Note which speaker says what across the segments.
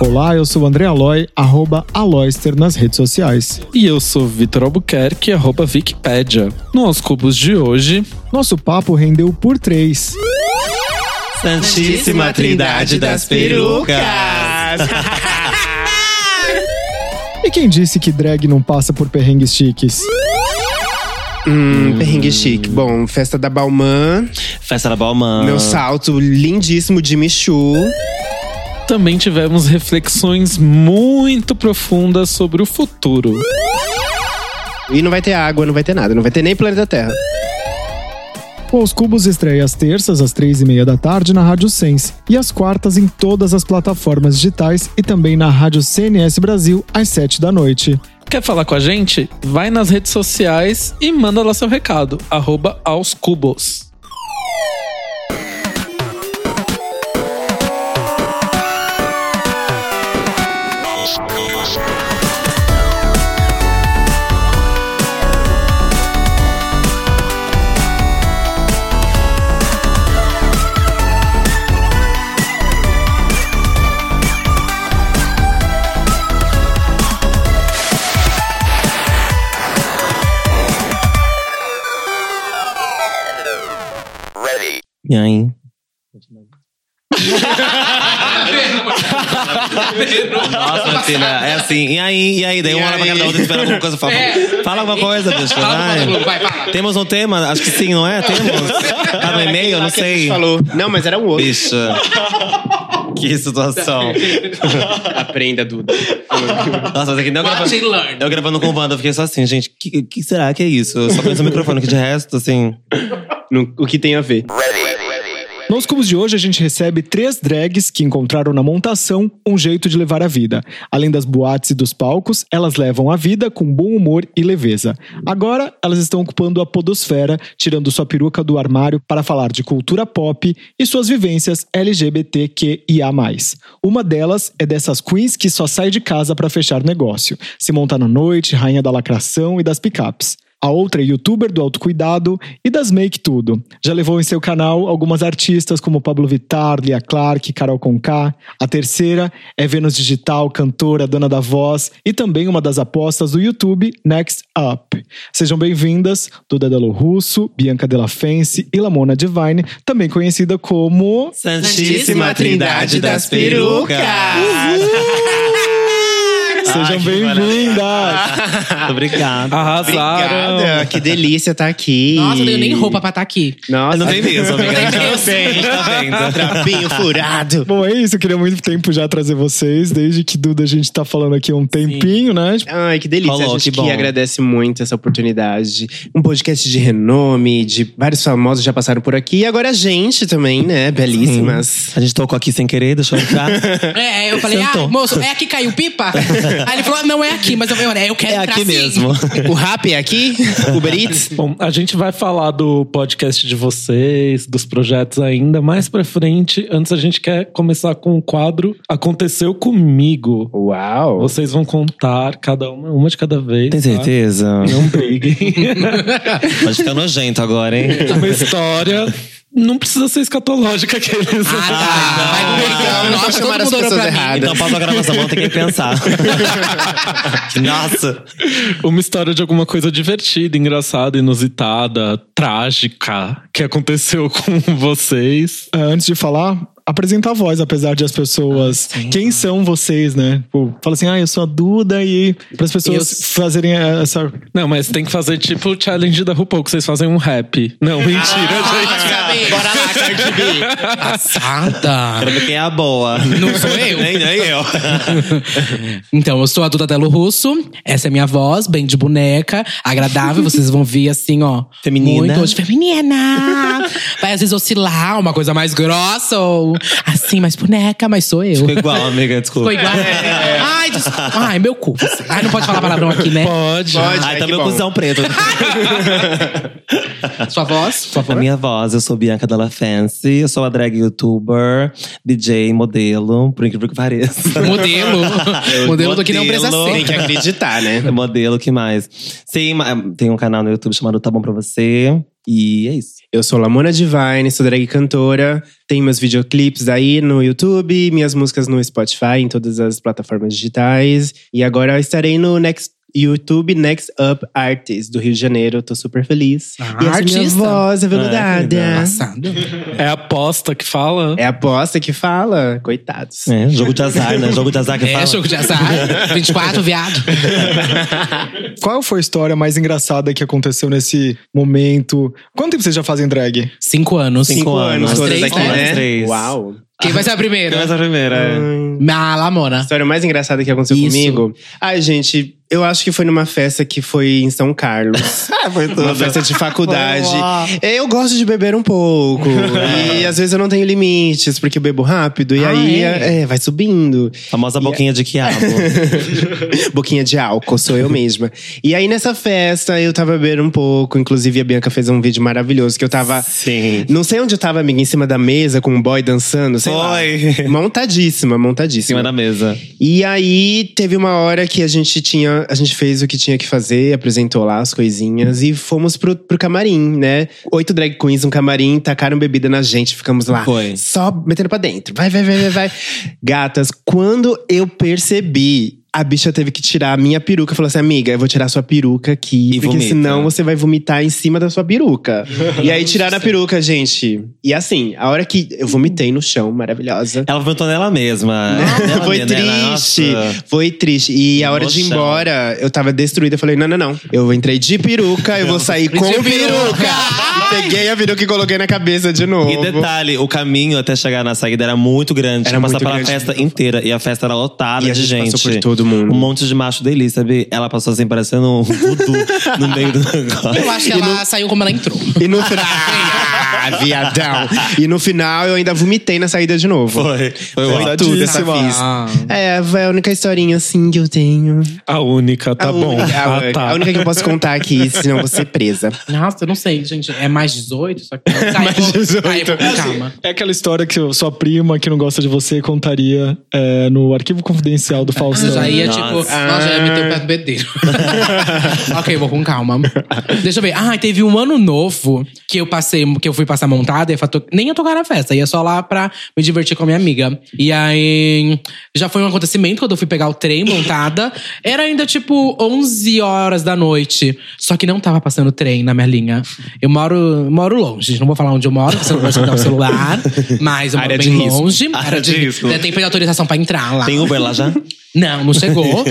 Speaker 1: Olá, eu sou o André Aloy, arroba Aloyster nas redes sociais.
Speaker 2: E eu sou Vitor Albuquerque, arroba Wikipedia. No Aos Cubos de hoje,
Speaker 1: Nosso papo rendeu por três.
Speaker 3: Santíssima Trindade das Perucas.
Speaker 1: E quem disse que drag não passa por perrengues chiques?
Speaker 4: Hum, perrengue chique. Bom, festa da Balmain,
Speaker 3: Festa da Balmain.
Speaker 4: meu salto lindíssimo de Michu.
Speaker 2: também tivemos reflexões muito profundas sobre o futuro.
Speaker 4: E não vai ter água, não vai ter nada, não vai ter nem planeta Terra.
Speaker 1: O Aos Cubos estreia às terças, às três e meia da tarde, na Rádio Sense. E às quartas em todas as plataformas digitais e também na Rádio CNS Brasil, às sete da noite.
Speaker 2: Quer falar com a gente? Vai nas redes sociais e manda lá seu recado, arroba aos cubos.
Speaker 3: E aí? Nossa, Martina, é assim. E aí, e aí? Daí uma hora pra cada outra espera alguma coisa. Fala, fala alguma coisa, bicho. Vai. Temos um tema? Acho que sim, não é? Temos? Tá no e-mail? Não
Speaker 4: A gente
Speaker 3: sei.
Speaker 4: falou. Não, mas era um outro.
Speaker 3: Bicha. Que situação.
Speaker 4: Aprenda, Duda.
Speaker 3: Nossa, mas aqui não gravando. Eu gravando com o Wanda, eu fiquei só assim, gente, que, que será que é isso? Eu só penso no microfone, que de resto, assim.
Speaker 4: No- o que tem a ver?
Speaker 1: Nos cubos de hoje a gente recebe três drags que encontraram na montação um jeito de levar a vida. Além das boates e dos palcos, elas levam a vida com bom humor e leveza. Agora elas estão ocupando a podosfera, tirando sua peruca do armário para falar de cultura pop e suas vivências LGBTQIA+. Uma delas é dessas queens que só sai de casa para fechar negócio. Se montar na noite, rainha da lacração e das picapes. A outra é youtuber do autocuidado e das Make Tudo. Já levou em seu canal algumas artistas como Pablo Vittar, Lia Clark, Carol Conká. A terceira é Vênus Digital, cantora, dona da voz e também uma das apostas do YouTube Next Up. Sejam bem-vindas Duda Delo Russo, Bianca Della Fence e Lamona Divine, também conhecida como.
Speaker 3: Santíssima Trindade das Perucas!
Speaker 1: Sejam bem-vindas!
Speaker 3: Obrigado.
Speaker 2: Arrasaram!
Speaker 4: Obrigada, que delícia estar aqui.
Speaker 5: Nossa, eu não tenho nem roupa pra estar aqui.
Speaker 4: Nossa,
Speaker 3: Não tem mesmo, amiga. A gente
Speaker 5: Não
Speaker 3: tá bem, a gente tá bem. tá?
Speaker 4: Trapinho furado.
Speaker 1: Bom, é isso. Eu queria muito tempo já trazer vocês, desde que Duda a gente tá falando aqui há um tempinho, né?
Speaker 4: Ai, que delícia.
Speaker 3: Rolou,
Speaker 4: a gente
Speaker 3: que bom.
Speaker 4: que agradece muito essa oportunidade. Um podcast de renome, de vários famosos já passaram por aqui. E agora a gente também, né? Belíssimas.
Speaker 3: A gente tocou aqui sem querer, deixou entrar.
Speaker 5: É, eu falei,
Speaker 3: Sentou.
Speaker 5: ah, moço, é aqui que caiu pipa? Aí ele falou, não é aqui, mas eu falei, olha, eu quero
Speaker 3: É
Speaker 5: entrar assim."
Speaker 3: aqui
Speaker 5: sim.
Speaker 3: mesmo.
Speaker 4: O rap é aqui? Uber Eats?
Speaker 2: Bom, a gente vai falar do podcast de vocês, dos projetos ainda mais pra frente. Antes a gente quer começar com o quadro Aconteceu comigo.
Speaker 4: Uau!
Speaker 2: Vocês vão contar cada uma, uma de cada vez.
Speaker 3: Tem
Speaker 2: tá?
Speaker 3: certeza?
Speaker 2: Não briguem.
Speaker 3: Mas fica nojento agora, hein?
Speaker 2: tá? uma história. Não precisa ser escatológica aqueles.
Speaker 5: Ah,
Speaker 4: então.
Speaker 5: tá. Vai
Speaker 3: não,
Speaker 5: no
Speaker 4: não,
Speaker 5: mercado.
Speaker 4: não
Speaker 5: Nossa,
Speaker 4: chamaram as
Speaker 5: todo mundo olhou
Speaker 4: pessoas
Speaker 5: pra mim.
Speaker 4: erradas.
Speaker 3: Então, pausa a gravação, vamos ter que pensar. Nossa!
Speaker 2: Uma história de alguma coisa divertida, engraçada, inusitada, trágica que aconteceu com vocês.
Speaker 1: Ah, Antes de falar, apresentar a voz, apesar de as pessoas. quem são vocês, né? Tipo, fala assim, ah, eu sou a Duda, e para as pessoas fazerem é, essa.
Speaker 2: Não, mas tem que fazer tipo o challenge da RuPaul, que vocês fazem um rap. Não, mentira, gente.
Speaker 5: Ah, Sabe? Bora lá, Cardi B. Passada.
Speaker 3: Quero ver quem é a boa.
Speaker 5: Não sou eu.
Speaker 3: Nem, nem eu.
Speaker 5: Então, eu sou a Duda Telo Russo. Essa é minha voz, bem de boneca, agradável. Vocês vão ver assim, ó.
Speaker 3: Feminina.
Speaker 5: Muito hoje, feminina. Vai às vezes oscilar, uma coisa mais grossa ou assim, mais boneca, mas sou eu.
Speaker 3: Ficou igual, amiga, desculpa.
Speaker 5: Ficou igual.
Speaker 4: É.
Speaker 5: Ai, desculpa. Ai, meu cu. Ai, não pode falar palavrão aqui, né?
Speaker 2: Pode.
Speaker 4: Pode,
Speaker 3: Ai,
Speaker 4: ai,
Speaker 3: tá
Speaker 4: que
Speaker 3: meu
Speaker 4: bom.
Speaker 3: cuzão preto.
Speaker 5: Sua voz, por
Speaker 3: A
Speaker 5: favor.
Speaker 3: minha voz, eu sou Bianca Della Fancy, eu sou a drag youtuber, DJ, modelo, por incrível que pareça.
Speaker 5: Modelo. É, Modelo do que não precisa
Speaker 3: Modelo.
Speaker 4: Tem que
Speaker 5: ser.
Speaker 4: acreditar, né?
Speaker 3: modelo, que mais? Sim, ma- tem um canal no YouTube chamado Tá Bom Pra Você. E é isso.
Speaker 4: Eu sou Lamona Divine, sou drag cantora. Tenho meus videoclipes aí no YouTube, minhas músicas no Spotify, em todas as plataformas digitais. E agora eu estarei no Next YouTube Next Up Artist do Rio de Janeiro. Tô super feliz.
Speaker 5: Ah,
Speaker 4: e essa é minha
Speaker 5: artista.
Speaker 3: Ah,
Speaker 4: voz aveludada. É,
Speaker 5: Engraçado.
Speaker 2: É a aposta que fala.
Speaker 4: a aposta que fala. Coitados.
Speaker 3: É, jogo de azar, né? Jogo de azar que
Speaker 5: É,
Speaker 3: fala.
Speaker 5: jogo de azar. 24, viado.
Speaker 1: Qual foi a história mais engraçada que aconteceu nesse momento? Quanto tempo vocês já fazem drag?
Speaker 5: Cinco anos.
Speaker 3: Cinco anos,
Speaker 5: As
Speaker 4: todas
Speaker 5: três,
Speaker 4: aqui,
Speaker 5: né?
Speaker 4: né?
Speaker 3: Três.
Speaker 4: Uau.
Speaker 5: Quem vai ser a primeira? Ah,
Speaker 3: Começa a primeira. é.
Speaker 5: Na Lamona.
Speaker 4: A história mais engraçada que aconteceu
Speaker 5: Isso.
Speaker 4: comigo. Ai, gente, eu acho que foi numa festa que foi em São Carlos.
Speaker 3: Ah, foi tudo.
Speaker 4: Uma festa de faculdade.
Speaker 3: Foi um lá.
Speaker 4: Eu gosto de beber um pouco. e às vezes eu não tenho limites, porque eu bebo rápido. E
Speaker 5: Ah,
Speaker 4: aí
Speaker 5: é?
Speaker 4: é, vai subindo.
Speaker 3: Famosa boquinha de quiabo.
Speaker 4: Boquinha de álcool, sou eu mesma. E aí nessa festa eu tava bebendo um pouco. Inclusive a Bianca fez um vídeo maravilhoso que eu tava.
Speaker 3: Sim.
Speaker 4: Não sei onde eu tava, amiga, em cima da mesa com um boy dançando. Sei lá.
Speaker 3: Foi.
Speaker 4: Montadíssima,
Speaker 3: Em
Speaker 4: montadíssima.
Speaker 3: cima da mesa.
Speaker 4: E aí teve uma hora que a gente tinha, a gente fez o que tinha que fazer, apresentou lá as coisinhas e fomos pro, pro camarim, né? Oito drag queens, um camarim, tacaram bebida na gente, ficamos lá.
Speaker 3: Foi.
Speaker 4: Só metendo pra dentro. Vai, vai, vai, vai, vai. Gatas, quando eu percebi. A bicha teve que tirar a minha peruca. Falou assim, amiga, eu vou tirar a sua peruca aqui.
Speaker 3: E
Speaker 4: porque
Speaker 3: vomita.
Speaker 4: senão você vai vomitar em cima da sua peruca. e aí tiraram a peruca, gente. E assim, a hora que eu vomitei no chão, maravilhosa.
Speaker 3: Ela vomitou nela mesma. Ela
Speaker 4: Foi
Speaker 3: mesma, ela,
Speaker 4: triste,
Speaker 3: nossa.
Speaker 4: foi triste. E a hora de ir
Speaker 3: Emoção.
Speaker 4: embora, eu tava destruída. Eu falei: não, não, não. Eu entrei de peruca, eu vou sair com
Speaker 5: De
Speaker 4: peruca.
Speaker 5: peruca.
Speaker 4: E peguei a peruca e coloquei na cabeça de novo.
Speaker 3: E detalhe, o caminho até chegar na saída era muito grande.
Speaker 4: Era
Speaker 3: Era passar
Speaker 4: muito
Speaker 3: pela
Speaker 4: grande.
Speaker 3: festa inteira. E a festa era lotada
Speaker 4: E a
Speaker 3: de
Speaker 4: gente
Speaker 3: gente.
Speaker 4: passou por todo mundo.
Speaker 3: Um monte de macho delícia, sabe? Ela passou assim, parecendo um voodoo no meio do negócio.
Speaker 5: Eu acho que ela saiu como ela entrou.
Speaker 4: E no final. Ah, viadão. E no final eu ainda vomitei na saída de novo.
Speaker 3: Foi. Foi
Speaker 4: Foi
Speaker 3: ótimo.
Speaker 4: tudo essa
Speaker 1: Pesadíssima.
Speaker 4: física.
Speaker 2: Ah.
Speaker 4: É, foi a única historinha assim que eu tenho.
Speaker 2: A única, tá
Speaker 4: a
Speaker 2: bom.
Speaker 4: Única, a,
Speaker 2: ah, tá.
Speaker 4: a única que eu posso contar aqui, senão eu vou ser presa.
Speaker 5: Nossa, eu não sei, gente. É mais 18? Só que Tá,
Speaker 4: Mais
Speaker 5: eu vou-
Speaker 4: 18.
Speaker 5: tá, eu vou- calma.
Speaker 1: É aquela história que sua prima que não gosta de você contaria é, no arquivo confidencial do
Speaker 5: Eu
Speaker 1: Faustão.
Speaker 5: já ia,
Speaker 3: Nossa.
Speaker 5: tipo, nossa, já ia meter o pé no bedeiro. ok, vou com calma. Deixa eu ver. Ah, teve um ano novo que eu passei, que eu fui passar montada e fato- nem ia tocar na festa, ia só lá pra me divertir com a minha amiga. E aí já foi um acontecimento quando eu fui pegar o trem montada. Era ainda tipo 11 horas da noite. Só que não tava passando trem na minha linha. Eu moro, moro longe, não vou falar onde eu moro, porque você não pode escutar o celular, mas eu moro
Speaker 4: Área
Speaker 5: bem
Speaker 4: de risco.
Speaker 5: longe.
Speaker 3: Área
Speaker 5: Área
Speaker 3: de risco.
Speaker 5: Tem que pedir autorização pra entrar lá.
Speaker 3: Tem Uber lá já?
Speaker 5: Não, não chegou.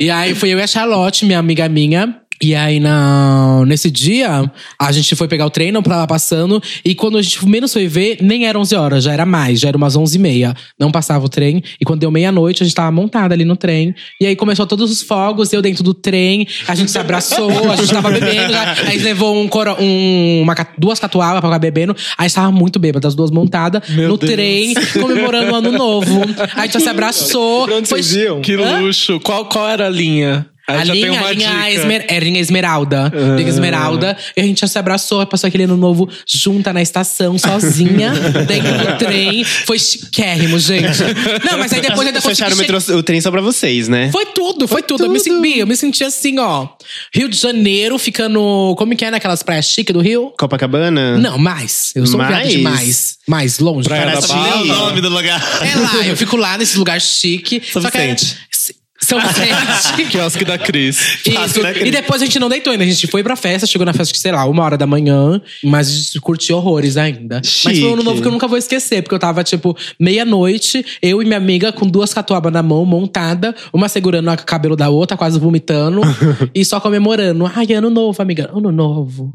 Speaker 5: e aí foi eu e a Charlotte, minha amiga minha. E aí, na, nesse dia, a gente foi pegar o trem, não tava passando. E quando a gente menos foi ver, nem era 11 horas, já era mais, já era umas 11 e meia. Não passava o trem. E quando deu meia-noite, a gente tava montada ali no trem. E aí começou todos os fogos, eu dentro do trem. A gente se abraçou, a gente tava bebendo. Já, aí levou um coro, um, uma, ca- duas catuabas pra ficar bebendo. Aí a gente tava muito bêbado, as duas montadas, no trem, comemorando o ano novo. Aí a gente já se abraçou.
Speaker 1: Pra onde
Speaker 5: Foi
Speaker 1: vocês iam?
Speaker 2: Que luxo. Qual, qual era a linha? Aí
Speaker 5: a
Speaker 2: já tem
Speaker 5: linha,
Speaker 2: uma
Speaker 5: a linha,
Speaker 2: dica.
Speaker 5: esmer, é, linha Esmeralda. Linha Esmeralda. E a gente já se abraçou, passou aquele ano novo junta na estação, sozinha, dentro do trem. Foi chiquérrimo, gente. Não, mas aí depois ainda
Speaker 4: Fecharam o,
Speaker 5: consegui
Speaker 4: metrô, o trem só pra vocês, né?
Speaker 5: foi tudo, foi, tudo. Eu, me
Speaker 4: tudo.
Speaker 5: senti, eu me senti assim, ó. Rio de Janeiro ficando. Como que é naquelas praias chiques do Rio?
Speaker 4: Copacabana?
Speaker 5: Não, mais. Eu sou um viado
Speaker 4: Mais?
Speaker 5: demais. Mais longe.
Speaker 2: Praia da
Speaker 5: Caraca,
Speaker 2: Bala?
Speaker 5: Chile.
Speaker 3: o nome do lugar.
Speaker 5: É lá, eu fico lá nesse lugar chique.
Speaker 3: São
Speaker 5: só que é-
Speaker 3: Vicente.
Speaker 5: S- São Vicente.
Speaker 2: Quiosque da Cris.
Speaker 4: Tipo,
Speaker 5: Isso. E depois a gente não deitou ainda. A gente foi pra festa, chegou na festa, acho que, sei lá, uma hora da manhã, mas a gente curtiu horrores ainda. Mas foi um ano
Speaker 4: Chique.
Speaker 5: novo que eu nunca vou esquecer, porque eu tava, tipo, meia-noite, eu e minha amiga com duas catuabas na mão, montada, uma segurando o cabelo da outra, quase vomitando, e só comemorando. Ai, ano novo, amiga. Ano novo.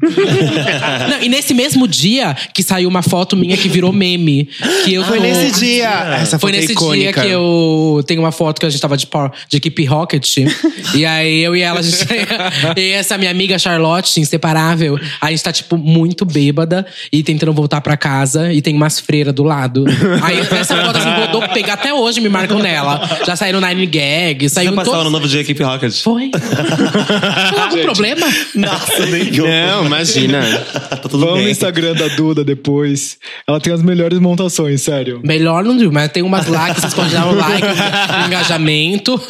Speaker 5: Não, e nesse mesmo dia que saiu uma foto minha que virou meme. Que eu
Speaker 4: Foi
Speaker 5: tô-
Speaker 4: nesse dia. Essa
Speaker 5: foi
Speaker 4: foto é
Speaker 5: nesse
Speaker 4: icônica.
Speaker 5: dia que eu tenho uma foto que a gente tava de, por, de equipe Rocket. e aí eu e ela, a gente, e essa minha amiga Charlotte, inseparável, a gente tá, tipo, muito bêbada e tentando voltar pra casa e tem umas freiras do lado. aí essa foto assim, rodou, pegar até hoje, me marcam nela. Já saíram Nine Gag,
Speaker 3: Você
Speaker 5: saiu em
Speaker 3: passou
Speaker 5: todos...
Speaker 3: no novo dia Equipe Rocket?
Speaker 5: Foi? Foi algum problema?
Speaker 3: Nossa, nenhum.
Speaker 4: Não, imagina.
Speaker 3: Tá tudo
Speaker 1: Vão no
Speaker 3: bem.
Speaker 1: Instagram da Duda depois. Ela tem as melhores montações, sério.
Speaker 5: Melhor não digo, mas tem umas lá que vocês podem dar um like, um engajamento.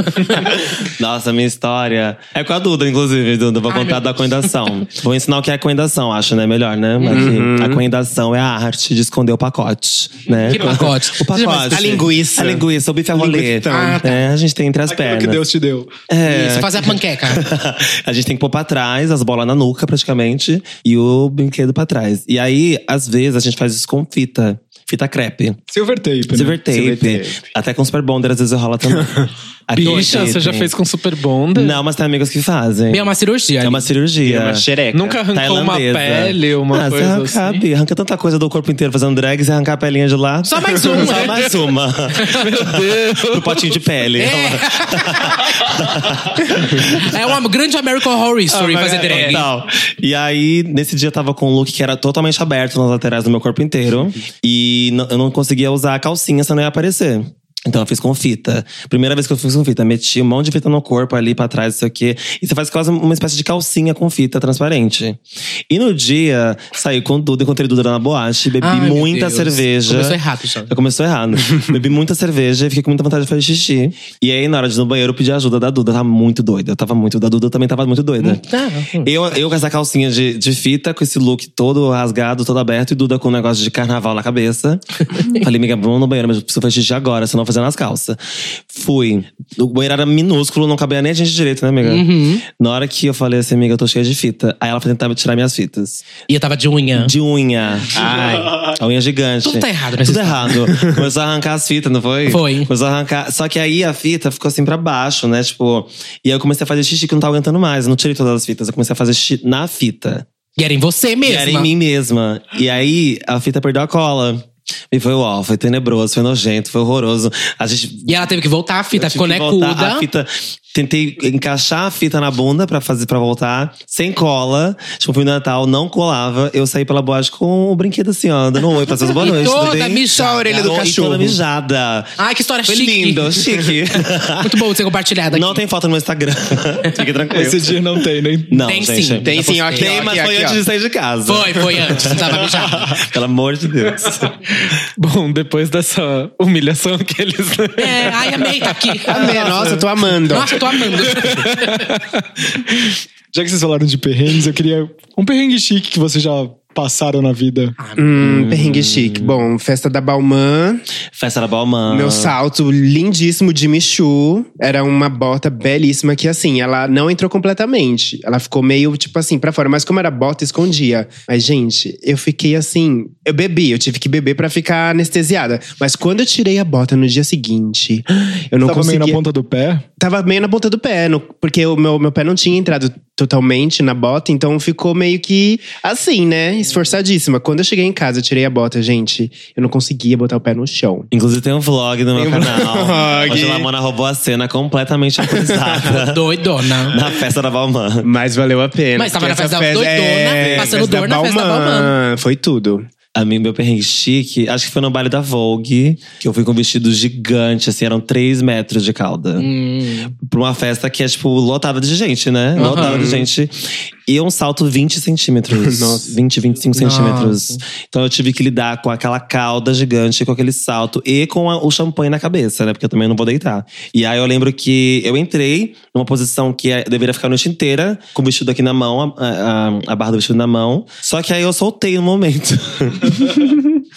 Speaker 3: Nossa, minha história. É com a Duda, inclusive, Duda. Vou
Speaker 5: Ai,
Speaker 3: contar
Speaker 5: meu
Speaker 3: da coendação. Vou ensinar o que é coendação, acho, né? Melhor, né? Mas que a coendação é a arte de esconder o pacote, né?
Speaker 5: Que pacote?
Speaker 3: O pacote.
Speaker 4: A linguiça.
Speaker 3: A linguiça, o bife a rolê.
Speaker 4: Linguistão.
Speaker 5: Ah, tá.
Speaker 3: É, a gente tem entre as
Speaker 1: Aquilo
Speaker 3: pernas.
Speaker 1: que Deus te deu.
Speaker 3: é,
Speaker 5: Isso, fazer a panqueca.
Speaker 3: a gente tem que pôr pra trás, as bolas na nuca, praticamente, e o brinquedo pra trás. E aí, às vezes, a gente faz isso com fita. Fita crepe.
Speaker 2: Uhum.
Speaker 1: Silver tape. né?
Speaker 3: Silver tape.
Speaker 4: Silver tape.
Speaker 3: Até com super bonder, às vezes rola também. Aqui,
Speaker 2: Bicha,
Speaker 3: gente.
Speaker 2: você já fez com Super Bonder?
Speaker 3: Não, mas tem amigos que fazem.
Speaker 5: Bem, é uma cirurgia.
Speaker 3: É uma cirurgia.
Speaker 4: É uma xereca.
Speaker 2: Nunca arrancou uma
Speaker 3: Tailandesa.
Speaker 2: pele, uma
Speaker 3: ah,
Speaker 2: coisa
Speaker 3: você arranca,
Speaker 2: assim?
Speaker 3: bi, arranca tanta coisa do corpo inteiro fazendo drag, você arrancar a pelinha de lá.
Speaker 5: Só mais uma.
Speaker 2: né?
Speaker 3: Só mais uma. Meu Deus. Do potinho de pele.
Speaker 5: É uma grande American Horror Story
Speaker 3: Ah,
Speaker 5: fazer
Speaker 3: mas-
Speaker 5: drag.
Speaker 3: Total. E aí, nesse dia eu tava com um look que era totalmente aberto nas laterais do meu corpo inteiro. E n- eu não conseguia usar a calcinha, senão ia aparecer. Então eu fiz com fita. Primeira vez que eu fiz com fita, meti um monte de fita no corpo ali pra trás, não sei o quê. E você faz quase uma espécie de calcinha com fita transparente. E no dia, saí com Duda, encontrei Duda na boate, bebi
Speaker 5: Ai, meu
Speaker 3: muita
Speaker 5: Deus.
Speaker 3: cerveja.
Speaker 5: Começou errado, já.
Speaker 3: Eu começou errado. Bebi muita cerveja e fiquei com muita vontade de fazer xixi. E aí, na hora de ir no banheiro, eu pedi ajuda da Duda. Eu tava muito doida. Eu tava muito. Da Duda também tava muito doida.
Speaker 4: Tá.
Speaker 3: Eu, eu com essa calcinha de, de fita, com esse look todo rasgado, todo aberto, e Duda com um negócio de carnaval na cabeça. Falei, amiga, vamos no banheiro, mas eu preciso fazer xixi agora, senão fazendo as calças. Fui. O banheiro era minúsculo, não cabia nem a gente direito, né, amiga? Na hora que eu falei assim, amiga, eu tô cheia de fita. Aí ela foi tentar me tirar minhas fitas.
Speaker 5: E eu tava de unha.
Speaker 3: De unha. Ai. A unha gigante.
Speaker 5: Tudo tá errado nessa
Speaker 3: Tudo errado. Começou a arrancar as fitas, não foi?
Speaker 5: Foi.
Speaker 3: Começou a arrancar. Só que aí a fita ficou assim pra baixo, né? Tipo. E aí eu comecei a fazer xixi que eu não tava aguentando mais. Eu não tirei todas as fitas. Eu comecei a fazer xixi na fita.
Speaker 5: E era em você
Speaker 3: E
Speaker 5: mesma.
Speaker 3: era em mim mesma. E aí a fita perdeu a cola. E foi uau, foi tenebroso, foi nojento, foi horroroso. A gente
Speaker 5: E ela teve que voltar a fita, é
Speaker 3: eu
Speaker 5: ficou né,
Speaker 3: tive que voltar
Speaker 5: necuda.
Speaker 3: A fita, tentei encaixar a fita na bunda pra fazer para voltar, sem cola. Tipo, fui no Natal, não colava. Eu saí pela boate com o brinquedo assim, ó, dando um oi pra vocês, boa
Speaker 5: E
Speaker 3: noite. tudo
Speaker 5: toda
Speaker 3: bem?
Speaker 5: mijada.
Speaker 3: E
Speaker 5: orelha do
Speaker 3: toda
Speaker 5: cachorro.
Speaker 3: mijada.
Speaker 5: Ai, que história
Speaker 3: Foi
Speaker 5: chique. Tá
Speaker 3: lindo, chique.
Speaker 5: Muito bom de ser compartilhada aqui.
Speaker 3: não tem foto no meu Instagram. Fique tranquilo.
Speaker 1: Esse dia não tem, né?
Speaker 3: Não,
Speaker 5: Tem
Speaker 3: gente.
Speaker 5: sim.
Speaker 6: Tem sim, ó, aqui,
Speaker 3: Tem,
Speaker 6: ó,
Speaker 3: mas
Speaker 6: aqui,
Speaker 3: foi
Speaker 6: aqui,
Speaker 3: antes
Speaker 6: ó.
Speaker 3: de sair de casa.
Speaker 5: Foi, foi antes. Não tava mijada.
Speaker 3: Pelo amor de Deus.
Speaker 2: Bom, depois dessa humilhação que eles. né?
Speaker 5: É, ai, amei, tá aqui.
Speaker 4: Amei, nossa, eu tô amando.
Speaker 5: Nossa, eu tô amando.
Speaker 1: Já que vocês falaram de perrengues, eu queria um perrengue chique que vocês já passaram na vida.
Speaker 4: Hum, perrengue chique. Bom, festa da Balmain.
Speaker 3: Festa da Balmain.
Speaker 4: Meu salto lindíssimo de Michu. Era uma bota belíssima que, assim, ela não entrou completamente. Ela ficou meio, tipo assim, pra fora. Mas como era bota, escondia. Mas, gente, eu fiquei assim… Eu bebi, eu tive que beber pra ficar anestesiada. Mas quando eu tirei a bota no dia seguinte, eu não
Speaker 1: Tava meio
Speaker 4: conseguia…
Speaker 1: na ponta do pé.
Speaker 4: Tava meio na ponta do pé, no- porque o meu, meu pé não tinha entrado totalmente na bota, então ficou meio que assim, né? Esforçadíssima. Quando eu cheguei em casa, eu tirei a bota, gente, eu não conseguia botar o pé no chão.
Speaker 3: Inclusive tem um vlog no meu
Speaker 4: Tem um
Speaker 3: canal.
Speaker 4: vlog.
Speaker 3: Onde a Lamona roubou a cena completamente atualizada.
Speaker 5: Doidona.
Speaker 3: Na festa da Balmain.
Speaker 4: Mas valeu a pena.
Speaker 5: Mas tava
Speaker 4: porque
Speaker 5: na
Speaker 4: essa é
Speaker 5: festa doidona, passando
Speaker 4: festa
Speaker 5: dor na festa da
Speaker 4: Foi tudo.
Speaker 3: A mim, meu perrengue chique, acho que foi no baile da Vogue, que eu fui com um vestido gigante, assim, eram 3 metros de calda. Pra uma festa que é, tipo, lotada de gente, né?
Speaker 5: Hum. Aham.
Speaker 3: Lotada de gente. E um salto 20 centímetros.
Speaker 4: Nossa.
Speaker 3: 20, 25
Speaker 5: Nossa.
Speaker 3: centímetros. Então eu tive que lidar com aquela calda gigante, com aquele salto e com a- o champanhe na cabeça, né? Porque eu também não vou deitar. E aí eu lembro que eu entrei numa posição que é- deveria ficar a noite inteira, com o vestido aqui na mão, a, a, a barra do vestido na mão. Só que aí eu soltei no momento.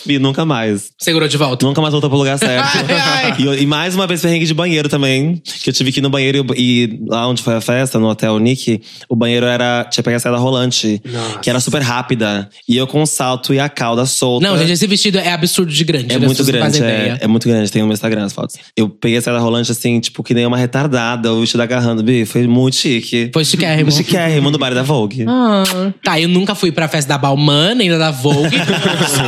Speaker 3: e nunca mais.
Speaker 5: Segurou de volta.
Speaker 3: Nunca mais voltou pro lugar certo.
Speaker 5: Ai, ai.
Speaker 3: E, eu- e mais uma vez perrengue de banheiro também. Que eu tive que ir no banheiro e, e lá onde foi a festa, no hotel Nick, o banheiro era. Tinha pegado a saída rolante, que era super rápida. E eu com o salto e a cauda solta.
Speaker 5: Não, gente, esse vestido é absurdo de grande.
Speaker 3: É
Speaker 5: né?
Speaker 3: muito
Speaker 5: Vocês não
Speaker 3: grande,
Speaker 5: fazem
Speaker 3: é,
Speaker 5: ideia.
Speaker 3: é muito grande. Tem no meu Instagram as fotos. Eu peguei a saída rolante assim, tipo, que nem uma retardada, o vestido agarrando, Bi. Foi muito chique.
Speaker 5: Foi chiquérrimo.
Speaker 3: Muito chiquérrimo no bar da Vogue.
Speaker 5: Ah. Tá, eu nunca fui pra festa da Balmain, nem da da Vogue.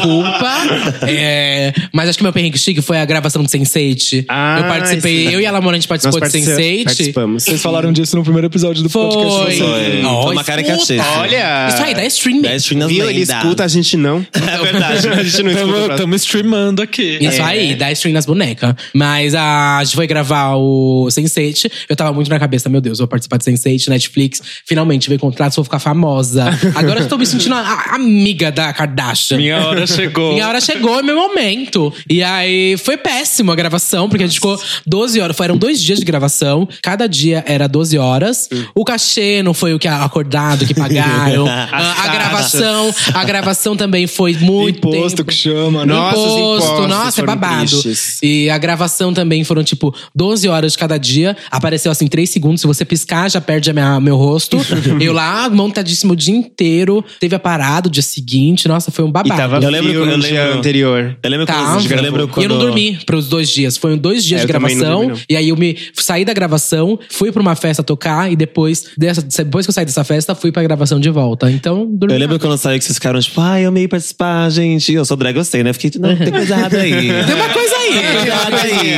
Speaker 5: Desculpa. É, mas acho que meu perrengue chique foi a gravação do Sense8.
Speaker 4: Ah,
Speaker 5: eu participei,
Speaker 4: sim.
Speaker 5: eu e a Lamora, a gente participou de
Speaker 4: partici-
Speaker 5: Sense8.
Speaker 4: participamos.
Speaker 1: Vocês falaram disso no primeiro episódio do podcast.
Speaker 5: Foi.
Speaker 1: de vocês.
Speaker 3: Foi.
Speaker 5: Ó,
Speaker 3: Foi uma
Speaker 5: escuta.
Speaker 3: caricatíssima.
Speaker 4: Olha!
Speaker 5: Isso aí, é dá streaming.
Speaker 3: Da stream nas
Speaker 4: Viu? Ele
Speaker 3: lendas.
Speaker 4: escuta, a gente não.
Speaker 3: É verdade.
Speaker 4: A gente não escuta. É. pra-
Speaker 2: Estamos streamando aqui.
Speaker 5: é Isso aí, dá stream nas bonecas. Mas ah, a gente foi gravar o Sense8. Eu tava muito na cabeça, meu Deus, vou participar de Sense8, Netflix. Finalmente veio contrato, vou ficar famosa. Agora eu tô me sentindo a, a amiga da Kardashian.
Speaker 2: Minha hora chegou.
Speaker 5: Minha hora chegou, é meu momento. E aí foi péssimo a gravação, porque a gente ficou 12 horas. Foram dois dias de gravação, cada dia era 12 horas. O cachê não foi o que a- acordado, que pagaram. Ah, a
Speaker 3: taxas.
Speaker 5: gravação, a gravação também foi muito.
Speaker 1: Imposto
Speaker 5: tempo.
Speaker 1: que chama, né?
Speaker 4: Não. Nossa, os
Speaker 5: imposto,
Speaker 4: impostos
Speaker 5: nossa, é
Speaker 4: foram
Speaker 5: babado.
Speaker 4: tristes.
Speaker 5: E a gravação também foram, tipo, 12 horas de cada dia. Apareceu assim, 3 segundos. Se você piscar, já perde a minha- meu rosto. eu lá, montadíssimo o dia inteiro. Teve a parada o dia seguinte. Nossa, foi um babado.
Speaker 4: E tava
Speaker 3: Eu lembro-
Speaker 4: frio
Speaker 3: eu
Speaker 4: no dia
Speaker 3: lembro-
Speaker 4: anterior.
Speaker 3: Eu lembro,
Speaker 5: Tá.
Speaker 3: quando, eu lembro
Speaker 5: E eu
Speaker 3: quando.
Speaker 5: não dormi pros dois dias. Foram dois dias
Speaker 4: É,
Speaker 5: de
Speaker 4: eu também não
Speaker 5: gravação.
Speaker 4: dormi, não.
Speaker 5: E aí eu me saí da gravação, fui pra uma festa tocar e depois, dessa, depois que eu saí dessa festa, fui pra gravação de volta. Então, dormi.
Speaker 3: Eu lembro quando eu saí que vocês ficaram tipo, ai, eu amei participar, gente. Eu sou drag, eu sei, né? Fiquei, não, tem coisa errada aí.
Speaker 5: Tem um uma coisa aí.
Speaker 3: Cuidado aí.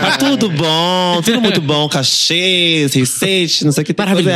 Speaker 3: Tá tudo bom, tudo muito bom. Cachê, receitas, não sei o que. Tem
Speaker 5: Maravilhoso,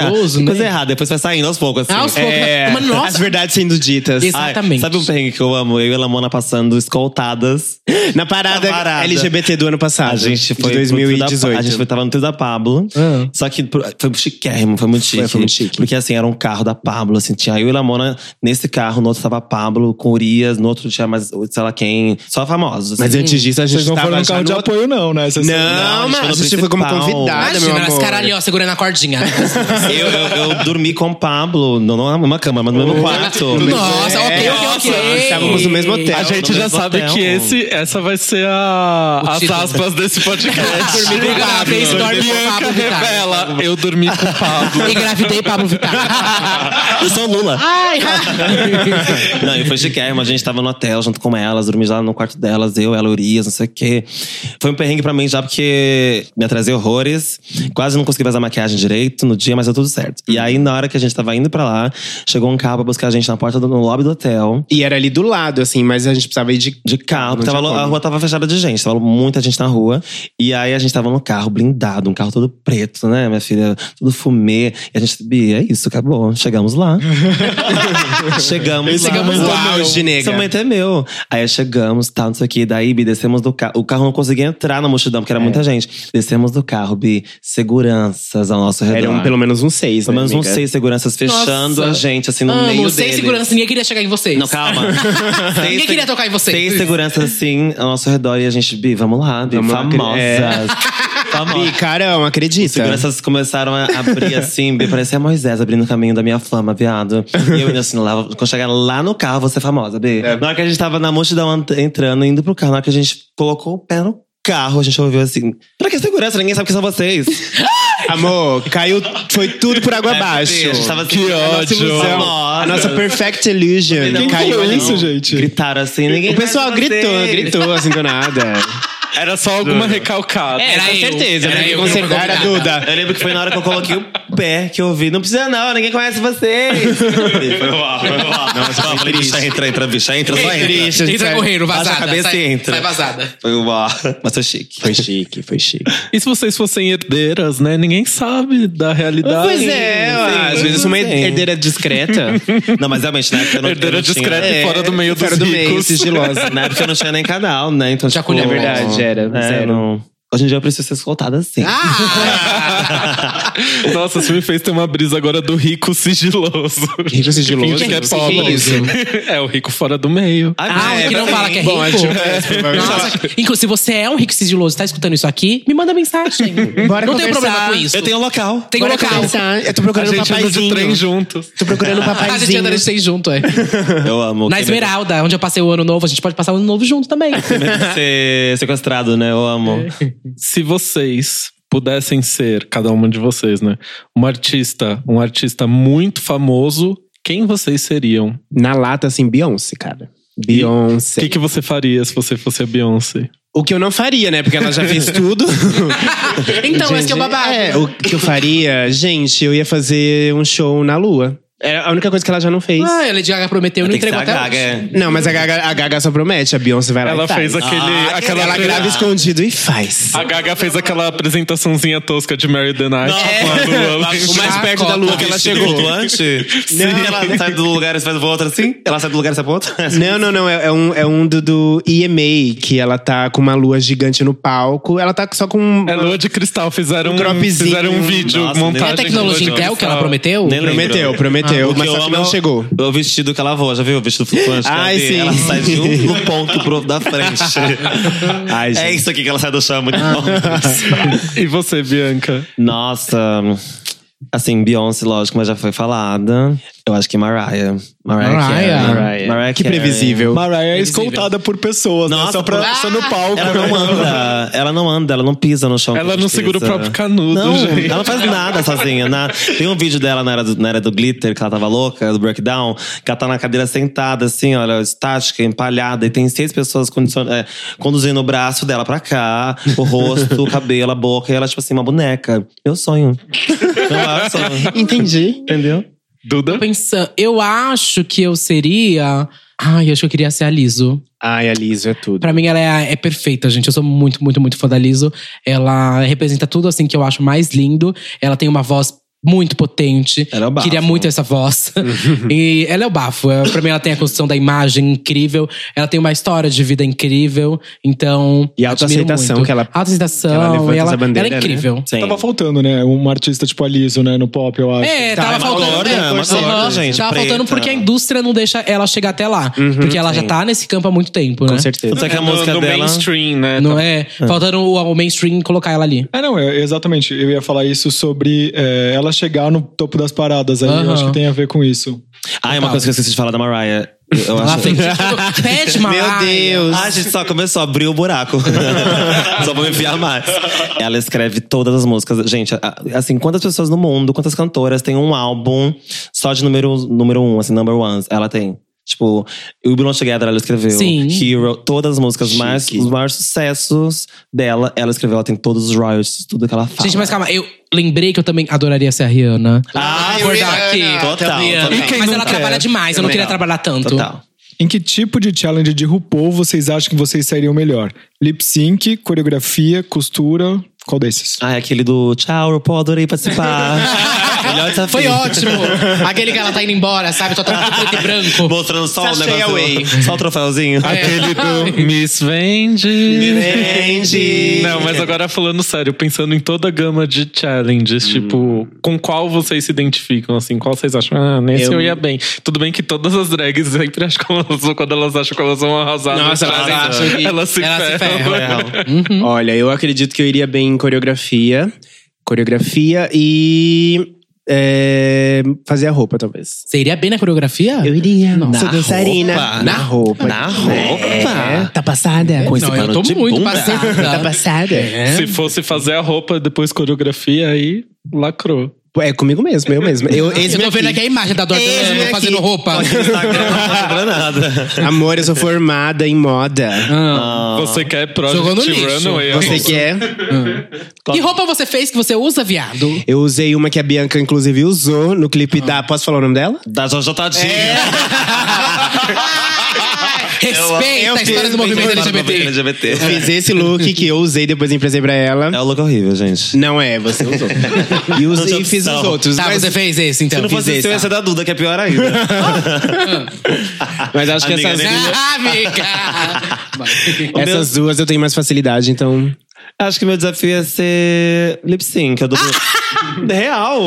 Speaker 3: coisa errada. Tem
Speaker 5: né?
Speaker 3: Coisa errada, depois vai saindo aos poucos, assim.
Speaker 5: Aos
Speaker 3: É.
Speaker 5: poucos. Mas, nossa.
Speaker 4: As verdades sendo ditas.
Speaker 5: Exato.
Speaker 3: Ai,
Speaker 5: Exatamente.
Speaker 3: sabe um perrengue que eu amo? Eu e a Lamona passando escoltadas.
Speaker 4: Na parada,
Speaker 3: Na parada.
Speaker 4: LGBT do ano passado.
Speaker 3: A gente foi
Speaker 4: De
Speaker 3: pro Trio da-
Speaker 4: 2018.
Speaker 3: a gente foi, tava no trio da Pablo.
Speaker 5: Ah.
Speaker 3: Só que pro- foi chiquérrimo, foi muito chique.
Speaker 4: É. foi muito chique.
Speaker 3: Porque assim, era um carro da Pablo, assim, tinha eu e Lamona nesse carro, no outro tava a Pablo com Urias, no outro tinha mais, sei lá quem, só famosos.
Speaker 4: Mas
Speaker 3: assim.
Speaker 4: antes disso, a gente
Speaker 1: Vocês não
Speaker 4: tava
Speaker 1: foram no
Speaker 4: já
Speaker 1: carro de
Speaker 4: no outro-
Speaker 1: apoio, não, né? Vocês-
Speaker 4: Não,
Speaker 3: Não, a gente
Speaker 4: mas
Speaker 3: foi no
Speaker 4: a gente foi como
Speaker 3: principal.
Speaker 4: convidada, meu
Speaker 5: Imagina,
Speaker 4: amor.
Speaker 5: as caras né, ali, ó, segurando a cordinha.
Speaker 3: eu, eu, eu dormi com o Pablo, não na mesma cama, mas no mesmo quarto.
Speaker 5: Nossa, ok, ok, ok.
Speaker 4: É, Estávamos no mesmo hotel.
Speaker 2: A gente
Speaker 3: no
Speaker 2: já
Speaker 3: mesmo
Speaker 2: sabe
Speaker 3: hotel.
Speaker 2: que esse, essa vai ser a,
Speaker 5: é O
Speaker 2: as
Speaker 5: título.
Speaker 2: aspas desse podcast.
Speaker 5: Dormi com o Pablo. Brainstorm com o
Speaker 2: Bianca
Speaker 5: Pablo Vittar.
Speaker 2: revela, eu dormi com o Pablo.
Speaker 5: Engravidei Pablo Vittar.
Speaker 3: Eu sou Lula.
Speaker 5: Ai,
Speaker 3: Não, e foi chiquérrimo. A gente tava no hotel junto com elas, dormi lá no quarto delas, eu, ela, Urias, não sei o quê. Foi um perrengue pra mim já, porque me atrasei horrores. Quase não consegui fazer a maquiagem direito no dia, mas deu tudo certo. E aí, na hora que a gente tava indo pra lá, chegou um carro pra buscar a gente na porta do no lobby do hotel.
Speaker 4: E era ali do lado, assim, mas a gente precisava ir de.
Speaker 3: De carro, porque
Speaker 4: Não
Speaker 3: tava,
Speaker 4: tinha
Speaker 3: lo- a
Speaker 4: como.
Speaker 3: rua tava fechada de gente, tava muita gente na rua. E aí a gente tava no carro blindado, um carro todo preto, né, minha filha? Tudo fumê. E a gente, Bia, é isso, acabou. Chegamos lá. chegamos lá.
Speaker 5: Chegamos
Speaker 4: lá. Auge, nega.
Speaker 3: Seu momento é meu. Aí chegamos, tá, não sei o que. Daí, Bi, descemos do carro. O carro não conseguia entrar na multidão,
Speaker 4: É.
Speaker 3: porque era muita gente. Descemos do carro, Bi. Seguranças ao nosso redor.
Speaker 4: Eram um pelo menos uns seis,
Speaker 3: Pelo
Speaker 4: né,
Speaker 3: menos uns
Speaker 4: amiga?
Speaker 3: seis seguranças fechando
Speaker 5: Nossa.
Speaker 3: a gente, assim, no meio
Speaker 5: Amo,
Speaker 3: deles.
Speaker 5: sem segurança, ninguém queria chegar em vocês.
Speaker 3: Não, calma. Seis
Speaker 5: Ninguém
Speaker 3: seg-
Speaker 5: queria tocar em vocês.
Speaker 3: Seis seguranças, assim, ao nosso redor. E a gente, Bi, vamos lá, Bi.
Speaker 4: Vamos lá,
Speaker 3: famosas.
Speaker 4: é.
Speaker 3: Famosas.
Speaker 4: Ih, carão, acredita.
Speaker 3: Seguranças começaram a abrir assim, Bi, parecia Moisés abrindo o caminho da minha fama, viado. E eu indo assim, lá, quando chegar lá no carro, você é famosa, Bi. Na hora que a gente tava na multidão ent- entrando, indo pro carro, na hora que a gente colocou o pé no carro, a gente ouviu assim: pra que segurança? Ninguém sabe quem são vocês.
Speaker 4: Amor, caiu. Foi tudo por água abaixo.
Speaker 3: A gente tava assim,
Speaker 2: Que
Speaker 3: a nossa
Speaker 2: ódio.
Speaker 3: ilusão,
Speaker 4: A nossa perfect illusion
Speaker 3: Não,
Speaker 4: caiu
Speaker 1: falou
Speaker 4: ali.
Speaker 1: isso, gente?
Speaker 3: Gritaram assim, ninguém
Speaker 4: O pessoal
Speaker 3: sabe quem são
Speaker 4: gritou,
Speaker 3: vocês.
Speaker 4: gritou assim do nada.
Speaker 2: Era só alguma recalcada.
Speaker 5: Era eu. Era eu.
Speaker 4: Com
Speaker 5: que não fui
Speaker 4: certeza, era
Speaker 5: convidada.
Speaker 4: Duda.
Speaker 3: Eu lembro que foi na hora que eu coloquei o pé que eu ouvi. Não precisa, não, ninguém conhece vocês. foi bom, foi bom. Não, mas foi triste. Entra, entra, bicha, entra, só entra.
Speaker 4: Triste, a gente
Speaker 5: Entra
Speaker 4: sai-
Speaker 5: correndo, vazada.
Speaker 3: Baixa a cabeça
Speaker 5: sai,
Speaker 3: e entra. É,
Speaker 5: sai vazada.
Speaker 3: Foi bom. Mas foi chique.
Speaker 4: Foi chique, foi chique.
Speaker 2: E se vocês fossem herdeiras, né? Ninguém sabe da realidade.
Speaker 4: Pois é,
Speaker 3: sim,
Speaker 4: ó, às
Speaker 3: sim.
Speaker 4: vezes uma herdeira discreta.
Speaker 3: Não, mas realmente, na época eu não,
Speaker 2: Herdeira
Speaker 3: eu não tinha... É,
Speaker 2: discreta e fora do meio dos
Speaker 4: fora do meio,
Speaker 2: ricos.
Speaker 4: sigilosa.
Speaker 3: Na época eu não tinha nem canal, né? Então,
Speaker 5: Já
Speaker 3: tipo,
Speaker 5: colheu. É
Speaker 4: verdade, era, zero.
Speaker 3: não. Hoje em dia eu preciso ser escoltada assim.
Speaker 2: Nossa, isso me fez ter uma brisa agora do rico sigiloso.
Speaker 4: Rico sigiloso?
Speaker 2: Finge que é
Speaker 4: Não sei
Speaker 2: pobre.
Speaker 4: quem é isso.
Speaker 2: é o rico fora do meio.
Speaker 5: Ah, o que não fala que é rico.
Speaker 4: Bom, é tipo, é, provavelmente.
Speaker 5: Nossa, inclusive, se você é um rico sigiloso, tá escutando isso aqui, me manda mensagem.
Speaker 4: Bora
Speaker 5: não tem
Speaker 4: conversar.
Speaker 5: problema com isso.
Speaker 3: Eu tenho um local.
Speaker 5: Tem um
Speaker 4: Bora
Speaker 5: local.
Speaker 4: conversar. Eu tô
Speaker 2: A
Speaker 4: procurando um
Speaker 2: gente anda de trem
Speaker 4: papaizinho.
Speaker 2: juntos.
Speaker 4: Tô procurando um
Speaker 5: A gente
Speaker 4: papaizinho.
Speaker 5: anda nesse trem junto,
Speaker 3: Um
Speaker 5: é.
Speaker 3: Eu amo.
Speaker 5: Na Esmeralda, onde eu passei o ano novo, a gente pode passar o ano novo junto também.
Speaker 3: Ser sequestrado, né? Eu amo.
Speaker 2: Se vocês pudessem ser, cada uma de vocês, né? Um artista, um artista muito famoso, quem vocês seriam?
Speaker 4: Na lata, assim, Beyoncé, cara. Beyoncé.
Speaker 2: O que, que você faria se você fosse a Beyoncé?
Speaker 4: O que eu não faria, né? Porque ela já fez tudo.
Speaker 5: então, esse que é o babado.
Speaker 4: É, o que eu faria, gente, eu ia fazer um show na lua. Era a única coisa que ela já não fez.
Speaker 5: Ah, a Lady Gaga prometeu e não
Speaker 3: Tem que ser
Speaker 5: entregou
Speaker 3: a
Speaker 5: até
Speaker 3: Gaga.
Speaker 5: hoje.
Speaker 3: é.
Speaker 4: Não, mas a Gaga, a Gaga só promete, a Beyoncé vai lá
Speaker 2: Ela
Speaker 4: e faz.
Speaker 2: fez aquele.
Speaker 3: Ah,
Speaker 2: aquela Ah,
Speaker 4: Ela grava escondido e faz.
Speaker 2: A Gaga fez aquela apresentaçãozinha tosca de Mary the Night. com a lua.
Speaker 4: É. O mais
Speaker 5: Chacota.
Speaker 4: perto da lua que ela
Speaker 3: Vestido
Speaker 4: chegou.
Speaker 3: flutuante? Sim. Ela sai do lugar e faz pra outra assim? Ela sai do lugar e sai pra outra?
Speaker 4: Não, não, não. É, é um, é um do, do EMA, que ela tá com uma lua gigante no palco. Ela tá só com.
Speaker 2: É lua de cristal, fizeram um,
Speaker 4: Um dropzinho.
Speaker 2: fizeram um vídeo,
Speaker 3: Nossa,
Speaker 2: montagem.
Speaker 5: É a
Speaker 2: com
Speaker 3: Gaga.
Speaker 2: lua
Speaker 5: tecnologia
Speaker 2: de
Speaker 5: Intel que
Speaker 2: cristal.
Speaker 5: ela prometeu?
Speaker 3: Nem lembro.
Speaker 4: Prometeu, prometeu. que eu,
Speaker 3: O que
Speaker 4: mas
Speaker 3: eu
Speaker 4: só que
Speaker 3: amo é
Speaker 4: não
Speaker 3: o-
Speaker 4: chegou.
Speaker 3: O vestido que ela voa, já viu? O vestido flutuante. que ela
Speaker 4: Ai,
Speaker 3: tem,
Speaker 4: sim.
Speaker 3: Ela sai de um do ponto pro outro da frente. é isso aqui que ela sai do chão, muito bom.
Speaker 2: E você, Bianca?
Speaker 3: Nossa. Assim, Beyoncé, lógico, mas já foi falada. Eu acho que Mariah. Mariah.
Speaker 5: Mariah.
Speaker 3: Carey.
Speaker 2: Mariah.
Speaker 4: Ah, Que
Speaker 3: Carey.
Speaker 4: previsível.
Speaker 1: Mariah é escoltada por pessoas, né?
Speaker 3: Nossa,
Speaker 1: Só, pra,
Speaker 3: por-
Speaker 1: só no palco. né?
Speaker 3: Ela não anda, ela não anda, ela não pisa no chão.
Speaker 2: Ela
Speaker 3: com
Speaker 2: não
Speaker 3: justiça.
Speaker 2: segura o próprio canudo,
Speaker 3: Não,
Speaker 2: gente.
Speaker 3: ela não faz nada sozinha. nada. Tem um vídeo dela na era, do, na era do glitter, que ela tava louca, do breakdown, que ela tá na cadeira sentada, assim, olha, estática, empalhada, e tem seis pessoas condicion- é, conduzindo o braço dela pra cá, o rosto, o cabelo, a boca, e ela, tipo assim, uma boneca. Meu sonho. Meu sonho.
Speaker 4: Entendi.
Speaker 3: Entendeu?
Speaker 2: Duda?
Speaker 5: Pensando, eu acho que eu seria. Ai, acho que eu queria ser a Liso.
Speaker 4: Ai, a Liso é tudo.
Speaker 5: Pra mim, ela é, é perfeita, gente. Eu sou muito, muito, muito fã da Liso. Ela representa tudo assim que eu acho mais lindo. Ela tem uma voz muito potente.
Speaker 4: É
Speaker 3: Era
Speaker 4: um
Speaker 3: o bafo.
Speaker 5: Queria muito essa voz. e ela é o bafo. É, Pra mim, ela tem a construção da imagem incrível. Ela tem uma história de vida incrível. Então.
Speaker 4: E a autoaceitação
Speaker 5: admiro muito.
Speaker 4: que ela-
Speaker 5: Autoaceitação.
Speaker 4: que ela levanta
Speaker 5: Então, e ela,
Speaker 4: essa bandeira,
Speaker 5: ela é
Speaker 4: né?
Speaker 5: incrível.
Speaker 3: Sim.
Speaker 1: Tava faltando, né? Um artista tipo Aliso, né? No pop, eu acho.
Speaker 5: É,
Speaker 4: Tá,
Speaker 5: tava
Speaker 4: uma
Speaker 5: faltando.
Speaker 3: gorda,
Speaker 5: é,
Speaker 3: uma
Speaker 5: aham,
Speaker 3: gorda, gente,
Speaker 5: Tava faltando
Speaker 3: preta.
Speaker 5: porque a indústria não deixa ela chegar até lá. porque ela já tá nesse campo há muito tempo, né?
Speaker 4: Uhum, Com certeza.
Speaker 3: Tanto é que a
Speaker 2: No-
Speaker 3: música
Speaker 2: no
Speaker 3: dela.
Speaker 2: mainstream, né?
Speaker 5: Não é? Faltando o, o mainstream colocar ela ali.
Speaker 1: É, não, é, exatamente. Eu ia falar isso sobre é, ela chegar no topo das paradas aí. Eu
Speaker 5: Aham.
Speaker 1: acho que tem a ver com isso.
Speaker 3: Ah, é uma coisa que eu esqueci de falar da Mariah. Eu, eu
Speaker 5: Ela
Speaker 3: acho-
Speaker 5: fez tipo, pede Mariah.
Speaker 4: Deus.
Speaker 3: Ah, a gente só começou a abrir o buraco. só pra me enfiar mais. Ela escreve todas as músicas. Gente, a- a- assim, quantas pessoas no mundo, quantas cantoras têm um álbum só de número, número um, assim, number ones? Ela tem. Tipo, o Belong Together ela escreveu.
Speaker 5: Sim.
Speaker 3: Hero, todas as músicas, mais,
Speaker 4: Chique.
Speaker 3: os maiores sucessos dela, ela escreveu. Ela tem todos os royalties, tudo que ela fala.
Speaker 5: Gente, mas calma, eu lembrei que eu também adoraria ser a Rihanna.
Speaker 3: Ah,
Speaker 5: Vou acordar
Speaker 3: Rihanna.
Speaker 5: aqui.
Speaker 3: Total,
Speaker 5: Rihanna.
Speaker 3: total. E quem
Speaker 5: Mas
Speaker 3: não
Speaker 5: ela
Speaker 3: quer?
Speaker 5: trabalha demais, eu não
Speaker 3: Também
Speaker 5: queria
Speaker 3: não.
Speaker 5: trabalhar tanto.
Speaker 3: Total.
Speaker 1: Em que tipo de challenge de RuPaul vocês acham que vocês sairiam melhor? Lip sync, coreografia, costura? Qual desses?
Speaker 3: Ah, é aquele do tchau, RuPaul, adorei participar. Melhor desafio.
Speaker 5: Foi ótimo. Aquele que ela tá indo embora, sabe? Totalmente preto e branco.
Speaker 3: Mostrando só o
Speaker 4: Sashay away.
Speaker 3: negócio. Só o troféuzinho.
Speaker 2: Aquele do Miss Vende.
Speaker 3: Entende?
Speaker 2: Não, mas agora falando sério, pensando em toda a gama de challenges, tipo, com qual vocês se identificam, assim, qual vocês acham? Ah, nesse eu,
Speaker 4: Eu-
Speaker 2: ia bem. Tudo bem que todas as drags sempre acham que elas vão, quando elas acham que elas vão arrasar, no
Speaker 4: Nossa, elas
Speaker 2: challenge,
Speaker 4: acham que
Speaker 2: elas se
Speaker 5: elas se
Speaker 2: ferram.
Speaker 5: Uhum.
Speaker 4: Olha, eu acredito que eu iria bem em coreografia. Coreografia e. é, fazer a roupa, talvez.
Speaker 5: Você iria bem na coreografia?
Speaker 4: iria.
Speaker 5: Não.
Speaker 4: Sou
Speaker 3: Na
Speaker 4: dançarina.
Speaker 3: roupa?
Speaker 4: Na roupa.
Speaker 3: Na roupa?
Speaker 4: É.
Speaker 5: Ah,
Speaker 4: Tá passada?
Speaker 3: Com esse
Speaker 5: não, eu
Speaker 3: pano
Speaker 5: tô
Speaker 3: de
Speaker 5: muito
Speaker 3: bunda.
Speaker 4: Tá
Speaker 5: passada.
Speaker 4: passada? É.
Speaker 2: Se fosse fazer a roupa depois coreografia, aí lacrou.
Speaker 4: É comigo mesmo, eu mesmo. Eu, esse
Speaker 5: Eu tô
Speaker 4: aqui.
Speaker 5: vendo aqui a imagem da
Speaker 4: Eis-me
Speaker 5: Dorothy
Speaker 4: aqui.
Speaker 5: fazendo roupa.
Speaker 3: Instagram tá, não lembra nada.
Speaker 4: Amor, eu sou formada em moda.
Speaker 2: Você quer
Speaker 5: Jogou no
Speaker 2: Project
Speaker 5: lixo.
Speaker 2: Runaway?
Speaker 4: Você é? quer?
Speaker 5: Que roupa você fez que você usa, viado?
Speaker 4: Eu usei uma que a Bianca, inclusive, usou no clipe da. Posso falar o nome dela?
Speaker 3: Da Jojo Tadinho.
Speaker 5: Respeita a história do movimento LGBT.
Speaker 3: LGBT.
Speaker 4: Eu fiz esse look que eu usei, depois emprestei pra ela.
Speaker 3: É um look horrível, gente.
Speaker 4: Não é, você usou. E
Speaker 3: Não tinha
Speaker 4: usei e fiz
Speaker 3: opção.
Speaker 4: os outros.
Speaker 5: Tá,
Speaker 4: mas,
Speaker 5: você fez esse, então.
Speaker 3: Se não
Speaker 5: Fiz
Speaker 3: fosse
Speaker 5: esse,
Speaker 3: isso, eu ia
Speaker 5: tá.
Speaker 3: ser da Duda, que é pior ainda.
Speaker 4: mas acho que
Speaker 3: Amiga,
Speaker 4: essas,
Speaker 3: nem-
Speaker 5: Ah, amiga! Vai.
Speaker 4: essas duas eu tenho mais facilidade, então.
Speaker 3: Acho que meu desafio ia ser lip sync. Eu dou... real.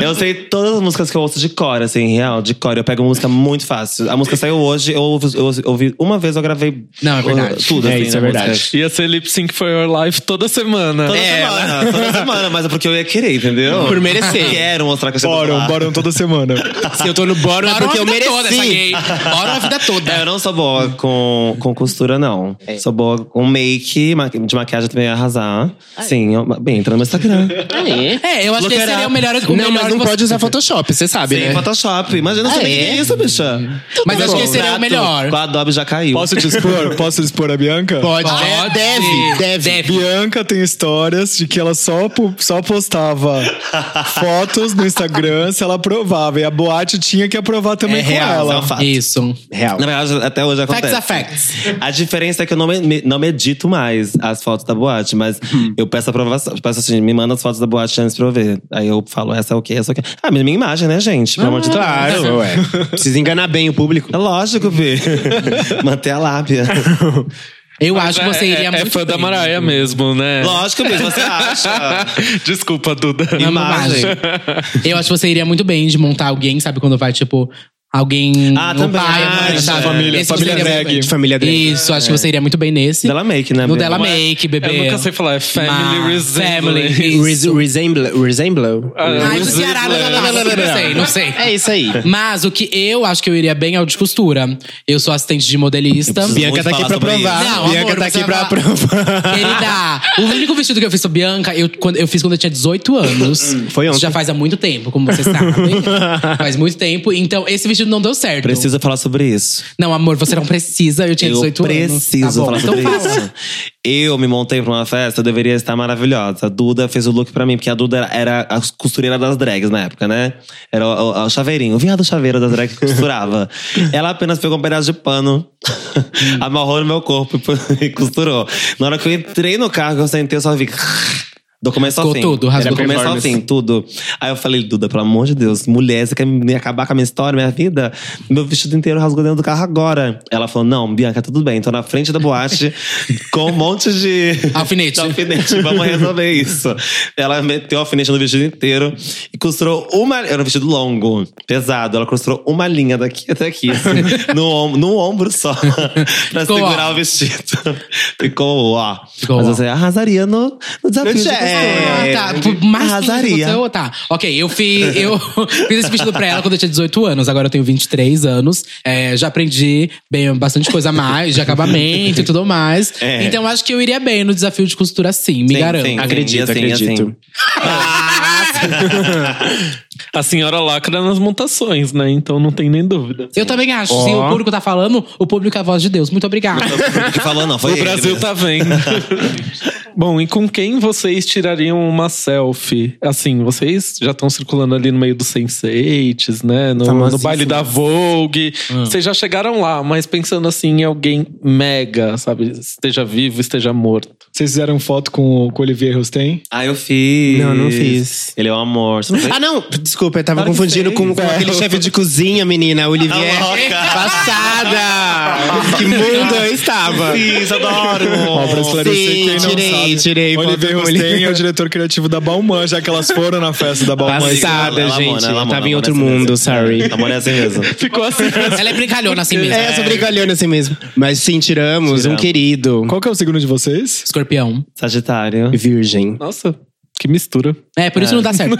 Speaker 3: Eu sei todas as músicas que eu ouço de cor, assim, real, de cor. Eu pego música muito fácil. A música saiu hoje, eu ouvi, eu ouvi uma vez, eu gravei
Speaker 5: Não, é verdade.
Speaker 3: uh, tudo.
Speaker 4: É,
Speaker 3: assim,
Speaker 4: isso é
Speaker 3: na
Speaker 4: verdade.
Speaker 3: música.
Speaker 2: Ia ser Lip Sync for Your Life toda semana.
Speaker 3: Toda semana, É, toda semana, mas é porque eu ia querer, entendeu?
Speaker 4: Por merecer.
Speaker 3: Quero mostrar que eu sei
Speaker 1: Boram,
Speaker 3: dançar.
Speaker 1: boram toda semana.
Speaker 4: Se eu tô no bórum é
Speaker 5: Bora
Speaker 4: porque
Speaker 5: a
Speaker 4: eu
Speaker 5: vida toda essa
Speaker 4: mereci.
Speaker 5: gay. Bora a vida
Speaker 3: É, eu
Speaker 5: toda.
Speaker 3: não sou boa com, com costura, não.
Speaker 4: É.
Speaker 3: Sou boa com make, ma- de maquiagem também ia arrasar. Sim, eu- bem, entra no meu Instagram.
Speaker 5: É, eu acho que
Speaker 3: Look
Speaker 5: esse
Speaker 3: it
Speaker 5: seria o
Speaker 3: up.
Speaker 5: melhor. O
Speaker 4: Não,
Speaker 5: melhor
Speaker 4: mas não
Speaker 5: que você-
Speaker 4: pode usar Photoshop, você sabe,
Speaker 3: Tem
Speaker 4: né?
Speaker 3: Photoshop. Imagina, eu não sei
Speaker 4: Ah,
Speaker 3: nem o que
Speaker 4: é?
Speaker 3: é isso, bicha.
Speaker 5: É. Mas acho que esse seria o
Speaker 3: Contrato
Speaker 5: melhor.
Speaker 3: Com a Adobe já caiu.
Speaker 1: Posso te expor? Posso expor a Bianca?
Speaker 4: Pode.
Speaker 5: Pode. É,
Speaker 4: Deve, deve.
Speaker 1: Bianca tem histórias de que ela só, pu- só postava fotos no Instagram se ela aprovava. E a boate tinha que aprovar também
Speaker 5: É
Speaker 1: com
Speaker 5: real,
Speaker 1: ela.
Speaker 3: é um fato.
Speaker 5: Isso.
Speaker 4: Real.
Speaker 3: Na verdade, até hoje acontece.
Speaker 5: Facts are facts.
Speaker 3: A diferença é que eu não, me- me, não medito mais as fotos da boate, mas eu peço aprovação. Eu peço assim, me manda as fotos da boate antes pra eu ver. Aí eu falo, essa é o quê, essa é o quê. Ah, mas minha imagem, né, gente? Pelo
Speaker 5: Uhum.
Speaker 3: amor de Deus.
Speaker 4: Claro, ué. Precisa enganar bem o público.
Speaker 3: É lógico, Bi. Manter a lábia.
Speaker 5: Eu
Speaker 2: Mas
Speaker 5: acho
Speaker 2: é-
Speaker 5: que você iria
Speaker 2: é,
Speaker 5: muito
Speaker 2: É fã da
Speaker 5: bem.
Speaker 2: Maraia mesmo, né?
Speaker 3: Lógico mesmo, você acha?
Speaker 2: Desculpa, Duda.
Speaker 5: Não, não
Speaker 3: Imagem.
Speaker 5: acho. Eu acho que você iria muito bem de montar alguém, sabe? Quando vai, tipo, alguém.
Speaker 3: Ah,
Speaker 5: o
Speaker 3: também.
Speaker 5: pai, a
Speaker 3: Ah,
Speaker 5: mãe,
Speaker 3: de
Speaker 5: sabe?
Speaker 1: família-
Speaker 5: Esse você
Speaker 1: família
Speaker 5: iria muito
Speaker 1: drag.
Speaker 5: bem.
Speaker 4: De família drag.
Speaker 5: Isso, acho que
Speaker 3: É.
Speaker 5: você iria muito bem nesse.
Speaker 3: Dela Make, né?
Speaker 5: no
Speaker 3: amiga?
Speaker 5: Della Make, bebê.
Speaker 2: Eu nunca sei falar, é Family
Speaker 5: Ma-
Speaker 2: Resemblance.
Speaker 5: Family.
Speaker 4: Res- Resemble, resemble?
Speaker 2: Ah,
Speaker 5: Ai, do Ceará, não, não, não, não, não, não sei, não sei.
Speaker 4: É isso aí.
Speaker 5: Mas o que eu acho que eu iria bem é o de costura. Eu sou assistente de modelista.
Speaker 3: Eu preciso
Speaker 4: Bianca tá
Speaker 3: Vamos
Speaker 4: aqui pra
Speaker 3: falar sobre
Speaker 4: provar.
Speaker 5: isso. Não,
Speaker 4: Bianca
Speaker 5: amor,
Speaker 4: tá
Speaker 5: você
Speaker 4: aqui pra
Speaker 5: vai
Speaker 4: provar.
Speaker 5: Querida, o único vestido que eu fiz pra Bianca, eu, quando, eu fiz quando eu tinha 18 anos.
Speaker 4: Foi ontem.
Speaker 5: Isso já faz há muito tempo, como vocês sabem. faz muito tempo. Então, esse vestido não deu certo.
Speaker 3: Precisa falar sobre isso.
Speaker 5: Não, amor, você não precisa. Eu tinha
Speaker 3: Eu
Speaker 5: 18 anos.
Speaker 3: preciso
Speaker 5: Tá bom,
Speaker 3: falar
Speaker 5: então
Speaker 3: sobre
Speaker 5: fala.
Speaker 3: isso. Eu me montei pra uma festa, eu deveria estar maravilhosa. A Duda fez o look pra mim, porque a Duda era- era a costureira das drags na época, né? Era o, o- o chaveirinho, o viado chaveiro das drags que costurava. Ela apenas pegou um pedaço de pano, amarrou no meu corpo e pô- e costurou. Na hora que eu entrei no carro, que eu sentei, eu só vi. Do começo ao
Speaker 5: Rasgou
Speaker 3: fim.
Speaker 5: tudo, rasgou
Speaker 3: Era do começo ao
Speaker 5: performance.
Speaker 3: fim, tudo. Aí eu falei, Duda, pelo amor de Deus, mulher, você quer me acabar com a minha história, minha vida? Meu vestido inteiro rasgou dentro do carro agora. Ela falou, não, Bianca, tudo bem, tô na frente da boate com um monte de.
Speaker 5: Alfinete.
Speaker 3: de alfinete, vamos resolver isso. Ela meteu alfinete no vestido inteiro e costurou uma. Era um vestido longo, pesado. Ela costurou uma linha daqui até aqui, assim, no, om- no ombro só, pra
Speaker 5: Ficou,
Speaker 3: segurar
Speaker 5: ó.
Speaker 3: o vestido. Ficou, ó.
Speaker 5: Ficou,
Speaker 3: Mas
Speaker 5: ó.
Speaker 3: você arrasaria no, no desafio. de costura.
Speaker 5: Ah,
Speaker 4: É,
Speaker 5: tá. Por mais
Speaker 3: arrasaria.
Speaker 5: que aconteceu, tá. Ok, eu fiz, eu fiz esse vestido pra ela quando eu tinha 18 anos. Agora eu tenho 23 anos. É, já aprendi bem, bastante coisa a mais, de acabamento e tudo mais.
Speaker 3: É.
Speaker 5: Então acho que eu iria bem no desafio de costura, sim. Me
Speaker 3: Sim,
Speaker 5: garanto.
Speaker 3: sim,
Speaker 4: Acredito,
Speaker 3: assim,
Speaker 4: acredito.
Speaker 3: assim.
Speaker 2: A senhora lacra nas montações, né? Então não tem nem dúvida.
Speaker 5: Eu também acho. Se o público tá falando, o público é a voz de Deus. Muito obrigada.
Speaker 3: que falou, não, foi
Speaker 2: O
Speaker 3: ele né?
Speaker 2: Brasil
Speaker 3: mesmo.
Speaker 2: tá vendo. Bom, e com quem vocês tirariam uma selfie? Assim, vocês já estão circulando ali no meio dos sense8s, né? No, no
Speaker 4: Famosíssimos.
Speaker 2: baile da Vogue. Vocês já chegaram lá, mas pensando assim em alguém mega, sabe? Esteja vivo, esteja morto.
Speaker 1: Vocês fizeram foto com, o- com o Olivier Rosten?
Speaker 3: Ah, eu fiz.
Speaker 4: Não, não fiz.
Speaker 3: Ele é um amor. Você não fez?
Speaker 4: Ah, não! Desculpa, eu tava
Speaker 3: Claro que
Speaker 4: confundindo
Speaker 3: fez.
Speaker 4: com, com aquele chefe de cozinha, menina. Olivier.
Speaker 3: Tá louca.
Speaker 4: Passada! que mundo eu estava!
Speaker 3: Fiz, adoro.
Speaker 1: Ó, pra esclarecer
Speaker 4: sim,
Speaker 1: quem não
Speaker 4: tirei,
Speaker 1: sabe,
Speaker 4: tirei foto
Speaker 1: Olivier
Speaker 4: com o
Speaker 1: Rosten
Speaker 4: Olivier.
Speaker 1: é o diretor criativo da Balmain, já que elas foram na festa da Balmain.
Speaker 3: Mas-
Speaker 4: Passada,
Speaker 3: Ela amou,
Speaker 4: gente.
Speaker 3: né? Ela amou,
Speaker 4: tava em
Speaker 3: ela
Speaker 4: outro
Speaker 3: amou nessa
Speaker 4: mundo,
Speaker 3: vez.
Speaker 4: sorry.
Speaker 3: Amor é assim mesmo.
Speaker 2: Ficou assim.
Speaker 5: ela é brincalhona assim mesmo.
Speaker 4: É, sou brincalhona assim mesmo. Mas sim, tiramos, um
Speaker 3: Tiramos.
Speaker 4: querido.
Speaker 1: Qual que é o signo de vocês?
Speaker 5: Escorpião.
Speaker 3: Sagitário.
Speaker 4: Virgem.
Speaker 2: Nossa, que mistura.
Speaker 5: É, por isso não dá certo.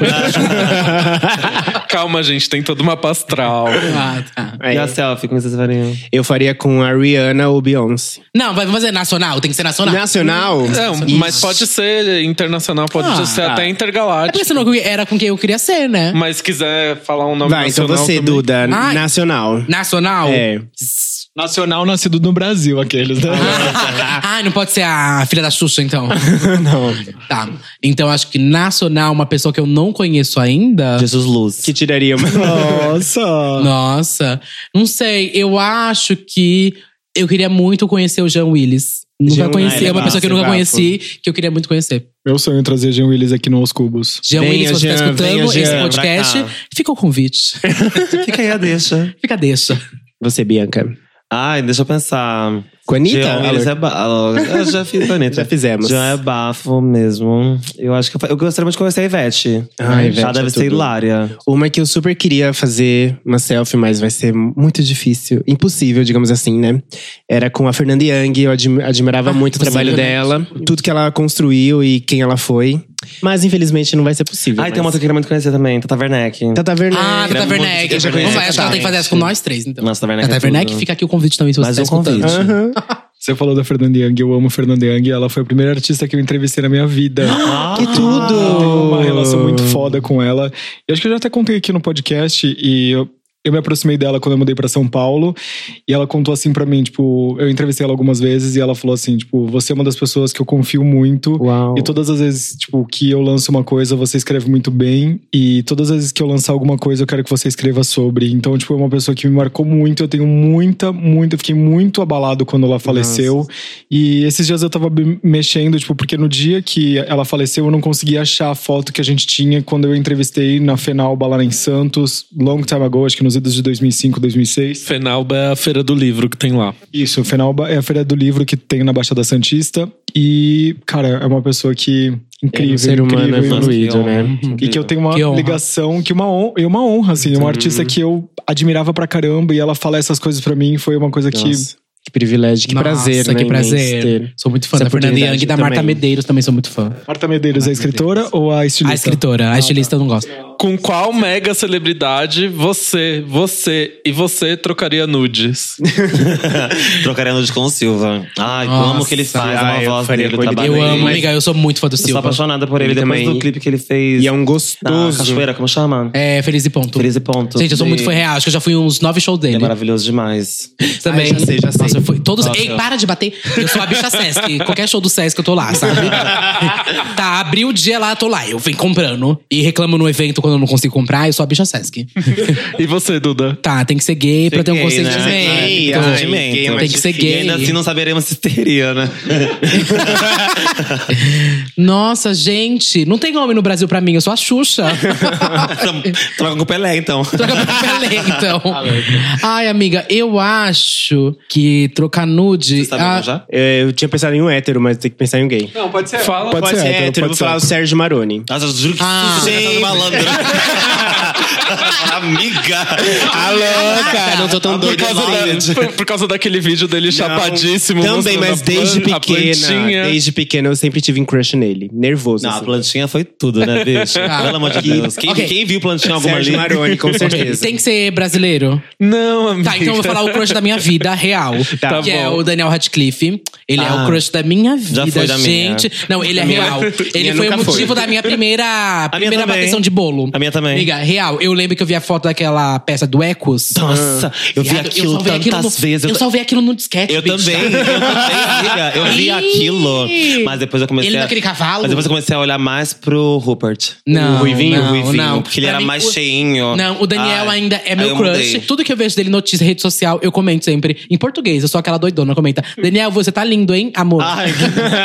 Speaker 2: Calma, gente, tem toda uma pastral.
Speaker 5: Ah, tá.
Speaker 3: E é. a selfie, como vocês fariam?
Speaker 4: Eu faria com a Rihanna ou Beyoncé.
Speaker 5: Não, vai fazer nacional, tem que ser nacional.
Speaker 4: Nacional?
Speaker 2: Não, É, mas pode ser internacional, pode
Speaker 5: Ah,
Speaker 2: ser até
Speaker 4: tá.
Speaker 5: É porque
Speaker 2: intergaláctico.
Speaker 5: senão era com quem eu queria ser, né?
Speaker 2: Mas quiser falar um nome
Speaker 4: Vai, então
Speaker 2: nacional
Speaker 4: você,
Speaker 2: também.
Speaker 4: Duda.
Speaker 5: Ai.
Speaker 4: Nacional.
Speaker 5: Nacional?
Speaker 4: É.
Speaker 1: Nacional nascido no Brasil, aqueles, né?
Speaker 5: ah, não pode ser a filha da Xuxa, então.
Speaker 4: Não.
Speaker 5: Tá. Então acho que nacional, uma pessoa que eu não conheço ainda.
Speaker 3: Jesus Luz.
Speaker 4: Que tiraria uma.
Speaker 1: Nossa!
Speaker 5: Nossa. Não sei, eu acho que eu queria muito conhecer o Jean Willis. Nunca
Speaker 4: Jean-
Speaker 5: conheci,
Speaker 4: Ah, ele
Speaker 5: é uma
Speaker 4: é
Speaker 5: pessoa que eu
Speaker 4: massa,
Speaker 5: nunca
Speaker 4: é bafo.
Speaker 5: conheci, que eu queria muito conhecer.
Speaker 1: Meu sonho é trazer Jean Willis aqui no Aos Cubos.
Speaker 5: Jean
Speaker 4: Venha,
Speaker 5: Willis, se você
Speaker 4: Jean,
Speaker 5: está escutando
Speaker 4: venha,
Speaker 5: esse
Speaker 4: Jean,
Speaker 5: podcast,
Speaker 3: pra cá.
Speaker 5: fica o convite.
Speaker 3: Fica aí a deixa.
Speaker 5: fica a
Speaker 4: É,
Speaker 5: deixa.
Speaker 4: Você, Bianca.
Speaker 3: Ai, deixa eu pensar.
Speaker 4: Com a Anitta?
Speaker 3: Jean Willis é bafo. Eu já fiz com a Anitta.
Speaker 4: Já fizemos.
Speaker 3: Jean é bafo mesmo. Eu acho que eu, fa- eu gostaria muito de conhecer a Ah, Ivete.
Speaker 4: Ai, Ivete
Speaker 3: Ela
Speaker 4: é
Speaker 3: deve ser
Speaker 4: tudo.
Speaker 3: hilária.
Speaker 4: Uma que eu super queria fazer uma selfie, mas vai ser muito difícil. Impossível, digamos assim, né? Era com a Fernanda Young, eu admi- admirava
Speaker 5: Ah,
Speaker 4: muito o trabalho dela, tudo que ela construiu e quem ela foi. Mas infelizmente não vai ser possível.
Speaker 3: Ai, tem uma
Speaker 4: mas...
Speaker 3: outra que eu queria muito conhecer também, é Tata Werneck.
Speaker 4: Tata Werneck.
Speaker 5: Ah, Tata
Speaker 3: muito-
Speaker 5: Werneck.
Speaker 3: eu já
Speaker 5: Vamos lá,
Speaker 3: conheci
Speaker 5: acho que ela tem que fazer essa com nós três, então.
Speaker 3: Nossa, Tata Werneck.
Speaker 5: Tata
Speaker 3: é
Speaker 5: Werneck,
Speaker 3: tudo.
Speaker 5: fica aqui o convite também, se você
Speaker 3: Mais
Speaker 5: tá
Speaker 3: um
Speaker 5: escutando.
Speaker 3: convite.
Speaker 4: Aham.
Speaker 1: Você falou da Fernanda Young, eu amo Fernanda Young. Ela foi a primeira artista que eu entrevistei na minha vida.
Speaker 3: Ah,
Speaker 4: Que tudo!
Speaker 1: Eu tenho uma relação muito foda com ela. Eu acho que eu já até contei aqui no podcast e eu, eu me aproximei dela quando eu mudei pra São Paulo. E ela contou assim pra mim, tipo, eu entrevistei ela algumas vezes e ela falou assim, tipo, você é uma das pessoas que eu confio muito.
Speaker 3: Então,
Speaker 4: Uau.
Speaker 1: E todas as vezes, tipo, que eu lanço uma coisa, você escreve muito bem. E todas as vezes que eu lançar alguma coisa, eu quero que você escreva sobre. Então, tipo, é uma pessoa que me marcou muito. Eu tenho muita, muita. Eu fiquei muito abalado quando ela faleceu. E esses dias eu tava me- mexendo, tipo, porque no dia que ela faleceu, eu não consegui achar a foto que a gente tinha quando eu entrevistei na Fenalba lá em Santos, long time ago, acho que nos produzidos de 2005, 2006.
Speaker 2: Fenalba é a feira do livro que tem lá.
Speaker 1: Isso, o Fenalba é a feira do livro que tem na Baixada Santista. E, cara, é uma pessoa que. Incrível,
Speaker 4: É um ser humano
Speaker 1: incrível,
Speaker 4: evoluído, né?
Speaker 1: E que eu tenho uma
Speaker 5: Que honra.
Speaker 1: ligação, que uma honra, uma honra, assim.
Speaker 4: Uhum.
Speaker 1: Uma artista que eu admirava pra caramba e ela fala essas coisas pra mim foi uma coisa que.
Speaker 4: Nossa, que privilégio, que
Speaker 5: Nossa,
Speaker 4: prazer,
Speaker 5: que
Speaker 4: né? imenso
Speaker 5: prazer.
Speaker 4: ter.
Speaker 5: Sou muito fã
Speaker 4: Essa
Speaker 5: da Fernanda
Speaker 4: oportunidade
Speaker 5: Young e da
Speaker 4: eu
Speaker 5: Marta
Speaker 4: também.
Speaker 5: Medeiros também sou muito fã.
Speaker 1: Marta Medeiros é a escritora ou a estilista?
Speaker 5: A escritora, a estilista eu não gosto.
Speaker 2: Com qual mega celebridade você, você e você trocaria nudes?
Speaker 3: Trocaria nude com o Silva. Ai, eu
Speaker 5: Nossa.
Speaker 3: amo o que ele faz, amo
Speaker 4: Ai,
Speaker 3: a
Speaker 4: eu
Speaker 3: voz
Speaker 4: faria
Speaker 3: dele, o
Speaker 4: com ele
Speaker 3: trabalho
Speaker 5: Eu
Speaker 4: Parabéns.
Speaker 3: dele.
Speaker 5: amo, amiga, eu sou muito fã do
Speaker 3: Eu sou
Speaker 5: Silva.
Speaker 3: apaixonada por ele.
Speaker 4: Ele
Speaker 3: Depois
Speaker 4: também.
Speaker 3: do clipe que ele fez.
Speaker 4: E é um
Speaker 3: na
Speaker 4: gostoso.
Speaker 3: Ah, cachoeira, como chama?
Speaker 5: É, Feliz e Ponto.
Speaker 3: 13 pontos.
Speaker 5: Gente, eu sou muito fã
Speaker 3: Ele
Speaker 5: real, acho que eu já fui em uns nove shows dele.
Speaker 3: É maravilhoso demais.
Speaker 5: Também.
Speaker 4: já sei, já sei.
Speaker 5: Nossa, eu fui. Todos.
Speaker 3: Nossa.
Speaker 5: Ei, para de bater. Eu sou a bicha Sesc. Qualquer show do Sesc eu tô lá, sabe? tá, abri o dia lá, eu tô lá. Eu venho comprando. E reclamo no evento quando eu não consigo comprar, eu sou a bicha Sesc.
Speaker 2: E você, Duda?
Speaker 5: Tá, tem que ser gay pra ter um
Speaker 3: Gay, né?
Speaker 5: consentimento.
Speaker 3: Gay,
Speaker 4: Então,
Speaker 3: ai,
Speaker 4: tem
Speaker 3: gay,
Speaker 4: que
Speaker 3: mas
Speaker 5: ser
Speaker 3: difícil.
Speaker 5: gay.
Speaker 3: E ainda assim não saberemos se teria, né?
Speaker 5: Nossa, gente, não tem nome no Brasil pra mim, eu sou a Xuxa.
Speaker 3: Troca com o Pelé, então.
Speaker 5: Troca pra Pelé, então.
Speaker 3: Tá
Speaker 5: Ai, amiga, eu acho que trocar nude.
Speaker 3: Sabe
Speaker 5: ah,
Speaker 3: já?
Speaker 4: É, Eu tinha pensado em um hétero, mas tem que pensar em um gay.
Speaker 2: Não, pode ser. Fala.
Speaker 1: Pode ser hétero,
Speaker 4: eu
Speaker 1: pode
Speaker 4: vou
Speaker 1: ser
Speaker 4: falar o
Speaker 1: hétero.
Speaker 4: Sérgio Maroni.
Speaker 3: Nossa, eu juro que
Speaker 5: Ah.
Speaker 3: você tá malandro. Amiga! Ah,
Speaker 4: Alô, cara, não tô tão
Speaker 3: Por
Speaker 4: doido
Speaker 3: causa da-
Speaker 4: assim.
Speaker 2: É, Por, por causa daquele vídeo dele chapadíssimo.
Speaker 4: Também,
Speaker 2: mostrando
Speaker 4: mas
Speaker 2: a
Speaker 4: desde
Speaker 2: plan- a
Speaker 4: pequena,
Speaker 2: plantinha.
Speaker 4: desde pequena eu sempre tive um crush nele. Nervoso,
Speaker 3: Não, a
Speaker 4: assim.
Speaker 3: plantinha foi tudo, né, bicho?
Speaker 5: Ah.
Speaker 3: Pelo amor de Deus. Quem,
Speaker 5: Ok.
Speaker 3: quem viu plantinha alguma
Speaker 4: Sérgio
Speaker 3: ali?
Speaker 4: Maroni, com certeza.
Speaker 5: Tem que ser brasileiro?
Speaker 2: Não, amiga.
Speaker 5: Tá, então eu vou falar o crush da minha vida real.
Speaker 4: Tá
Speaker 5: que
Speaker 4: bom.
Speaker 5: é o Daniel Radcliffe. Ele é
Speaker 3: Ah,
Speaker 5: o crush da minha vida,
Speaker 3: já foi da minha.
Speaker 5: gente. Não, ele é
Speaker 4: Minha-
Speaker 5: real. Ele
Speaker 4: minha
Speaker 5: foi o
Speaker 4: nunca foi.
Speaker 5: motivo da minha primeira,
Speaker 3: minha
Speaker 5: primeira
Speaker 3: também.
Speaker 5: bateção de bolo.
Speaker 3: A minha também.
Speaker 5: Amiga, real. Eu lembro que eu vi a foto daquela peça do Ecos.
Speaker 3: Nossa, Tá, Ah, eu vi
Speaker 5: Viado,
Speaker 3: aquilo
Speaker 5: salvei
Speaker 3: tantas
Speaker 5: aquilo no-
Speaker 3: vezes.
Speaker 5: Eu salvei aquilo no disquete.
Speaker 3: Eu
Speaker 5: bicha.
Speaker 3: também, eu também, amiga. Eu vi
Speaker 5: Ih!
Speaker 3: aquilo. Mas depois eu comecei.
Speaker 5: Ele é
Speaker 3: a-
Speaker 5: naquele cavalo?
Speaker 3: Mas depois eu comecei a olhar mais pro Rupert.
Speaker 5: Não,
Speaker 3: o Ruivinho,
Speaker 5: não,
Speaker 3: o Ruivinho.
Speaker 5: não.
Speaker 3: Porque ele
Speaker 5: Pra
Speaker 3: era
Speaker 5: mim,
Speaker 3: mais
Speaker 5: o-
Speaker 3: cheinho.
Speaker 5: Não, o Daniel
Speaker 3: Ai,
Speaker 5: ainda é
Speaker 3: aí
Speaker 5: meu
Speaker 3: eu
Speaker 5: crush.
Speaker 3: mudei.
Speaker 5: Tudo que eu vejo dele em notícia, rede social, eu comento sempre. Em português, eu sou aquela doidona, comenta. Daniel, você tá lindo, hein, amor?
Speaker 3: Ai,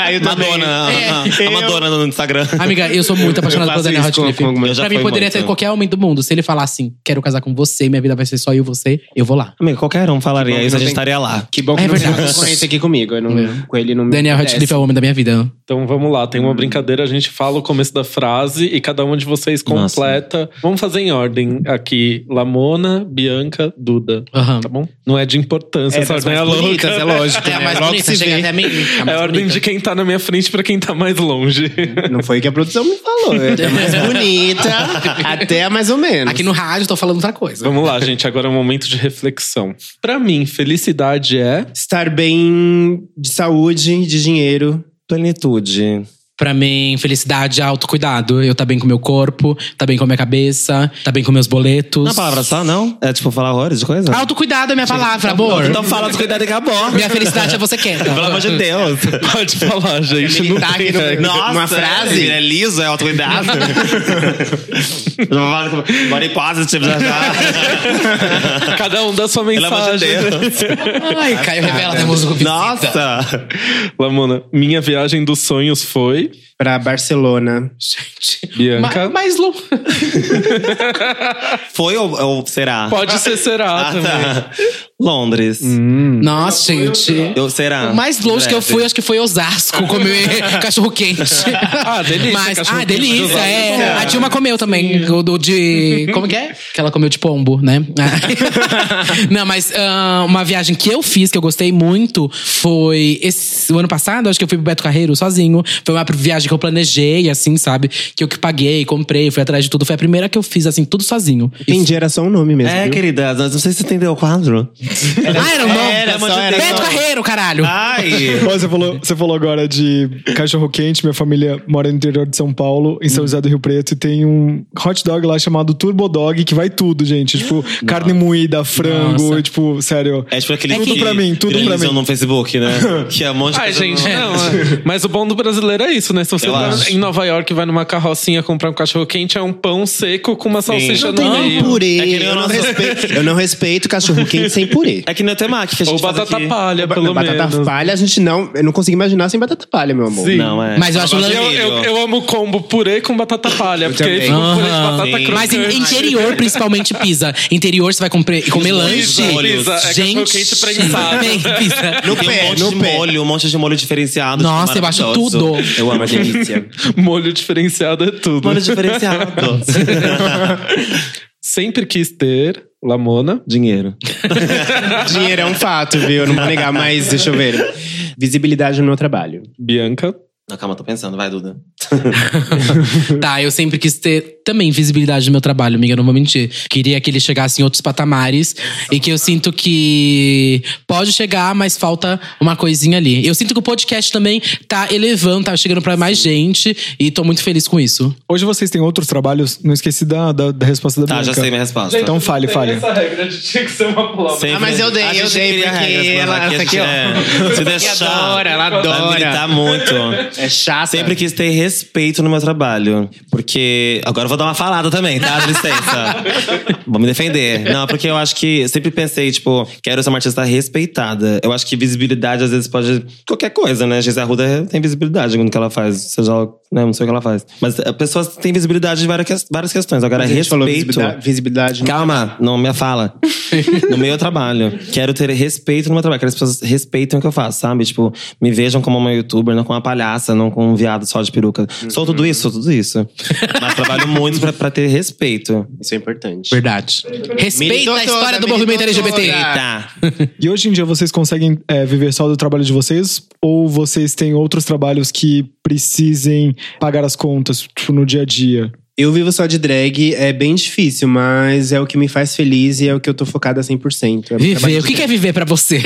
Speaker 3: Ah,
Speaker 4: Eu também.
Speaker 3: Madonna. ah,
Speaker 5: É.
Speaker 3: A Madonna no Instagram.
Speaker 5: Amiga, eu sou muito apaixonada
Speaker 4: Eu
Speaker 5: pelo
Speaker 4: faço
Speaker 5: Daniel
Speaker 4: isso com-
Speaker 5: Radcliffe.
Speaker 4: com algumas-
Speaker 3: Eu já
Speaker 5: Pra mim,
Speaker 3: fui
Speaker 5: poderia
Speaker 3: muito.
Speaker 5: ser qualquer homem do mundo. Se ele falar assim, quero casar com você, minha vida vai ser só eu e você, eu vou lá.
Speaker 3: Amiga, qualquer um falaria
Speaker 4: Bom,
Speaker 3: isso,
Speaker 4: não
Speaker 3: a gente
Speaker 4: tem-
Speaker 3: estaria lá.
Speaker 4: Que bom que
Speaker 5: É
Speaker 4: não tem
Speaker 5: verdade.
Speaker 4: concorrente aqui comigo. Eu não, Com ele não me
Speaker 5: Daniel
Speaker 4: apetece.
Speaker 5: Radcliffe é o homem da minha vida.
Speaker 2: Então vamos lá, tem
Speaker 3: Hum.
Speaker 2: uma brincadeira, a gente fala o começo da frase e cada uma de vocês
Speaker 3: Nossa.
Speaker 2: completa. Vamos fazer em ordem aqui: Lamona, Bianca, Duda.
Speaker 5: Aham.
Speaker 2: Tá bom? Não é de importância, essa
Speaker 4: das
Speaker 2: ordem é
Speaker 4: mais
Speaker 2: louca.
Speaker 4: bonitas, é lógico.
Speaker 5: É a
Speaker 4: né?
Speaker 5: mais
Speaker 4: Logo
Speaker 5: bonita,
Speaker 4: se
Speaker 5: chega
Speaker 4: vê.
Speaker 5: até a mim. a
Speaker 2: É
Speaker 5: mais
Speaker 2: a ordem
Speaker 5: bonita.
Speaker 2: de quem tá na minha frente pra quem tá mais longe.
Speaker 4: Não foi o que a produção me falou. É a mais bonita, até mais ou menos.
Speaker 5: Aqui no rádio, tô falando outra coisa.
Speaker 2: Vamos lá, gente, agora é um momento de reflexão. Pra mim, felicidade é.
Speaker 4: Estar bem de saúde, de dinheiro.
Speaker 3: Plenitude.
Speaker 5: Pra mim, felicidade é autocuidado. Eu tá bem com meu corpo, tá bem com a minha cabeça, tá bem com meus boletos.
Speaker 3: Não é palavra só, não? É tipo falar horrores de coisa?
Speaker 5: Autocuidado é minha palavra, amor.
Speaker 3: Então fala dos cuidados e acabou.
Speaker 5: Minha felicidade é você quieta.
Speaker 3: Pelo amor de Deus.
Speaker 2: Pode falar,
Speaker 3: é
Speaker 2: gente. Não
Speaker 4: militar
Speaker 2: tem
Speaker 4: aqui no-
Speaker 2: regra.
Speaker 3: Nossa,
Speaker 4: Uma frase?
Speaker 3: É liso, é autocuidado. Body positive já já.
Speaker 2: Cada um dá sua
Speaker 3: Pelo amor de
Speaker 2: mensagem.
Speaker 3: Deus.
Speaker 5: Ai, Caio Revela, temos o
Speaker 3: Nossa.
Speaker 2: Lamona, minha viagem dos sonhos foi.
Speaker 4: Pra Barcelona.
Speaker 5: Gente,
Speaker 2: Bianca.
Speaker 5: ma- mais longe.
Speaker 3: Foi ou, ou será?
Speaker 2: Pode ser será
Speaker 3: Ah,
Speaker 2: também.
Speaker 3: tá. Londres.
Speaker 5: Nossa, gente.
Speaker 3: Eu, será?
Speaker 5: O mais longe que eu
Speaker 3: Direto.
Speaker 5: fui, acho que foi Osasco, comer cachorro quente.
Speaker 2: Ah, delícia,
Speaker 5: Mas,
Speaker 2: cachorro
Speaker 5: ah,
Speaker 2: quente de
Speaker 5: delícia,
Speaker 2: Osasco.
Speaker 5: é. A Dilma comeu também, o do de... Como que é? Que ela comeu de pombo, né? Não, mas ah, uma viagem que eu fiz, que eu gostei muito, foi esse, o ano passado, acho que eu fui pro Beto Carreiro sozinho. Foi uma viagem que eu planejei, assim, sabe? Que eu que paguei, comprei, fui atrás de tudo. Foi a primeira que eu fiz, assim, tudo sozinho.
Speaker 4: Entendi, era só um nome mesmo.
Speaker 3: É,
Speaker 4: viu?
Speaker 3: querida, mas não sei se você entendeu o quadro.
Speaker 5: Ah, era o nome?
Speaker 3: Era, só Ah, era
Speaker 5: Beto
Speaker 3: nome.
Speaker 5: Carreiro, caralho!
Speaker 3: Ai!
Speaker 1: Ó, você, falou, você falou agora de cachorro quente. Minha família mora no interior de São Paulo, em São
Speaker 4: Hum.
Speaker 1: José do Rio Preto, e tem um hot dog lá chamado Turbo Dog, que vai tudo, gente. Tipo, carne moída, frango,
Speaker 5: Nossa.
Speaker 1: e, tipo, sério.
Speaker 3: É tipo aquele
Speaker 1: Tudo
Speaker 3: que
Speaker 1: pra mim, tudo pra
Speaker 3: viralizam
Speaker 1: mim.
Speaker 3: no Facebook, né? que é um monte de
Speaker 2: Ai,
Speaker 3: coisa
Speaker 2: gente,
Speaker 3: no-
Speaker 2: não. é. Mas o bom do brasileiro é isso, né? Se você
Speaker 3: Eu
Speaker 2: tá
Speaker 3: acho.
Speaker 2: em Nova York e vai numa carrocinha comprar um cachorro quente, é um pão seco com uma salsicha
Speaker 3: Não
Speaker 2: no
Speaker 4: Não,
Speaker 2: meio.
Speaker 4: purê.
Speaker 3: É que nem o
Speaker 4: eu, não
Speaker 3: nosso-
Speaker 4: respeito, eu não respeito cachorro quente sem purê.
Speaker 3: É que é nem o temaki que a gente
Speaker 2: Ou
Speaker 3: faz
Speaker 2: batata
Speaker 3: aqui.
Speaker 2: palha,
Speaker 4: É Ba-
Speaker 2: pelo
Speaker 4: não, batata
Speaker 2: menos.
Speaker 4: palha, a gente não. Eu não consigo imaginar sem batata palha, meu amor.
Speaker 2: Sim.
Speaker 3: Não, é.
Speaker 5: Mas eu acho
Speaker 3: Eu-
Speaker 2: Eu,
Speaker 5: legal.
Speaker 2: eu, eu amo combo purê com batata palha, porque
Speaker 4: também.
Speaker 2: aí fica um purê de
Speaker 5: Aham.
Speaker 2: batata
Speaker 3: Sim.
Speaker 2: crocante.
Speaker 5: Mas em interior, principalmente, pizza. Interior, você vai compre- comer lanche.
Speaker 3: pizza, pizza,
Speaker 2: é
Speaker 5: Gente,
Speaker 2: cachorro-quente prensado.
Speaker 5: bem, pizza.
Speaker 3: No
Speaker 4: pé,
Speaker 3: um monte
Speaker 4: no
Speaker 3: de
Speaker 4: pé.
Speaker 3: molho, um monte de molho diferenciado.
Speaker 5: Nossa,
Speaker 3: tipo,
Speaker 5: eu acho
Speaker 3: maravilhoso.
Speaker 5: tudo.
Speaker 3: Eu amo a delícia.
Speaker 2: Molho diferenciado é tudo.
Speaker 3: molho diferenciado.
Speaker 2: Sempre quis ter lamona.
Speaker 3: Dinheiro.
Speaker 4: Dinheiro é um fato, viu? Eu não vou negar, mas deixa eu ver. Visibilidade no meu trabalho.
Speaker 2: Bianca.
Speaker 3: Não, calma, tô pensando. Vai, Duda.
Speaker 5: Tá, eu sempre quis ter também visibilidade no meu trabalho, amiga, não vou mentir. Queria que ele chegasse em outros patamares e que eu sinto que pode chegar, mas falta uma coisinha ali. Eu sinto que o podcast também tá elevando, tá chegando pra mais gente e tô muito feliz com isso.
Speaker 1: Hoje vocês têm outros trabalhos, não esqueci da, da, da resposta da
Speaker 3: Tá,
Speaker 1: Bianca.
Speaker 3: já sei minha resposta.
Speaker 1: Então fale, fale.
Speaker 2: regra de tinha que ser uma palavra.
Speaker 3: Sempre-
Speaker 4: Ah, mas eu dei,
Speaker 3: a gente
Speaker 4: eu dei,
Speaker 3: cria
Speaker 4: porque
Speaker 3: regras, mas
Speaker 4: ela-
Speaker 3: aqui a
Speaker 4: essa aqui,
Speaker 3: gente
Speaker 4: ó.
Speaker 3: é- Se
Speaker 4: Ela
Speaker 3: deixar,
Speaker 4: adora, ela
Speaker 3: Vai
Speaker 4: adora.
Speaker 3: militar muito.
Speaker 4: É chata.
Speaker 3: Sempre quis ter respeito no meu trabalho. Porque. Agora eu vou dar uma falada também, tá? Dá licença. vou me defender. Não, porque eu acho que. Sempre pensei, tipo, quero ser uma artista respeitada. Eu acho que visibilidade, às vezes, pode. Qualquer coisa, né? Gisele Arruda tem visibilidade no que ela faz. Seja ela. né, Não sei o que ela faz. Mas a pessoa tem visibilidade em várias, ques- várias questões. Agora,
Speaker 4: A gente falou
Speaker 3: respeito.
Speaker 4: visibilidade, visibilidade no
Speaker 3: Calma, não minha fala. No meu trabalho. Quero ter respeito no meu trabalho. Quero que as pessoas respeitem o que eu faço, sabe? Tipo, me vejam como uma youtuber, não como uma palhaça, não como um viado só de peruca. Sou tudo isso, sou tudo isso. Mas trabalho muito pra, pra ter respeito.
Speaker 4: Isso é importante.
Speaker 5: Verdade. Respeita
Speaker 4: Militou
Speaker 5: a história do
Speaker 4: toda,
Speaker 5: movimento
Speaker 4: militou
Speaker 5: LGBT.
Speaker 4: toda.
Speaker 3: Tá.
Speaker 1: E hoje em dia vocês conseguem é, viver só do trabalho de vocês? Ou vocês têm outros trabalhos que precisem pagar as contas tipo, no dia a dia?
Speaker 4: Eu vivo só de drag, é bem difícil, mas é o que me faz feliz e é o que eu tô focada 100%. É
Speaker 5: Viver. O que que é viver pra você?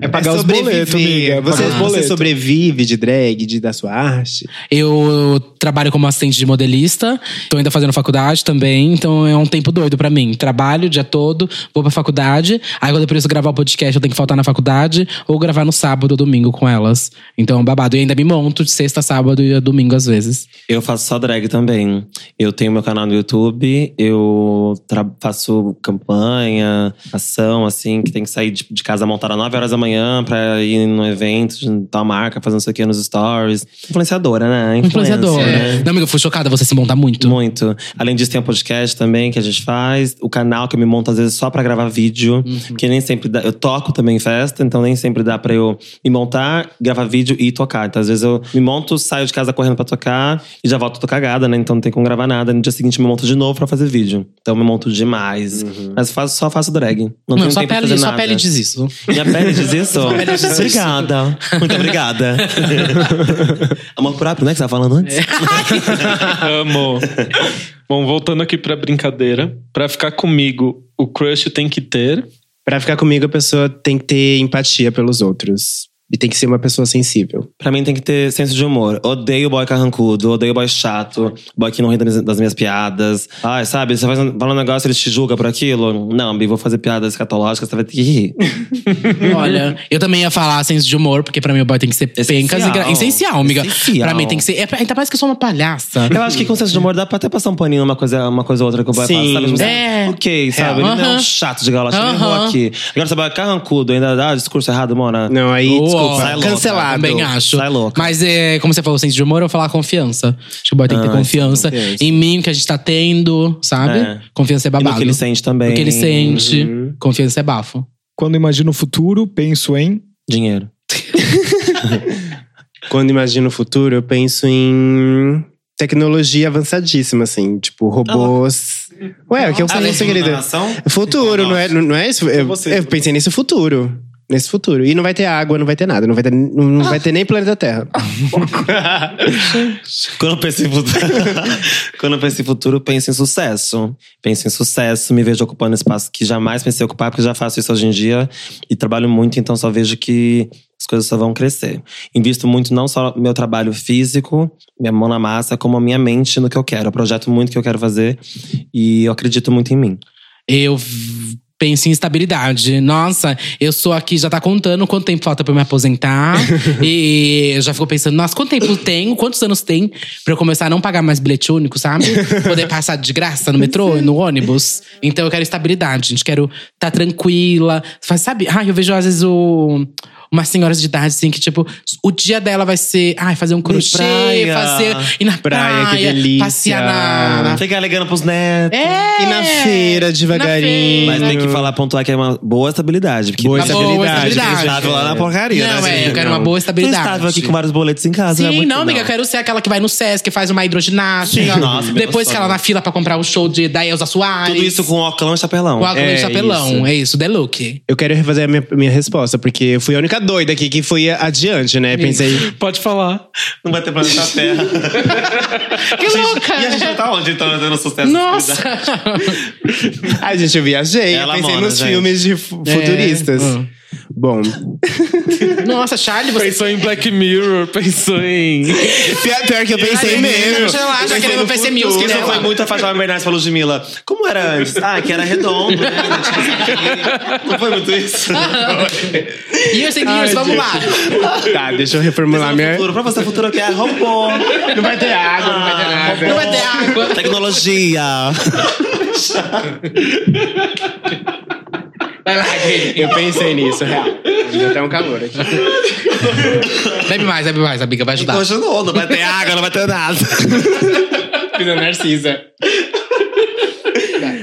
Speaker 1: É pagar os
Speaker 4: sobreviver.
Speaker 1: boletos, amiga. É
Speaker 4: Você,
Speaker 1: pagar os
Speaker 4: você
Speaker 1: boletos.
Speaker 4: sobrevive de drag, de, da sua arte?
Speaker 5: Eu trabalho como assistente de modelista, tô ainda fazendo faculdade também, então é um tempo doido pra mim. Trabalho o dia todo, vou pra faculdade, aí quando eu preciso gravar o podcast eu tenho que faltar na faculdade ou gravar no sábado ou domingo com elas. Então é um babado. E ainda me monto de sexta, sábado e domingo às vezes.
Speaker 3: Eu faço só drag também. Eu tenho meu canal no YouTube, eu tra- faço campanha, ação, assim, que tem que sair de, de casa montada às 9 horas da manhã pra ir num evento de tal marca, fazer não sei o que nos stories. Influenciadora, né? Influencer,
Speaker 5: Influenciador.
Speaker 3: né?
Speaker 5: Um Não, amiga, eu fui chocada, você se monta muito.
Speaker 3: Muito. Além disso, tem um podcast também que a gente faz. O canal que eu me monto, às vezes, só pra gravar vídeo.
Speaker 5: Uhum.
Speaker 3: Que nem sempre dá. Eu toco também em festa, então nem sempre dá pra eu me montar, gravar vídeo e tocar. Então, às vezes, eu me monto, saio de casa correndo pra tocar e já volto a tocar cagada, né? Então não tem como gravar nada. No dia seguinte, eu me monto de novo pra fazer vídeo. Então eu me monto demais.
Speaker 4: Uhum.
Speaker 3: Mas faço, só faço drag. Não,
Speaker 5: Não,
Speaker 3: tenho
Speaker 5: só a
Speaker 3: tempo pra fazer
Speaker 5: pele, só a
Speaker 3: nada.
Speaker 5: pele diz isso.
Speaker 3: Minha pele diz isso? Obrigada. Muito obrigada. Amor próprio, né? Que você tava falando antes.
Speaker 2: Amo. Bom, voltando aqui pra brincadeira. Pra ficar comigo, o crush tem que ter.
Speaker 4: Pra ficar comigo, a pessoa tem que ter empatia pelos outros. E tem que ser uma pessoa sensível.
Speaker 3: Pra mim tem que ter senso de humor. Odeio boy carrancudo, odeio boy é chato, boy que não ri das minhas- das minhas piadas. Ai, sabe, você faz um, fala um negócio, ele te julga por aquilo. Não, Bi, vou fazer piadas escatológicas, você vai ter que rir.
Speaker 5: Olha, eu também ia falar senso de humor, porque pra mim o boy tem que ser pencas e gra...
Speaker 3: Essencial.
Speaker 5: Essencial, amiga.
Speaker 3: Essencial.
Speaker 5: Pra mim tem que ser. É, pra- ainda mais que eu sou uma palhaça.
Speaker 3: Eu acho que com senso de humor dá pra até passar um paninho uma coisa, uma coisa ou outra que o boy
Speaker 4: Sim.
Speaker 3: passa, sabe? Tipo,
Speaker 5: É.
Speaker 3: Ok, sabe? Ele não é
Speaker 5: Aham.
Speaker 3: um chato de galocha, ele
Speaker 5: Aham.
Speaker 3: errou aqui. Agora, sabe, carrancudo, ainda dá discurso errado, mona?
Speaker 4: Não, aí,
Speaker 5: Uou,
Speaker 4: desculpa,
Speaker 3: sai louca,
Speaker 4: cancelado.
Speaker 5: Também acho.
Speaker 3: Sai louca.
Speaker 5: Mas é, como você falou, senso de humor, eu vou falar confiança. Acho que o boy tem que ter
Speaker 3: Ah,
Speaker 5: confiança
Speaker 4: confiança.
Speaker 5: em mim, que a gente tá tendo, sabe?
Speaker 3: É.
Speaker 5: Confiança é
Speaker 3: E
Speaker 5: babado.
Speaker 3: no que ele sente também. Uhum.
Speaker 5: No que ele sente. Confiança é bafo.
Speaker 1: Quando imagino o futuro, penso em.
Speaker 3: Dinheiro.
Speaker 4: Quando imagino o futuro, eu penso em tecnologia avançadíssima, assim. Tipo, robôs. Ué, o
Speaker 3: Ah,
Speaker 4: que eu falei, segredo? Futuro, não é, não é isso? Eu,
Speaker 1: você.
Speaker 4: eu pensei nesse futuro. Nesse futuro. E não vai ter água, não vai ter nada. Não vai ter, não, não vai ter nem planeta Terra.
Speaker 3: Quando eu penso em futuro, quando eu penso em futuro, eu penso em sucesso. Penso em sucesso, me vejo ocupando espaço que jamais pensei ocupar, porque eu já faço isso hoje em dia e trabalho muito, então só vejo que as coisas só vão crescer. Invisto muito não só meu trabalho físico, minha mão na massa, como a minha mente no que eu quero. Eu projeto muito o que eu quero fazer e eu acredito muito em mim.
Speaker 5: Eu v- Penso em estabilidade. Nossa, eu sou aqui, já tá contando quanto tempo falta pra eu me aposentar. e eu já fico pensando, nossa, quanto tempo tenho? Quantos anos tem pra eu começar a não pagar mais bilhete único, sabe? Poder passar de graça no metrô, no ônibus. Então eu quero estabilidade, gente. Quero tá tranquila. Faz- Sabe? Ai, eu vejo às vezes o. Umas senhoras de idade, assim, que tipo, o dia dela vai ser, ai, fazer um crochê,
Speaker 3: praia.
Speaker 5: fazer. ir na praia,
Speaker 4: Praia, que delícia.
Speaker 5: Ah, é. passear na, na
Speaker 3: Ficar ligando pros netos.
Speaker 5: é!
Speaker 4: E na feira, devagarinho.
Speaker 3: Mas
Speaker 5: né?
Speaker 3: tem que falar, pontuar que é uma boa estabilidade. Porque
Speaker 4: Boa
Speaker 3: tá
Speaker 4: estabilidade.
Speaker 5: estabilidade.
Speaker 3: estável lá na porcaria,
Speaker 5: Não,
Speaker 3: né?
Speaker 5: é,
Speaker 3: gente?
Speaker 5: eu quero
Speaker 3: Não.
Speaker 5: uma boa estabilidade.
Speaker 3: Tô estável aqui com vários boletos em casa.
Speaker 5: Sim,
Speaker 3: é muito-
Speaker 5: não, amiga, eu quero ser aquela que vai no Sesc, faz uma hidroginástica.
Speaker 3: Sim, nossa, meu
Speaker 5: Depois que
Speaker 3: sonho.
Speaker 5: ela na fila pra comprar o show de da Elza Soares.
Speaker 3: Tudo isso com óculos e chapelão.
Speaker 5: o álcool
Speaker 4: É,
Speaker 5: de chapelão. É isso, The Look.
Speaker 4: Eu quero refazer a minha, minha resposta, porque eu fui a única doida aqui que foi adiante, né? Pensei.
Speaker 2: Pode falar.
Speaker 3: Não vai ter planeta Terra.
Speaker 5: Que louca!
Speaker 3: E a gente já tá onde, então, dando sucesso?
Speaker 5: Nossa!
Speaker 4: Ai, "Ah, gente, eu viajei.
Speaker 3: Ela
Speaker 4: pensei
Speaker 3: mora,
Speaker 4: nos
Speaker 3: gente.
Speaker 4: filmes de fu- futuristas.
Speaker 5: Hum.
Speaker 4: Bom.
Speaker 5: Nossa, Charlie, você.
Speaker 2: Pensou em Black Mirror, pensou em.
Speaker 4: Pior, pior que eu pensei
Speaker 5: Ai,
Speaker 4: mesmo.
Speaker 5: Sei lá, já tá querendo PC
Speaker 3: Isso
Speaker 5: Music né?
Speaker 3: que foi
Speaker 5: dela.
Speaker 3: muito a Fátima Bernardes falou Ludmilla. Como era antes? Ah, que era redondo, né? Não foi muito isso?
Speaker 5: Years and Years, vamos lá.
Speaker 4: Tá, deixa eu reformular
Speaker 3: Pensando no
Speaker 4: minha.
Speaker 3: futuro. Pra você, o futuro que é robô.
Speaker 4: Não vai ter água, não vai ter nada.
Speaker 5: Ah, é Não vai ter água.
Speaker 3: Tecnologia.
Speaker 5: Vai lá, Gui.
Speaker 4: Eu pensei nisso, real. Deu até um calor aqui.
Speaker 5: Bebe mais, bebe mais, amiga, vai ajudar.
Speaker 3: Continuou, não vai ter água, não vai ter nada.
Speaker 4: Fiz a Narcisa.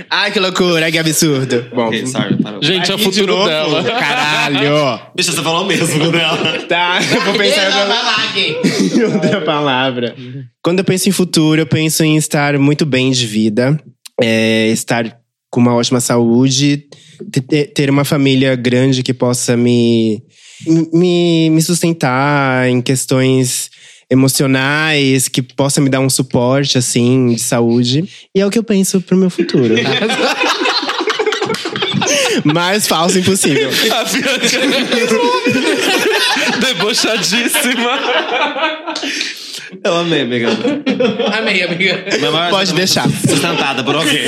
Speaker 4: Ai, que loucura, que absurdo. Bom,
Speaker 3: Ok, sorry, parou.
Speaker 2: Gente, é o
Speaker 4: Aqui de
Speaker 2: futuro
Speaker 4: novo?
Speaker 2: dela.
Speaker 4: Caralho!
Speaker 3: Bicho, você falou mesmo né? dela.
Speaker 4: Tá, eu vou pensar em
Speaker 5: Vai
Speaker 4: outra-
Speaker 5: lá, Gui.
Speaker 4: em outra palavra. Quando eu penso em futuro, eu penso em estar muito bem de vida, é, estar com uma ótima saúde, te- te- ter uma família grande que possa me, me, me sustentar em questões emocionais, que possa me dar um suporte, assim, de saúde. E é o que eu penso pro meu futuro. Mais falso impossível.
Speaker 2: A Bianca debochadíssima.
Speaker 3: Eu amei, amiga.
Speaker 5: Amei, amiga.
Speaker 3: Minha maior-
Speaker 4: Pode deixar.
Speaker 3: Sustentada por alguém.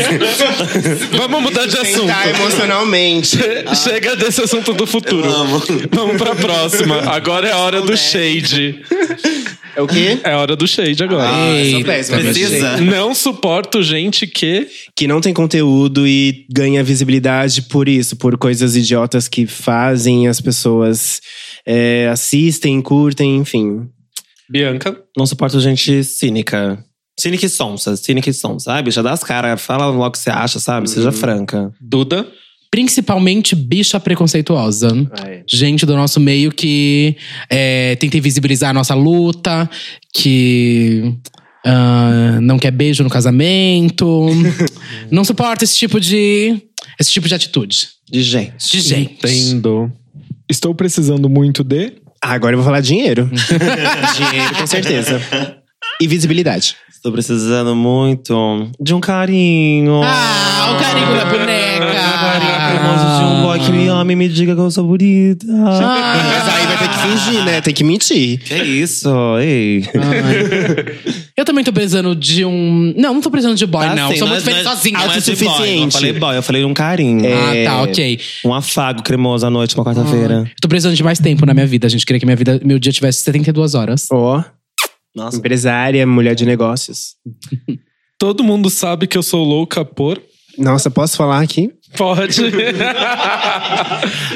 Speaker 2: Vamos mudar de assunto.
Speaker 4: Tentar emocionalmente.
Speaker 2: Chega desse assunto do futuro.
Speaker 3: Eu amo.
Speaker 2: Vamos pra próxima. Agora é a hora do shade.
Speaker 4: É o quê?
Speaker 2: É a hora do shade agora.
Speaker 4: eu sou
Speaker 5: Eita,
Speaker 4: péssima,
Speaker 3: Precisa.
Speaker 2: Não suporto gente que.
Speaker 4: que não tem conteúdo e ganha visibilidade por isso, por coisas idiotas que fazem as pessoas é, assistem, curtem, enfim.
Speaker 2: Bianca.
Speaker 3: Não suporto gente cínica. Cínica e sonsa, cínica e sonsa. Ai, bicha, dá as caras, fala logo o que você acha, sabe? Seja franca.
Speaker 2: Duda.
Speaker 5: Principalmente bicha preconceituosa. gente do nosso meio que é, tenta invisibilizar a nossa luta, que ah, não quer beijo no casamento. não suporta esse tipo de. esse tipo de atitude.
Speaker 3: De gente.
Speaker 5: De gente.
Speaker 2: Entendo.
Speaker 1: Estou precisando muito de.
Speaker 4: Ah, agora eu vou falar dinheiro. dinheiro, com certeza. E visibilidade.
Speaker 3: Estou precisando muito de um carinho.
Speaker 5: Ah, o carinho da boneca!
Speaker 3: Um carinho cremoso de um boy que me ama e me diga que eu sou bonita.
Speaker 5: Ah.
Speaker 4: Mas aí vai ter que fingir, né? Tem que mentir.
Speaker 3: Que isso, ei.
Speaker 5: Eu também tô precisando de um. Não, não tô precisando de boy,
Speaker 3: Ah,
Speaker 5: não.
Speaker 3: sim,
Speaker 5: Sou
Speaker 3: não é-
Speaker 5: muito feliz
Speaker 3: não é-
Speaker 5: sozinha.
Speaker 3: não é de boy,
Speaker 4: autossuficiente.
Speaker 3: Eu falei boy, eu falei um carinho.
Speaker 5: Ah,
Speaker 4: é-
Speaker 5: tá, ok.
Speaker 3: Um afago cremoso à noite, uma quarta-feira.
Speaker 5: Eu tô precisando de mais tempo na minha vida, gente. Queria que minha vida, meu dia tivesse 72 horas.
Speaker 4: Ah. Ó,
Speaker 3: Nossa.
Speaker 4: empresária, mulher de negócios.
Speaker 2: Todo mundo sabe que eu sou louca por.
Speaker 4: Nossa, posso falar aqui?
Speaker 2: Pode.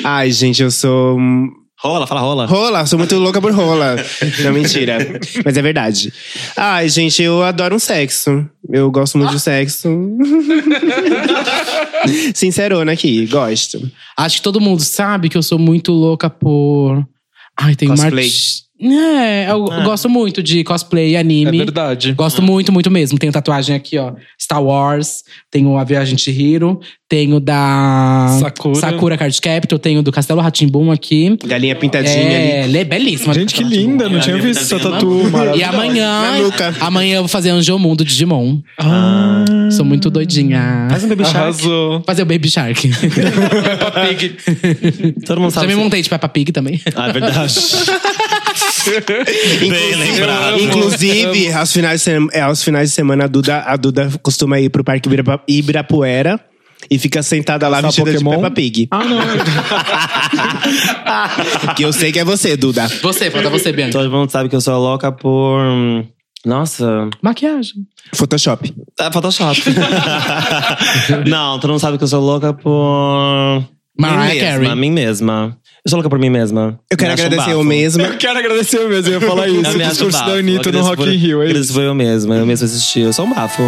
Speaker 4: Ai, gente, eu sou um-
Speaker 3: Rola, fala rola.
Speaker 4: Rola, sou muito louca por rola. Não, mentira. Mas é verdade. Ai, gente, eu adoro um sexo. Eu gosto muito de sexo. Sincerona aqui, gosto.
Speaker 5: Acho que todo mundo sabe que eu sou muito louca por. Ai, tem uma.
Speaker 4: Cosplay.
Speaker 5: arti- É, eu gosto muito de cosplay e
Speaker 2: é
Speaker 5: anime.
Speaker 2: verdade.
Speaker 5: gosto muito, muito mesmo. Tenho tatuagem aqui, ó. Star Wars, tenho a Viagem de Hiro, tenho da
Speaker 3: Ah,
Speaker 2: Sakura.
Speaker 5: Sakura Card Capital, tenho do Castelo Ratimbum aqui.
Speaker 4: Galinha pintadinha ali.
Speaker 5: É, é belíssima.
Speaker 1: Gente, que linda, não tinha visto essa tatu
Speaker 5: E
Speaker 1: maravilhosa.
Speaker 5: amanhã,
Speaker 4: Na nuca.
Speaker 5: amanhã eu vou fazer Anjomundo do Digimon.
Speaker 2: Ah,
Speaker 5: Sou muito doidinha.
Speaker 3: Faz um baby shark.
Speaker 2: arrasou.
Speaker 5: Fazer o Baby Shark.
Speaker 2: Peppa Pig.
Speaker 3: Todo mundo
Speaker 5: Já
Speaker 3: sabe.
Speaker 5: me
Speaker 3: se-
Speaker 5: montei de Peppa Pig também.
Speaker 3: Ah, é verdade. Bem lembrado.
Speaker 4: Inclusive, inclusive, aos, finais de sem- é, aos finais de semana, a Duda, a Duda costuma ir pro Parque Ibirapa- Ibirapuera. e fica sentada lá
Speaker 1: Caçar
Speaker 4: vestida
Speaker 1: Pokémon?
Speaker 4: de Peppa Pig.
Speaker 1: Ah, não.
Speaker 4: que eu sei que é você, Duda.
Speaker 5: Você, falta você, Bianca.
Speaker 3: Todo mundo sabe que eu sou louca por. hum, Nossa.
Speaker 5: Maquiagem.
Speaker 4: Photoshop.
Speaker 3: É Photoshop. não, todo mundo sabe que eu sou louca por.
Speaker 5: Mariah
Speaker 3: mim
Speaker 5: Carey.
Speaker 3: mesma, mim mesma. Eu sou louca por mim mesma.
Speaker 4: Eu quero
Speaker 3: Me acho um
Speaker 4: agradecer
Speaker 3: bafo.
Speaker 4: eu mesmo.
Speaker 1: Eu quero agradecer mesmo, eu ia falar isso.
Speaker 3: Eu
Speaker 1: O
Speaker 3: me acho um
Speaker 1: discurso
Speaker 3: bafo.
Speaker 1: da Anitta no
Speaker 3: Agradeço
Speaker 1: Rock
Speaker 3: por-
Speaker 1: in Rio. é isso.
Speaker 3: Agradeço foi eu mesma, eu mesmo assisti. Eu sou um bafo.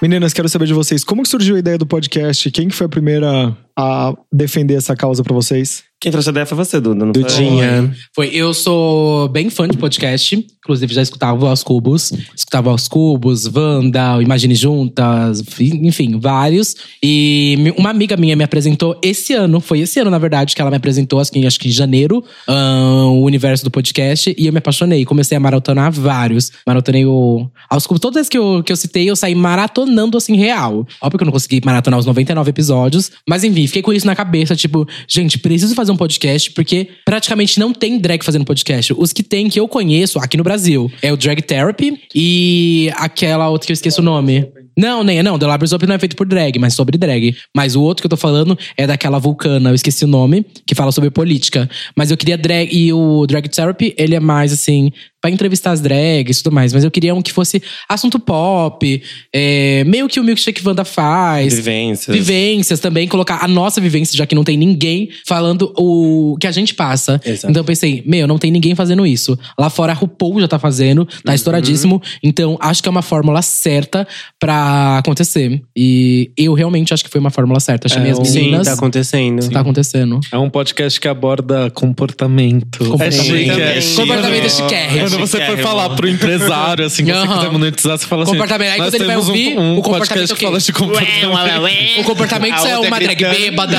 Speaker 1: Meninas, quero saber de vocês, como que surgiu a ideia do podcast? Quem que foi a primeira a defender essa causa pra vocês?
Speaker 3: Quem trouxe a ideia foi você, Duda. Não foi?
Speaker 4: Dudinha.
Speaker 5: Foi. Eu sou bem fã de podcast. Inclusive, já escutava aos cubos. Escutava aos cubos, Wanda, Imagine Juntas, enfim, vários. E mi- uma amiga minha me apresentou esse ano. Foi esse ano, na verdade, que ela me apresentou, acho que, acho que em janeiro, ahn, o universo do podcast. E eu me apaixonei. Comecei a maratonar vários. Maratonei o. Aos cubos. Todas as que eu, que eu citei, eu saí maratonando assim, real. Óbvio que eu não consegui maratonar os 99 episódios. Mas enfim, fiquei com isso na cabeça. Tipo, gente, preciso fazer um podcast, porque praticamente não tem drag fazendo podcast. Os que tem que eu conheço aqui no Brasil é o Drag Therapy e aquela outra que eu esqueço o nome. Não, nem, não, The Libraries Open não é feito por drag, mas sobre drag. Mas o outro que eu tô falando é daquela vulcana, eu esqueci o nome, que fala sobre política. Mas eu queria drag. E o Drag Therapy, ele é mais assim, pra entrevistar as drags e tudo mais. Mas eu queria um que fosse assunto pop, é, meio que o Milkshake Wanda faz
Speaker 3: Vivências.
Speaker 5: vivências também, colocar a nossa vivência, já que não tem ninguém falando o que a gente passa.
Speaker 4: Exato.
Speaker 5: Então eu pensei, meu, não tem ninguém fazendo isso. Lá fora a RuPaul já tá fazendo,
Speaker 4: Uhum.
Speaker 5: tá estouradíssimo. Então acho que é uma fórmula certa pra acontecer. E eu realmente acho que foi uma fórmula certa. Chamei as
Speaker 4: Sim,
Speaker 5: meninas.
Speaker 4: tá acontecendo.
Speaker 5: tá acontecendo.
Speaker 2: É um podcast que aborda comportamento.
Speaker 5: Comportamento.
Speaker 3: é chique.
Speaker 5: Comportamento é chiquérrimo.
Speaker 2: Quando você for
Speaker 3: Chiquérrimo.
Speaker 2: falar pro empresário, assim, que você
Speaker 5: Aham.
Speaker 2: quiser monetizar, você fala assim.
Speaker 5: Comportamento. Aí
Speaker 2: nós
Speaker 5: quando ele vai
Speaker 2: temos um-
Speaker 5: ouvir,
Speaker 2: um,
Speaker 5: o comportamento
Speaker 2: podcast
Speaker 5: é o
Speaker 2: que
Speaker 5: quê?
Speaker 2: fala de comportamento.
Speaker 5: O comportamento
Speaker 4: A
Speaker 5: é
Speaker 4: outra
Speaker 5: uma drag
Speaker 4: gritando.
Speaker 5: bêbada.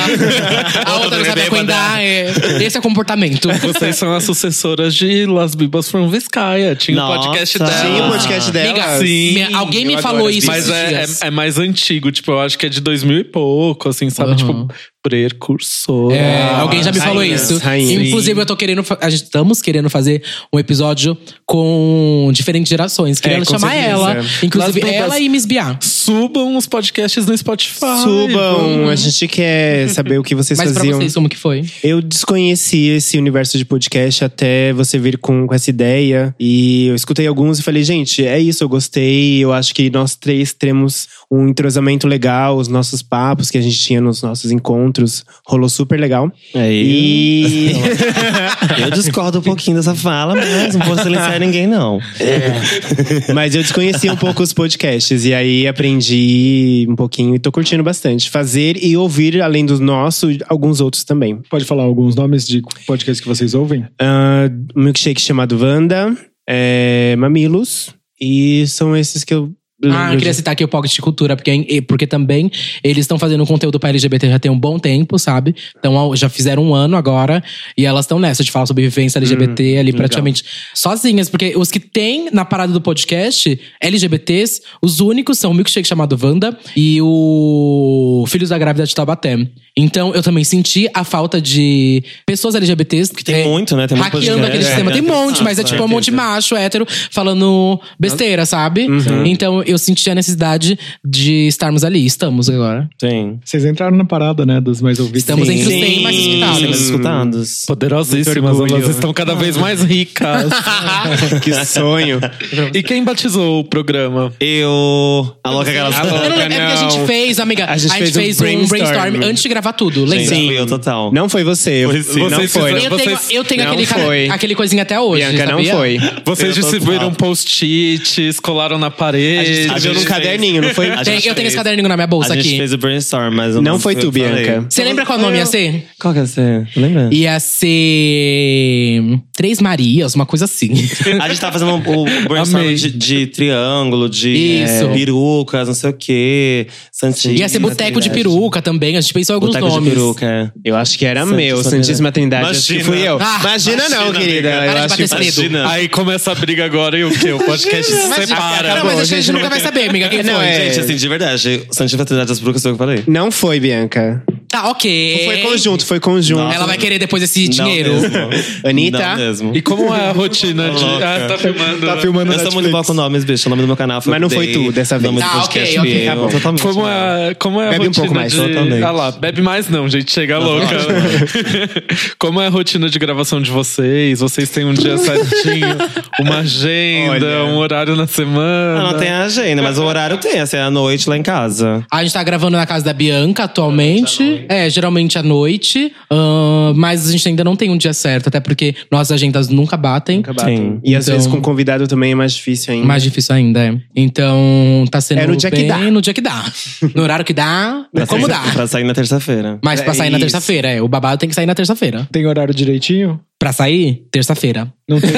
Speaker 5: A outra não
Speaker 3: drag
Speaker 5: sabe
Speaker 3: bêbada.
Speaker 5: aguentar. é. Esse é comportamento.
Speaker 2: Vocês são as sucessoras de Las Bibas from Vizcaya. Tinha o
Speaker 3: Nossa.
Speaker 2: podcast dela.
Speaker 4: Tinha o podcast dela.
Speaker 5: Amiga,
Speaker 2: Sim,
Speaker 5: me- alguém me
Speaker 4: eu
Speaker 5: falou
Speaker 4: adoro
Speaker 5: isso.
Speaker 2: Mas
Speaker 5: esses
Speaker 2: é,
Speaker 5: dias.
Speaker 2: é, é mais antigo, tipo, eu acho que é de 2000 e pouco, assim, sabe?
Speaker 5: Aham.
Speaker 2: Tipo, né? precursor.
Speaker 5: É, alguém já me falou
Speaker 4: rainhas,
Speaker 5: isso.
Speaker 4: rainhas.
Speaker 5: Inclusive, eu tô querendo. fa- A gente estamos querendo fazer um episódio com diferentes gerações. Querendo
Speaker 4: É, com
Speaker 5: chamar
Speaker 4: certeza.
Speaker 5: ela. Inclusive,
Speaker 2: Las
Speaker 5: ela
Speaker 2: Bubas.
Speaker 5: e Miss Bia.
Speaker 2: Subam os podcasts no Spotify.
Speaker 5: é
Speaker 4: Subam, a gente quer saber o que vocês
Speaker 5: Mas pra
Speaker 4: faziam.
Speaker 5: vocês, como que foi?
Speaker 4: Eu desconheci esse universo de podcast até você vir com, com essa ideia. E eu escutei alguns e falei, gente, é isso, eu gostei. Eu acho que nós três temos um entrosamento legal, os nossos papos que a gente tinha nos nossos encontros. Rolou super legal.
Speaker 3: Aí.
Speaker 4: E.
Speaker 3: É Eu discordo um pouquinho dessa fala, mas não vou silenciar ninguém, não.
Speaker 4: Mas eu desconhecia um pouco os podcasts. E aí aprendi um pouquinho e tô curtindo bastante. Fazer e ouvir, além do nosso, alguns outros também.
Speaker 1: Pode falar alguns nomes de podcasts que vocês ouvem?
Speaker 4: Ah, um milkshake chamado Wanda, é, Mamilos. E são esses que eu lembro.
Speaker 5: Ah, eu queria
Speaker 4: de-
Speaker 5: citar aqui o Pocket de Cultura, porque, é porque também eles estão fazendo conteúdo pra LGBT já tem um bom tempo, sabe? Então ao- já fizeram um ano agora e elas estão nessa de falar sobre vivência LGBT ali praticamente sozinhas, porque os que tem na parada do podcast LGBTs, os únicos são o Milkshake chamado Wanda e o Filhos da Grávida de Taubaté. Então eu também senti a falta de pessoas LGBTs. Porque
Speaker 3: Tem muito, né? Tem muito
Speaker 5: hackeando aquele sistema. Tem um monte, mas é tipo um monte de macho hétero falando besteira, sabe? Então eu senti a necessidade de estarmos ali. Estamos agora.
Speaker 3: Tem.
Speaker 1: Vocês entraram na parada, né, dos mais ouvidos.
Speaker 5: Estamos entre os tá, 100 mais
Speaker 3: Sim, mas
Speaker 5: escutados.
Speaker 3: escutados.
Speaker 2: Poderosíssimas,
Speaker 4: Muito orgulho.
Speaker 2: elas estão cada vez mais ricas.
Speaker 4: Que sonho.
Speaker 2: e quem batizou o programa?
Speaker 3: Eu. A louca que ela
Speaker 5: Eu não lembro, é porque a gente fez, amiga. A gente, fez, um, brainstorm. antes de gravar tudo, lembra?
Speaker 3: Sim, fui eu total.
Speaker 4: Não foi você.
Speaker 3: Foi sim,
Speaker 4: não
Speaker 2: vocês
Speaker 4: foi.
Speaker 2: fizeram-
Speaker 5: Eu tenho,
Speaker 2: Vocês-
Speaker 5: eu tenho
Speaker 4: Não
Speaker 5: aquele, ca-
Speaker 4: foi.
Speaker 5: aquele coisinha até hoje.
Speaker 4: Bianca não
Speaker 5: sabia?
Speaker 4: foi.
Speaker 2: Vocês
Speaker 3: Eu tô
Speaker 2: distribuíram
Speaker 3: total.
Speaker 2: post-its, colaram na parede.
Speaker 3: A gente
Speaker 4: Abriu num
Speaker 3: fez.
Speaker 4: um caderninho, não foi?
Speaker 3: A
Speaker 5: Tem-
Speaker 3: gente
Speaker 5: eu tenho
Speaker 3: fez.
Speaker 5: esse caderninho na minha bolsa
Speaker 3: a gente
Speaker 5: aqui.
Speaker 3: fez o brainstorm, mas eu
Speaker 4: Não foi tu,
Speaker 3: falei.
Speaker 4: Bianca.
Speaker 5: Você lembra qual nome ia ser?
Speaker 3: Qual que é você? Lembra?
Speaker 5: Ia ser. Três Marias, uma coisa assim.
Speaker 3: A gente tava fazendo o o brainstorm
Speaker 2: Amei.
Speaker 3: de, de triângulo, de
Speaker 5: Isso.
Speaker 3: é, perucas, não sei o quê. Santinho.
Speaker 5: Ia ser Boteco de Peruca também. A gente pensou em alguns
Speaker 3: Boteco
Speaker 5: nomes.
Speaker 3: de peruca. é.
Speaker 4: Eu acho que era
Speaker 3: Santíssima
Speaker 4: meu, Santíssima Trindade. Acho que
Speaker 3: Imagina.
Speaker 4: fui eu.
Speaker 5: Ah,
Speaker 4: imagina, não,
Speaker 3: imagina,
Speaker 4: querida.
Speaker 3: amiga.
Speaker 4: Eu
Speaker 5: Para de
Speaker 4: acho
Speaker 5: bater
Speaker 4: que
Speaker 5: esse dedo.
Speaker 3: Imagina.
Speaker 2: Aí começa a briga agora e o quê? O
Speaker 4: é
Speaker 2: podcast se separa.
Speaker 5: Não, mas a gente
Speaker 4: gente,
Speaker 5: nunca
Speaker 4: não-
Speaker 5: vai saber, amiga. Quem
Speaker 4: Não,
Speaker 5: foi?
Speaker 4: é-
Speaker 3: Gente, assim, de verdade, Santinho Trindade das Perucas foi o que eu falei.
Speaker 4: não foi, Bianca.
Speaker 5: Tá, ok.
Speaker 4: Foi conjunto, foi conjunto.
Speaker 5: Ela vai querer depois esse dinheiro.
Speaker 3: Não mesmo.
Speaker 4: Anitta?
Speaker 3: Não mesmo.
Speaker 2: E como é a rotina de. Ah, tá filmando.
Speaker 1: Tá
Speaker 2: né?
Speaker 5: é
Speaker 1: filmando
Speaker 3: Eu sou muito
Speaker 1: Netflix.
Speaker 3: boa com nomes, bicho. O nome do meu canal foi
Speaker 4: Mas não foi
Speaker 3: Day,
Speaker 4: tu dessa vez.
Speaker 3: nome do
Speaker 5: Ah,
Speaker 3: podcast
Speaker 5: ok, ok,
Speaker 3: meu.
Speaker 5: tá bom.
Speaker 3: Totalmente.
Speaker 2: Como
Speaker 3: né?
Speaker 2: é, como é a
Speaker 4: Bebe um
Speaker 2: rotina
Speaker 4: pouco mais,
Speaker 2: de...
Speaker 3: totalmente.
Speaker 2: Ah lá, bebe mais não, gente. Chega louca. como é a rotina de gravação de vocês? Vocês têm um dia certinho, uma agenda,
Speaker 4: Olha.
Speaker 2: um horário na semana?
Speaker 3: Ah, não tem agenda, mas o horário tem. Assim, é à noite lá em casa.
Speaker 5: A gente tá gravando na casa da Bianca atualmente. É, geralmente à noite. Ahn, mas a gente ainda não tem um dia certo, até porque nossas agendas nunca batem.
Speaker 3: Sim.
Speaker 4: E às
Speaker 5: Então-
Speaker 4: vezes com convidado também é mais difícil ainda.
Speaker 5: Mais difícil ainda, é. Então, tá sendo
Speaker 4: É no dia que
Speaker 5: bem
Speaker 4: dá.
Speaker 5: no dia que dá. No horário que dá,
Speaker 3: Pra
Speaker 5: como
Speaker 3: sair-
Speaker 5: dá.
Speaker 3: Pra sair na terça-feira.
Speaker 5: Mas pra
Speaker 4: É
Speaker 5: sair na
Speaker 4: isso.
Speaker 5: terça-feira, é. O babado tem que sair na terça-feira.
Speaker 1: Tem horário direitinho?
Speaker 5: Pra sair, terça-feira.
Speaker 1: Não tem.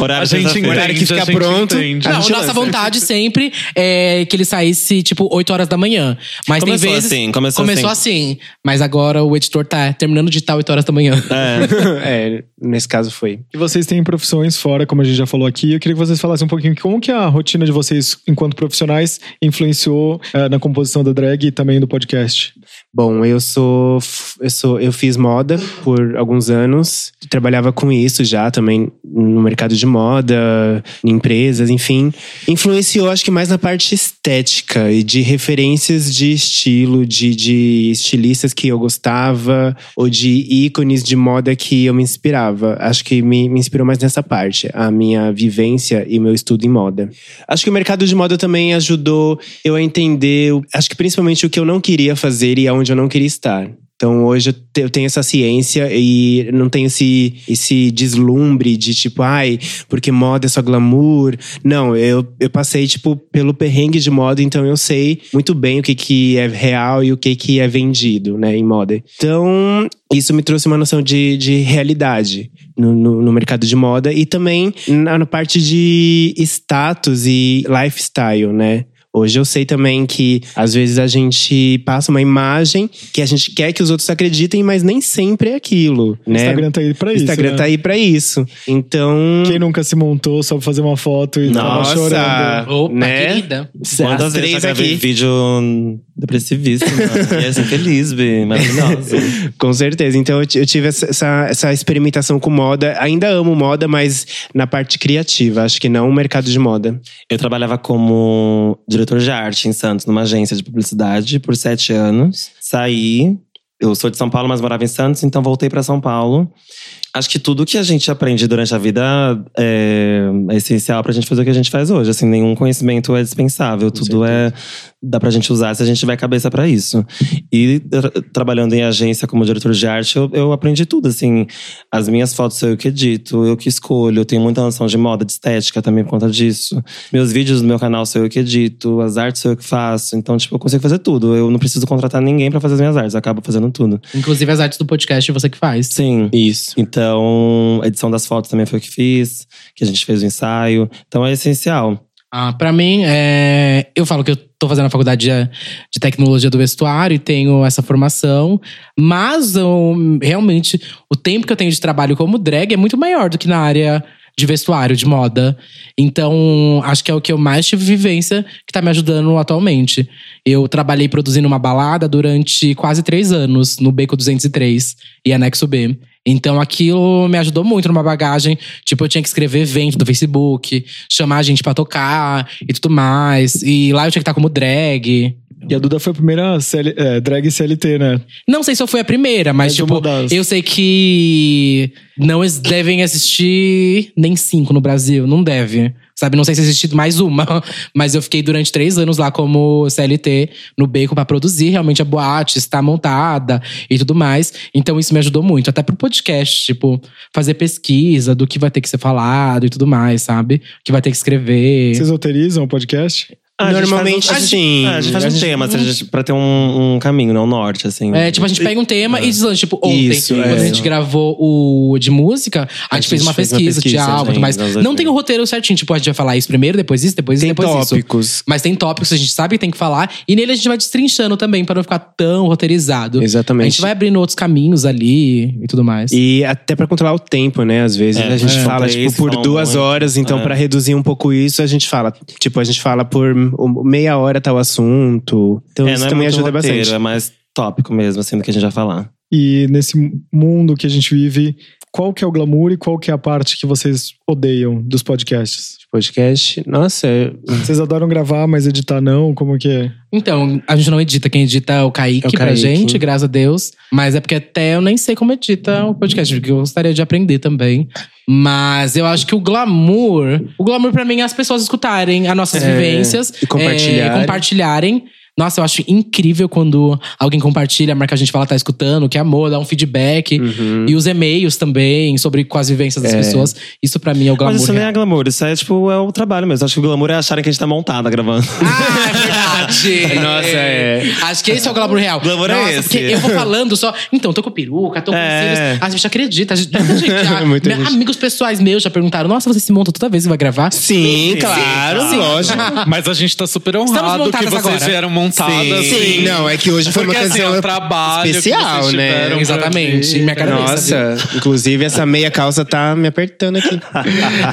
Speaker 3: Horário
Speaker 2: A
Speaker 3: de
Speaker 2: gente
Speaker 3: terça-feira.
Speaker 2: entende,
Speaker 4: horário que fica
Speaker 2: a gente
Speaker 4: pronto.
Speaker 2: entende.
Speaker 4: A
Speaker 5: Não,
Speaker 4: gente
Speaker 5: nossa
Speaker 4: lança.
Speaker 3: né?
Speaker 5: vontade sempre é que ele saísse, tipo, 8 horas da manhã. Mas
Speaker 3: Começou
Speaker 5: tem vezes.
Speaker 3: assim, começou
Speaker 5: assim. Mas agora o editor tá terminando de estar 8 horas da manhã.
Speaker 3: É.
Speaker 4: é, nesse caso foi.
Speaker 1: E vocês têm profissões fora, como a gente já falou aqui. Eu queria que vocês falassem um pouquinho como que a rotina de vocês, enquanto profissionais, influenciou eh, na composição da drag e também do podcast.
Speaker 4: Bom, eu sou, f- eu sou. Eu fiz moda por alguns anos. Trabalhava com isso já também no mercado de moda, em empresas, enfim. Influenciou, acho que mais na parte estética e de referências de estilo, de, de estilistas que eu gostava, ou de ícones de moda que eu me inspirava. Acho que me, me inspirou mais nessa parte, a minha vivência e meu estudo em moda. Acho que o mercado de moda também ajudou eu a entender, o- acho que principalmente o que eu não queria fazer e aonde eu não queria estar. Então hoje eu te- eu tenho essa ciência e não tenho esse, esse deslumbre de tipo, ai, porque moda é só glamour. Não, eu, eu passei, tipo, pelo perrengue de moda, então eu sei muito bem o que, que é real e o que, que é vendido, né, em moda. Então, isso me trouxe uma noção de, de realidade no, no, no mercado de moda e também na, na parte de status e lifestyle, né? Hoje eu sei também que às vezes a gente passa uma imagem que a gente quer que os outros acreditem, mas nem sempre é aquilo,
Speaker 1: O
Speaker 4: né?
Speaker 1: Instagram tá aí pra isso.
Speaker 4: Instagram
Speaker 1: né?
Speaker 4: tá aí pra isso. Então,
Speaker 1: Quem nunca se montou só pra fazer uma foto e tava
Speaker 4: Nossa.
Speaker 1: chorando.
Speaker 5: Opa,
Speaker 4: Né?
Speaker 5: querida.
Speaker 3: Quantas
Speaker 4: as
Speaker 3: vezes eu
Speaker 4: três
Speaker 3: já gravei
Speaker 4: aqui.
Speaker 3: vídeo depressivíssimo. e assim, feliz, Bi. Maravilhosa.
Speaker 4: Com certeza. Então eu, ti- eu tive essa, essa, essa experimentação com moda. Ainda amo moda, mas na parte criativa, acho que não o mercado de moda.
Speaker 3: Eu trabalhava como diretor de arte em Santos, numa agência de publicidade, por sete anos. Saí. Eu sou de São Paulo, mas morava em Santos, então voltei para São Paulo. Acho que tudo que a gente aprende durante a vida é, é essencial pra gente fazer o que a gente faz hoje. Assim, nenhum conhecimento é dispensável. tudo é. dá pra gente usar se a gente tiver cabeça pra isso. E tra- trabalhando em agência como diretor de arte, eu, eu aprendi tudo. Assim, as minhas fotos sou eu que edito, eu que escolho. Eu tenho muita noção de moda, de estética também por conta disso. Meus vídeos no meu canal sou eu que edito, as artes sou eu que faço. Então, tipo, eu consigo fazer tudo. Eu não preciso contratar ninguém pra fazer as minhas artes, eu acabo fazendo tudo.
Speaker 5: Inclusive as artes do podcast você que faz.
Speaker 3: Sim.
Speaker 4: Isso.
Speaker 3: Então, a edição das fotos também foi o que fiz, que a gente fez o ensaio. Então é essencial.
Speaker 5: Ah, pra mim, é, eu falo que eu tô fazendo a faculdade de, de tecnologia do vestuário e tenho essa formação. Mas eu, realmente, o tempo que eu tenho de trabalho como drag é muito maior do que na área de vestuário, de moda. Então, acho que é o que eu mais tive vivência que tá me ajudando atualmente. Eu trabalhei produzindo uma balada durante quase três anos no Beco 203 e anexo B. Então aquilo me ajudou muito numa bagagem. Tipo, eu tinha que escrever evento do Facebook, chamar a gente pra tocar e tudo mais. E lá eu tinha que estar como drag.
Speaker 1: E a Duda foi a primeira CL, eh, drag CLT, né?
Speaker 5: Não sei se eu fui a primeira, mas,
Speaker 1: Mas
Speaker 5: tipo,
Speaker 1: uma das.
Speaker 5: eu sei que não es- devem existir nem cinco no Brasil. Não deve. Sabe, não sei se existe mais uma, mas eu fiquei durante três anos lá como CLT no beco pra produzir realmente a boate, estar montada e tudo mais. Então isso me ajudou muito, até pro podcast, tipo, fazer pesquisa do que vai ter que ser falado e tudo mais, sabe? O que vai ter que escrever.
Speaker 1: Vocês autorizam o podcast?
Speaker 3: Ah, a gente
Speaker 4: Normalmente,
Speaker 3: faz um- a gente-
Speaker 4: sim.
Speaker 3: é, a gente faz um tema assim, a gente- pra ter um, um caminho, né? Um norte, assim.
Speaker 5: É, tipo, a gente pega um tema e diz, tipo, ontem,
Speaker 4: Isso,
Speaker 5: quando
Speaker 4: é.
Speaker 5: a gente gravou o de música, a,
Speaker 4: A
Speaker 5: gente fez
Speaker 4: gente
Speaker 5: uma
Speaker 4: fez uma
Speaker 5: pesquisa, de
Speaker 4: pesquisa,
Speaker 5: álbum, tudo
Speaker 3: sim,
Speaker 5: mais.
Speaker 3: nós
Speaker 5: Não
Speaker 3: dois
Speaker 5: tem o roteiro certinho, tipo, a gente vai falar isso primeiro, depois isso, depois isso,
Speaker 4: Tem
Speaker 5: depois isso.
Speaker 4: tópicos.
Speaker 5: Mas tem tópicos que a gente sabe que tem que falar, e nele a gente vai destrinchando também, pra não ficar tão roteirizado. A
Speaker 4: Exatamente.
Speaker 5: gente vai abrindo outros caminhos ali e tudo mais.
Speaker 4: E até pra controlar o tempo, né? Às vezes
Speaker 3: É,
Speaker 4: a gente
Speaker 3: é.
Speaker 4: fala,
Speaker 3: Três,
Speaker 4: tipo, por
Speaker 3: falam
Speaker 4: duas
Speaker 3: muito.
Speaker 4: horas. Então,
Speaker 3: É.
Speaker 4: pra reduzir um pouco isso, a gente fala. Tipo, a gente fala por um- meia hora tal assunto. Então,
Speaker 3: É,
Speaker 4: isso
Speaker 3: não é
Speaker 4: também
Speaker 3: muito
Speaker 4: ajuda
Speaker 3: roteiro,
Speaker 4: bastante.
Speaker 3: É mais tópico mesmo, assim, do que a gente vai falar.
Speaker 1: E nesse mundo que a gente vive, qual que é o glamour e qual que é a parte que vocês odeiam dos podcasts? Tipo,
Speaker 4: Podcast. Nossa, eu-
Speaker 5: Ah.
Speaker 1: Vocês adoram gravar, mas editar não? Como que é?
Speaker 5: Então, a gente não edita. Quem edita é o Kaique
Speaker 4: É o
Speaker 5: pra
Speaker 4: Kaique.
Speaker 5: gente, graças a Deus. Mas é porque até eu nem sei como edita o podcast, porque eu gostaria de aprender também. Mas eu acho que o glamour. O glamour pra mim é as pessoas escutarem as nossas
Speaker 4: É,
Speaker 5: vivências
Speaker 4: e compartilharem.
Speaker 5: é, compartilharem. Nossa, eu acho incrível quando alguém compartilha, marca a gente fala, tá escutando, que amor, dá um feedback.
Speaker 4: Uhum.
Speaker 5: E os e-mails também, sobre com as vivências
Speaker 4: É.
Speaker 5: das pessoas. Isso pra mim é o glamour.
Speaker 3: Mas isso nem
Speaker 5: real.
Speaker 3: é glamour, isso é tipo, é o trabalho mesmo. Acho que o glamour é acharem que a gente tá montada gravando.
Speaker 5: Ah, é verdade.
Speaker 4: Nossa, é.
Speaker 5: Acho que esse é o glamour real.
Speaker 3: Glamour é
Speaker 5: Nossa,
Speaker 3: esse.
Speaker 5: porque eu vou falando só. Então, tô com peruca, tô com
Speaker 3: É.
Speaker 5: cílios. Ah, As bichas acreditam. Gente, já,
Speaker 4: Muita
Speaker 5: me-
Speaker 4: É gente.
Speaker 5: Amigos pessoais meus já perguntaram: Nossa, você se monta toda vez e vai gravar?
Speaker 4: Sim, claro, lógico.
Speaker 2: Mas a gente tá super
Speaker 5: Estamos
Speaker 2: honrado que
Speaker 5: montadas
Speaker 2: vocês
Speaker 5: agora.
Speaker 2: vieram montadas.
Speaker 4: Sim,
Speaker 2: assim.
Speaker 4: não, é que hoje foi
Speaker 2: Porque,
Speaker 4: uma
Speaker 2: assim, é
Speaker 4: canção
Speaker 2: um trabalho que
Speaker 4: especial,
Speaker 2: vocês
Speaker 4: né?
Speaker 2: tiveram pra-
Speaker 5: Exatamente. Minha cabeça, viu?
Speaker 4: Nossa, inclusive essa meia calça tá me apertando aqui.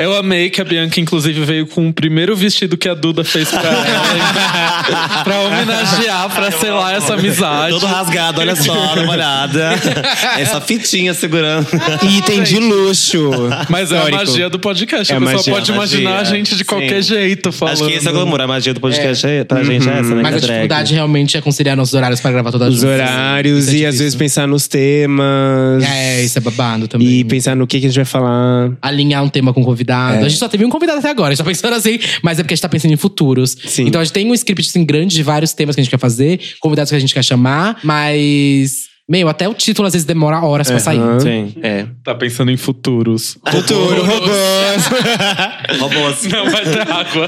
Speaker 2: Eu amei que a Bianca, inclusive, veio com o primeiro vestido que a Duda fez pra ela. pra homenagear,
Speaker 4: Ah,
Speaker 2: pra selar essa amizade.
Speaker 3: Todo rasgado, olha só, dá uma olhada. Essa fitinha segurando.
Speaker 4: E item de luxo.
Speaker 2: Mas é a
Speaker 4: Histórico.
Speaker 2: magia do podcast.
Speaker 4: É
Speaker 2: a
Speaker 4: a
Speaker 2: pessoa
Speaker 4: magia,
Speaker 2: pode
Speaker 3: a magia.
Speaker 2: imaginar a gente de qualquer
Speaker 3: Sim.
Speaker 2: jeito falando.
Speaker 3: Acho que esse é o glamour, a magia do podcast é, pra gente é essa, né?
Speaker 5: Mas
Speaker 3: que
Speaker 5: a
Speaker 3: é drag.
Speaker 5: dificuldade realmente é conciliar nossos horários pra gravar todas
Speaker 4: Os horários e às vezes pensar nos temas.
Speaker 5: É, isso é babado também.
Speaker 4: E pensar no que que a gente vai falar.
Speaker 5: alinhar um tema com o convidado.
Speaker 4: É.
Speaker 5: A gente só teve um convidado até agora, a gente tá pensando assim, mas é porque a gente tá pensando em futuros.
Speaker 4: Sim.
Speaker 5: Então a gente tem um script assim, grande de vários temas que a gente quer fazer, convidados que a gente quer chamar, mas. Meu, até o título às vezes demora horas pra sair.
Speaker 4: Aham.
Speaker 3: Sim.
Speaker 4: É.
Speaker 2: Tá pensando em futuros.
Speaker 4: Futuro, robôs.
Speaker 3: Robôs.
Speaker 2: Não vai ter água.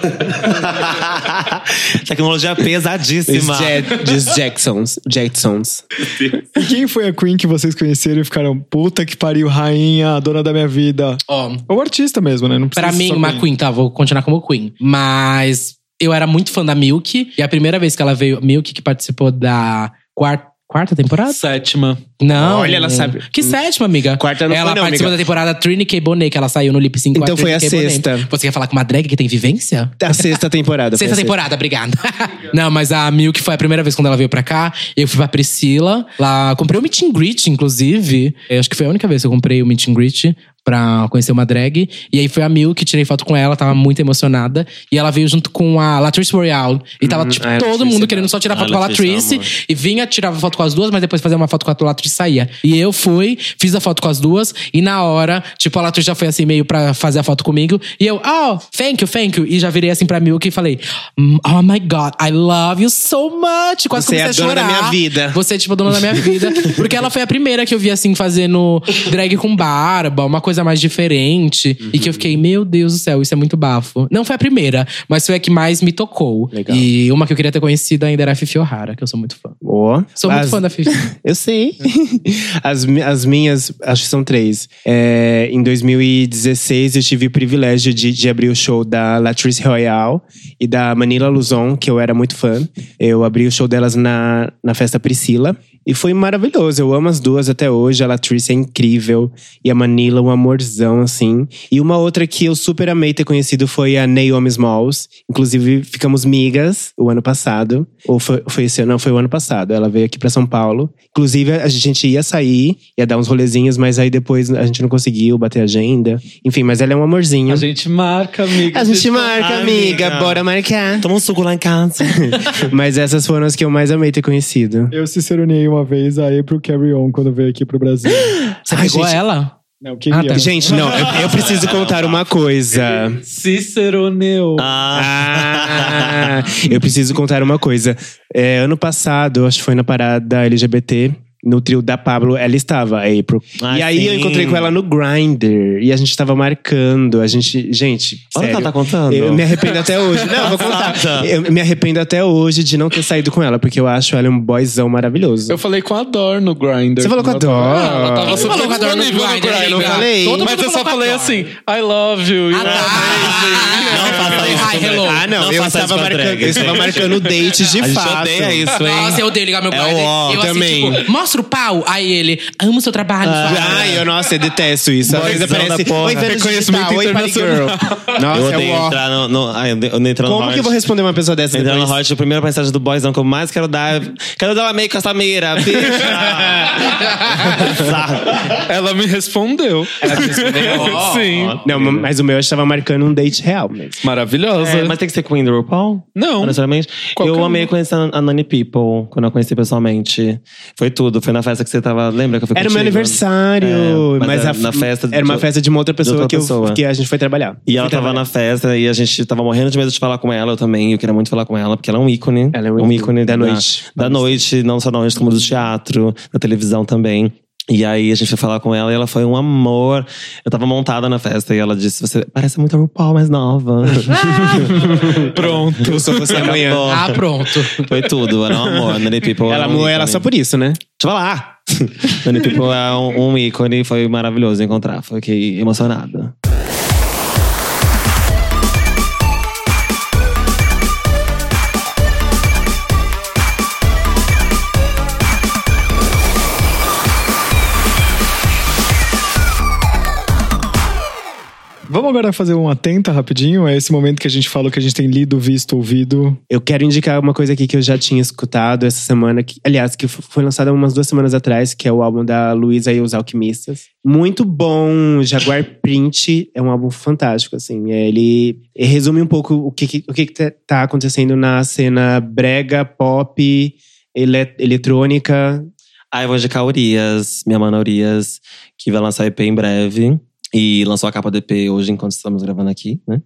Speaker 5: Tá
Speaker 3: Tecnologia
Speaker 4: Os
Speaker 3: pesadíssima.
Speaker 4: Jet- dos Jacksons. Jacksons.
Speaker 1: E quem foi a Queen que vocês conheceram e ficaram, puta que pariu, rainha, dona da minha vida?
Speaker 5: Ó,
Speaker 1: Ou artista mesmo, né? Não precisa
Speaker 4: é
Speaker 5: pra mim,
Speaker 1: só
Speaker 5: uma Queen, tá? Vou continuar como Queen. Mas eu era muito fã da Milk, e a primeira vez que ela veio, Milk que participou da quarta. Quarta temporada?
Speaker 2: Sétima.
Speaker 5: Não.
Speaker 4: Olha, ela sabe.
Speaker 5: Que sétima, amiga?
Speaker 4: Quarta não
Speaker 5: Ela
Speaker 4: foi não,
Speaker 5: participou
Speaker 4: amiga.
Speaker 5: da temporada Trini K. Bonet, que ela saiu no Lip 5.
Speaker 4: Então foi a sexta.
Speaker 5: Você quer falar com uma drag que tem vivência?
Speaker 4: A sexta temporada. foi a
Speaker 5: Sexta temporada, obrigada. Não, mas a Milk foi a primeira vez quando ela veio pra cá. Eu fui pra Priscila. Lá comprei o meet and greet, inclusive. Eu acho que foi a única vez que eu comprei o meet and greet pra conhecer uma drag. E aí foi a Milk, tirei foto com ela, tava muito emocionada. E ela veio junto com a Latrice Royale. E tava, tipo,
Speaker 4: a
Speaker 5: todo
Speaker 4: Latrice,
Speaker 5: mundo
Speaker 4: né?
Speaker 5: querendo só tirar
Speaker 3: A
Speaker 5: foto com a
Speaker 3: Latrice,
Speaker 5: Latrice.
Speaker 3: amor.
Speaker 5: Uhum. E vinha, tirava foto com as duas, mas depois fazia uma foto com a Latrice e saía. E eu fui, fiz a foto com as duas, e na hora, tipo, a Latrice já foi assim meio pra fazer a foto comigo. E eu, oh, thank you, thank you. E já virei assim pra Milk e falei, "Mm, oh my God, I love you so much. Quase
Speaker 4: Você é
Speaker 5: comecei
Speaker 4: a dona da
Speaker 5: chorar.
Speaker 4: minha vida.
Speaker 5: Você é, tipo, a dona da minha vida. Porque ela foi a primeira que eu vi, assim, fazendo drag com barba, uma coisa mais diferente. E que eu fiquei, meu Deus do céu, isso é muito bafo. Não foi a primeira, mas foi a que mais me tocou.
Speaker 4: Legal.
Speaker 5: E uma que eu queria ter conhecido ainda era a Fifi O'Hara, que eu sou muito fã.
Speaker 4: Ó.
Speaker 5: Sou muito
Speaker 4: As-
Speaker 5: fã da Fifi.
Speaker 4: Eu sei. As, mi- as minhas, acho que são três. É, em 2016, eu tive o privilégio de, de abrir o show da Latrice Royale e da Manila Luzon, que eu era muito fã. Eu abri o show delas na, na festa Priscila. E foi maravilhoso. Eu amo as duas até hoje. A Latrice é incrível. E a Manila, um amorzão, assim. E uma outra que eu super amei ter conhecido foi a Naomi Smalls. Inclusive, ficamos migas o ano passado. Ou foi, foi esse ano? Não, foi o ano passado. Ela veio aqui pra São Paulo. Inclusive, a gente ia sair, ia dar uns rolezinhos, mas aí depois a gente não conseguiu bater agenda. Enfim, mas ela é um amorzinho.
Speaker 2: A gente marca, amiga.
Speaker 4: A gente marca,
Speaker 3: amiga.
Speaker 4: amiga. Bora marcar.
Speaker 3: Toma um suco lá em casa.
Speaker 4: Mas essas foram as que eu mais amei ter conhecido.
Speaker 1: Eu ciceronei uma vez aí pro Carry On quando veio aqui pro Brasil.
Speaker 5: Você
Speaker 4: Ai,
Speaker 5: pegou
Speaker 4: Ah, gente.
Speaker 5: ela?
Speaker 1: Não, quem
Speaker 5: Ah,
Speaker 1: é?
Speaker 5: tá.
Speaker 4: Gente, não, eu, eu preciso contar uma coisa.
Speaker 2: Ciceroneu.
Speaker 3: Ah,
Speaker 4: Ah, eu preciso contar uma coisa. É, ano passado, acho que foi na parada LGBT, no trio da Pablo, ela estava, a April.
Speaker 3: Ah,
Speaker 4: e aí eu
Speaker 3: sim.
Speaker 4: encontrei com ela no Grindr. E a gente tava marcando. A gente. Gente.
Speaker 3: olha o que
Speaker 4: sério,
Speaker 3: ela tá contando.
Speaker 4: Eu me arrependo até hoje. Não, eu vou contar. Eu me arrependo até hoje de não ter saído com ela, porque eu acho ela um boyzão maravilhoso.
Speaker 2: Eu falei com a Dor no Grindr.
Speaker 4: Você falou com a Dor?
Speaker 3: "Ah,
Speaker 2: Ela tava
Speaker 5: Quem
Speaker 2: super
Speaker 5: falou com a Dor no
Speaker 2: disponível no
Speaker 5: Grindr,
Speaker 2: Grindr.
Speaker 5: amiga?
Speaker 4: falei.
Speaker 5: Todo
Speaker 2: Mas
Speaker 5: mundo
Speaker 2: eu só
Speaker 5: falou com a
Speaker 2: falei
Speaker 5: Dor.
Speaker 2: assim, I love you. you
Speaker 5: Ah,
Speaker 2: are
Speaker 5: tá.
Speaker 2: amazing.
Speaker 3: Não faça isso.
Speaker 5: Ai,
Speaker 3: com
Speaker 5: hello.
Speaker 3: drag.
Speaker 4: Ah, não,
Speaker 3: Não
Speaker 4: eu,
Speaker 3: faça isso
Speaker 4: estava
Speaker 3: com
Speaker 4: marcando,
Speaker 3: drag,
Speaker 4: eu estava
Speaker 3: gente.
Speaker 4: marcando date de
Speaker 3: A gente
Speaker 4: fato.
Speaker 3: odeia isso, hein?
Speaker 5: Nossa, eu odeio ligar meu
Speaker 3: É
Speaker 5: Grindr.
Speaker 3: o ó,
Speaker 5: eu
Speaker 4: também. Ah,
Speaker 5: assim, tipo, mostra mostra o pau. Aí ele, amo seu trabalho. fala.
Speaker 4: Ai, eu, nossa, eu detesto isso. Às vezes
Speaker 3: Boyzão
Speaker 4: aparece.
Speaker 3: da porra.
Speaker 4: Oi, Vênus
Speaker 3: Reconheço
Speaker 4: Digital,
Speaker 3: muito
Speaker 4: oi, Party Girl. Nossa,
Speaker 3: eu
Speaker 4: é
Speaker 3: odeio
Speaker 4: o ó.
Speaker 3: entrar no. no ai, eu odeio eu odeio entrar no
Speaker 4: Como que eu vou
Speaker 3: Hot.
Speaker 4: responder uma pessoa dessa
Speaker 3: Entrar no
Speaker 4: depois?
Speaker 3: Hot, a primeira mensagem do boyzão que eu mais quero dar é. Quero dar uma meio com essa mira, bicha! Sabe?
Speaker 2: Ela me respondeu. Ela me respondeu? Sim.
Speaker 4: Não, mas o meu eu estava marcando um date real mesmo.
Speaker 2: Maravilhosa.
Speaker 3: É, mas tem que ser Queen do RuPaul?
Speaker 2: Não.
Speaker 3: Necessariamente.
Speaker 2: Qualquer
Speaker 3: eu
Speaker 4: um.
Speaker 3: amei
Speaker 2: uma.
Speaker 3: conhecer a Nani People quando eu conheci pessoalmente. Foi tudo. Foi na festa que você tava. Lembra que eu fui
Speaker 4: Era o meu
Speaker 3: contigo?
Speaker 4: aniversário.
Speaker 3: É, mas
Speaker 4: mas
Speaker 3: era
Speaker 4: a-
Speaker 3: na festa de-
Speaker 4: Era uma festa de uma outra pessoa,
Speaker 3: outra
Speaker 4: que, eu-
Speaker 3: pessoa.
Speaker 4: que a gente foi trabalhar.
Speaker 3: E ela tava na festa e a gente tava morrendo de medo de falar com ela, eu também. Eu queria muito falar com ela, porque ela é um ícone.
Speaker 4: Ela é um ícone da noite.
Speaker 3: Da noite, não só da noite, como do teatro, da televisão também. E aí a gente foi falar com ela e ela foi um amor. Eu tava montada na festa e ela disse: Você parece muito a RuPaul mais nova.
Speaker 2: Pronto.
Speaker 4: Eu sou você amanhã.
Speaker 3: Acabou.
Speaker 5: Ah, pronto.
Speaker 3: Foi tudo, era um amor. Nanny People.
Speaker 4: Ela
Speaker 3: era um
Speaker 4: amou ela
Speaker 3: ícone.
Speaker 4: só por isso, né?
Speaker 3: Deixa eu falar! Nanny People é um, um ícone, foi maravilhoso encontrar. Fiquei emocionada.
Speaker 1: Vamos agora fazer um atenta rapidinho. É esse momento que a gente fala o que a gente tem lido, visto, ouvido.
Speaker 4: Eu quero indicar uma coisa aqui que eu já tinha escutado essa semana. Que, aliás, que f- foi lançada umas duas semanas atrás, que é o álbum da Luísa e os Alquimistas. Muito bom, Jaguar Print. É um álbum fantástico, assim. É, Ele resume um pouco o que, que- o que, que tá- tá acontecendo na cena brega, pop, ele, eletrônica.
Speaker 3: Aí eu vou indicar Urias, minha mana Urias, que vai lançar EP em breve. E lançou a capa do EP hoje, enquanto estamos gravando aqui, né?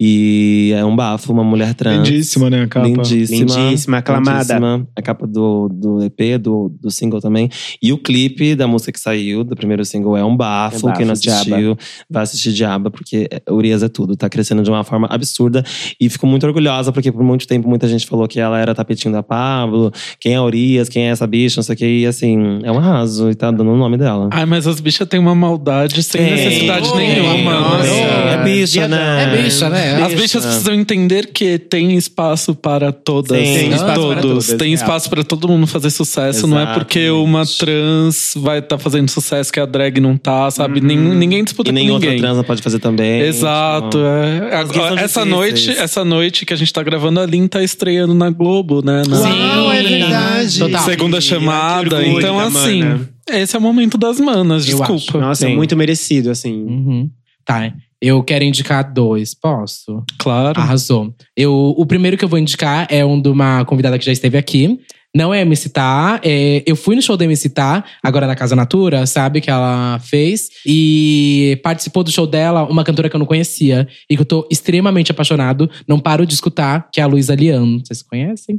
Speaker 3: E é um bafo, uma mulher
Speaker 5: Tá.
Speaker 3: trans.
Speaker 1: Lindíssima, né, a capa?
Speaker 3: Lindíssima.
Speaker 4: Lindíssima, aclamada.
Speaker 3: lindíssima. A capa do, do EP, do, do single também. E o clipe da música que saiu, do primeiro single, é um bafo.
Speaker 4: É bafo,
Speaker 3: Quem não assistiu, vai assistir Diaba, porque Urias é tudo. Tá crescendo de uma forma absurda. E fico muito orgulhosa, porque por muito tempo muita gente falou que ela era tapetinho da Pablo. Quem é Urias? Quem é essa bicha? Não sei o que. E assim, é um arraso. E tá dando o nome dela.
Speaker 2: Ai, mas as bichas têm uma maldade sem
Speaker 3: Tem.
Speaker 2: necessidade
Speaker 5: Tem.
Speaker 2: nenhuma.
Speaker 5: Nossa.
Speaker 2: né?
Speaker 3: É bicha, né?
Speaker 5: É bicha, né?
Speaker 2: As bichas precisam entender que tem espaço para todas,
Speaker 3: Tem
Speaker 2: e
Speaker 4: espaço
Speaker 2: todos.
Speaker 4: para todas,
Speaker 2: tem
Speaker 4: é.
Speaker 2: espaço para todo mundo fazer sucesso. Não é porque
Speaker 3: Exatamente.
Speaker 2: uma trans vai estar fazendo sucesso que a drag não tá, sabe?
Speaker 4: Uhum.
Speaker 2: Nem- ninguém disputa
Speaker 3: E
Speaker 2: com
Speaker 3: nem outra
Speaker 2: ninguém.
Speaker 3: transa pode fazer também.
Speaker 2: Exato,
Speaker 3: Tipo,
Speaker 2: é.
Speaker 3: As gays são
Speaker 2: Agora, essa
Speaker 3: difíceis.
Speaker 2: noite, essa noite que a gente tá gravando, a Lin tá estreando na Globo, né? Na
Speaker 4: Uau, é verdade.
Speaker 5: Total.
Speaker 2: segunda chamada.
Speaker 4: que orgulho
Speaker 2: Então,
Speaker 4: da
Speaker 2: assim,
Speaker 4: mana.
Speaker 2: esse é o momento das manas,
Speaker 5: Eu
Speaker 2: desculpa.
Speaker 4: Nossa, é
Speaker 3: Sim.
Speaker 4: muito merecido, assim.
Speaker 5: Uhum. Tá. Eu quero indicar dois, posso?
Speaker 2: Claro.
Speaker 5: Arrasou. Eu, o primeiro que eu vou indicar é um de uma convidada que já esteve aqui. Não é MC Tá. é- eu fui no show da MC Tá, agora na Casa Natura, sabe? Que ela fez. E participou do show dela uma cantora que eu não conhecia. E que eu tô extremamente apaixonado. Não paro de escutar, que é a Luísa Lian. Vocês conhecem?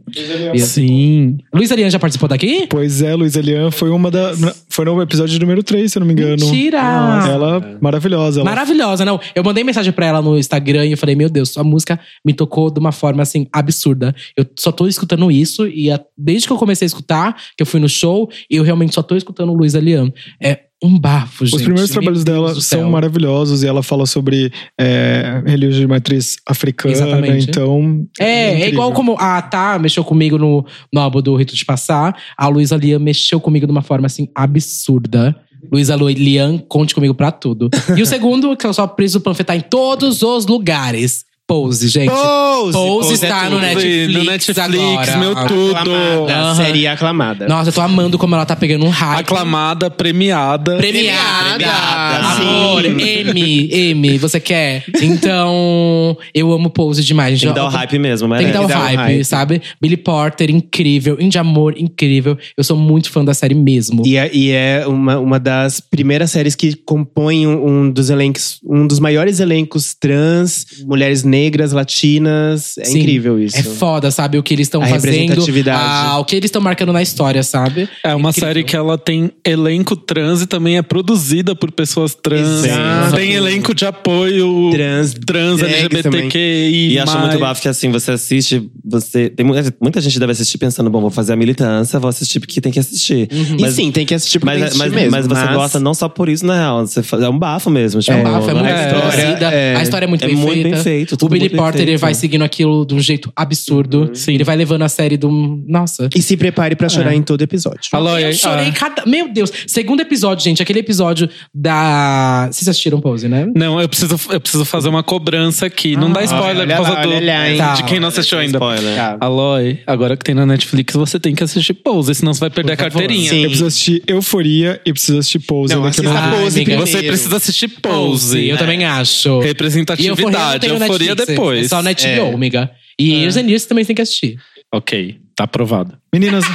Speaker 2: Sim.
Speaker 5: Luísa Lian já participou daqui?
Speaker 1: Pois é, Luiz Elian foi uma da. Foi no episódio número 3, se eu não me engano.
Speaker 5: Mentira!
Speaker 1: Ela, maravilhosa. Ela
Speaker 5: Maravilhosa, não. Eu mandei mensagem pra ela no Instagram e eu falei: Meu Deus, sua música me tocou de uma forma assim absurda. Eu só tô escutando isso e a- desde que eu comecei a escutar, que eu fui no show, eu realmente só tô escutando Luísa Lian. É um bafo, gente.
Speaker 1: Os primeiros
Speaker 5: Meu
Speaker 1: trabalhos
Speaker 5: Deus
Speaker 1: dela
Speaker 5: do
Speaker 1: são
Speaker 5: céu.
Speaker 1: maravilhosos e ela fala sobre é, religião de matriz africana,
Speaker 5: Exatamente.
Speaker 1: então.
Speaker 5: É, é
Speaker 1: incrível.
Speaker 5: igual como a Tá mexeu comigo no, no álbum do Rito de Passar, a Luísa Lian mexeu comigo de uma forma assim absurda. Luísa Lu- Lian, conte comigo pra tudo. E o segundo, que eu só preciso panfletar em todos os lugares. Pose, gente.
Speaker 4: Pose!
Speaker 5: Pose está no
Speaker 4: tudo.
Speaker 5: Netflix
Speaker 2: no Netflix,
Speaker 5: agora.
Speaker 2: meu tudo.
Speaker 4: Aclamada,
Speaker 5: Aham.
Speaker 4: série aclamada.
Speaker 5: Nossa, eu tô amando como ela tá pegando um hype.
Speaker 2: Aclamada, premiada.
Speaker 5: Premiada.
Speaker 4: Premiada,
Speaker 5: Amor,
Speaker 4: sim.
Speaker 5: M, M, você quer? Então, eu amo pose demais.
Speaker 3: Tem
Speaker 5: Gente.
Speaker 3: que dar o
Speaker 5: Eu-
Speaker 3: hype mesmo, né,
Speaker 5: Tem
Speaker 3: merece.
Speaker 5: que dar o hype, sabe? Billy Porter, incrível. Indy Amor, incrível. Eu sou muito fã da série mesmo.
Speaker 4: E é, e é uma, uma das primeiras séries que compõe um, um dos elencos, um dos maiores elencos trans, mulheres negras, latinas. É
Speaker 5: Sim.
Speaker 4: incrível isso.
Speaker 5: É foda, sabe? O que eles estão
Speaker 4: A
Speaker 5: fazendo.
Speaker 4: representatividade.
Speaker 5: ah, o que eles estão marcando na história, sabe?
Speaker 2: É uma
Speaker 5: Incrível.
Speaker 2: série que ela tem elenco trans e também é produzida por pessoas trans.
Speaker 4: Exato.
Speaker 2: Tem elenco de apoio
Speaker 4: Trans,
Speaker 2: trans
Speaker 4: drag
Speaker 2: LGBTQI.
Speaker 3: E acho muito bafo que assim, você assiste, você. Tem muita, muita gente deve assistir pensando, bom, vou fazer a militância, vou assistir porque tem que assistir.
Speaker 4: Uhum. e sim, tem que assistir porque
Speaker 3: Mas, é,
Speaker 4: tem que
Speaker 3: mas,
Speaker 4: assistir mesmo.
Speaker 3: mas você gosta não só por isso, na real. Você faz- é um bafo mesmo. tipo,
Speaker 5: É um bafo, é muito
Speaker 3: a
Speaker 5: bem
Speaker 3: história
Speaker 5: produzida,
Speaker 3: é-
Speaker 5: a história é muito
Speaker 3: é
Speaker 5: bem
Speaker 3: muito
Speaker 5: feita.
Speaker 3: bem feito,
Speaker 5: o
Speaker 3: tudo
Speaker 5: Billy
Speaker 3: muito bem
Speaker 5: Porter ele
Speaker 3: feito.
Speaker 5: vai seguindo aquilo de um jeito absurdo. Ele vai levando a série de um. Nossa.
Speaker 4: E se prepare pra chorar
Speaker 2: É.
Speaker 4: em todo episódio.
Speaker 2: Alô,
Speaker 5: Eu
Speaker 2: aí-
Speaker 5: chorei
Speaker 2: ah.
Speaker 5: cada. Meu Deus! Segundo episódio, gente, aquele episódio da. Vocês assistiram Pose, né?
Speaker 2: Não, eu preciso, eu preciso fazer uma cobrança aqui. Não dá spoiler
Speaker 4: olha
Speaker 2: por causa
Speaker 4: lá,
Speaker 2: do,
Speaker 4: olha lá, hein?
Speaker 2: de quem não assistiu ainda.
Speaker 3: Spoiler.
Speaker 4: Tá.
Speaker 2: Aloy, agora que tem na Netflix, você tem que assistir Pose, senão você vai perder a carteirinha.
Speaker 4: Sim.
Speaker 1: Eu preciso assistir Euforia e preciso assistir Pose. né,
Speaker 4: Não,
Speaker 1: daqui a
Speaker 4: assista
Speaker 1: pouco.
Speaker 5: Ai,
Speaker 4: pose
Speaker 5: amiga,
Speaker 4: primeiro.
Speaker 2: Você precisa assistir Pose. né?
Speaker 5: eu também acho. E eu
Speaker 2: Representatividade, euforia depois.
Speaker 5: É só Net
Speaker 4: É.
Speaker 5: HBO, amiga. E Years and Years também tem que assistir.
Speaker 2: Ok, tá aprovado.
Speaker 1: Meninas.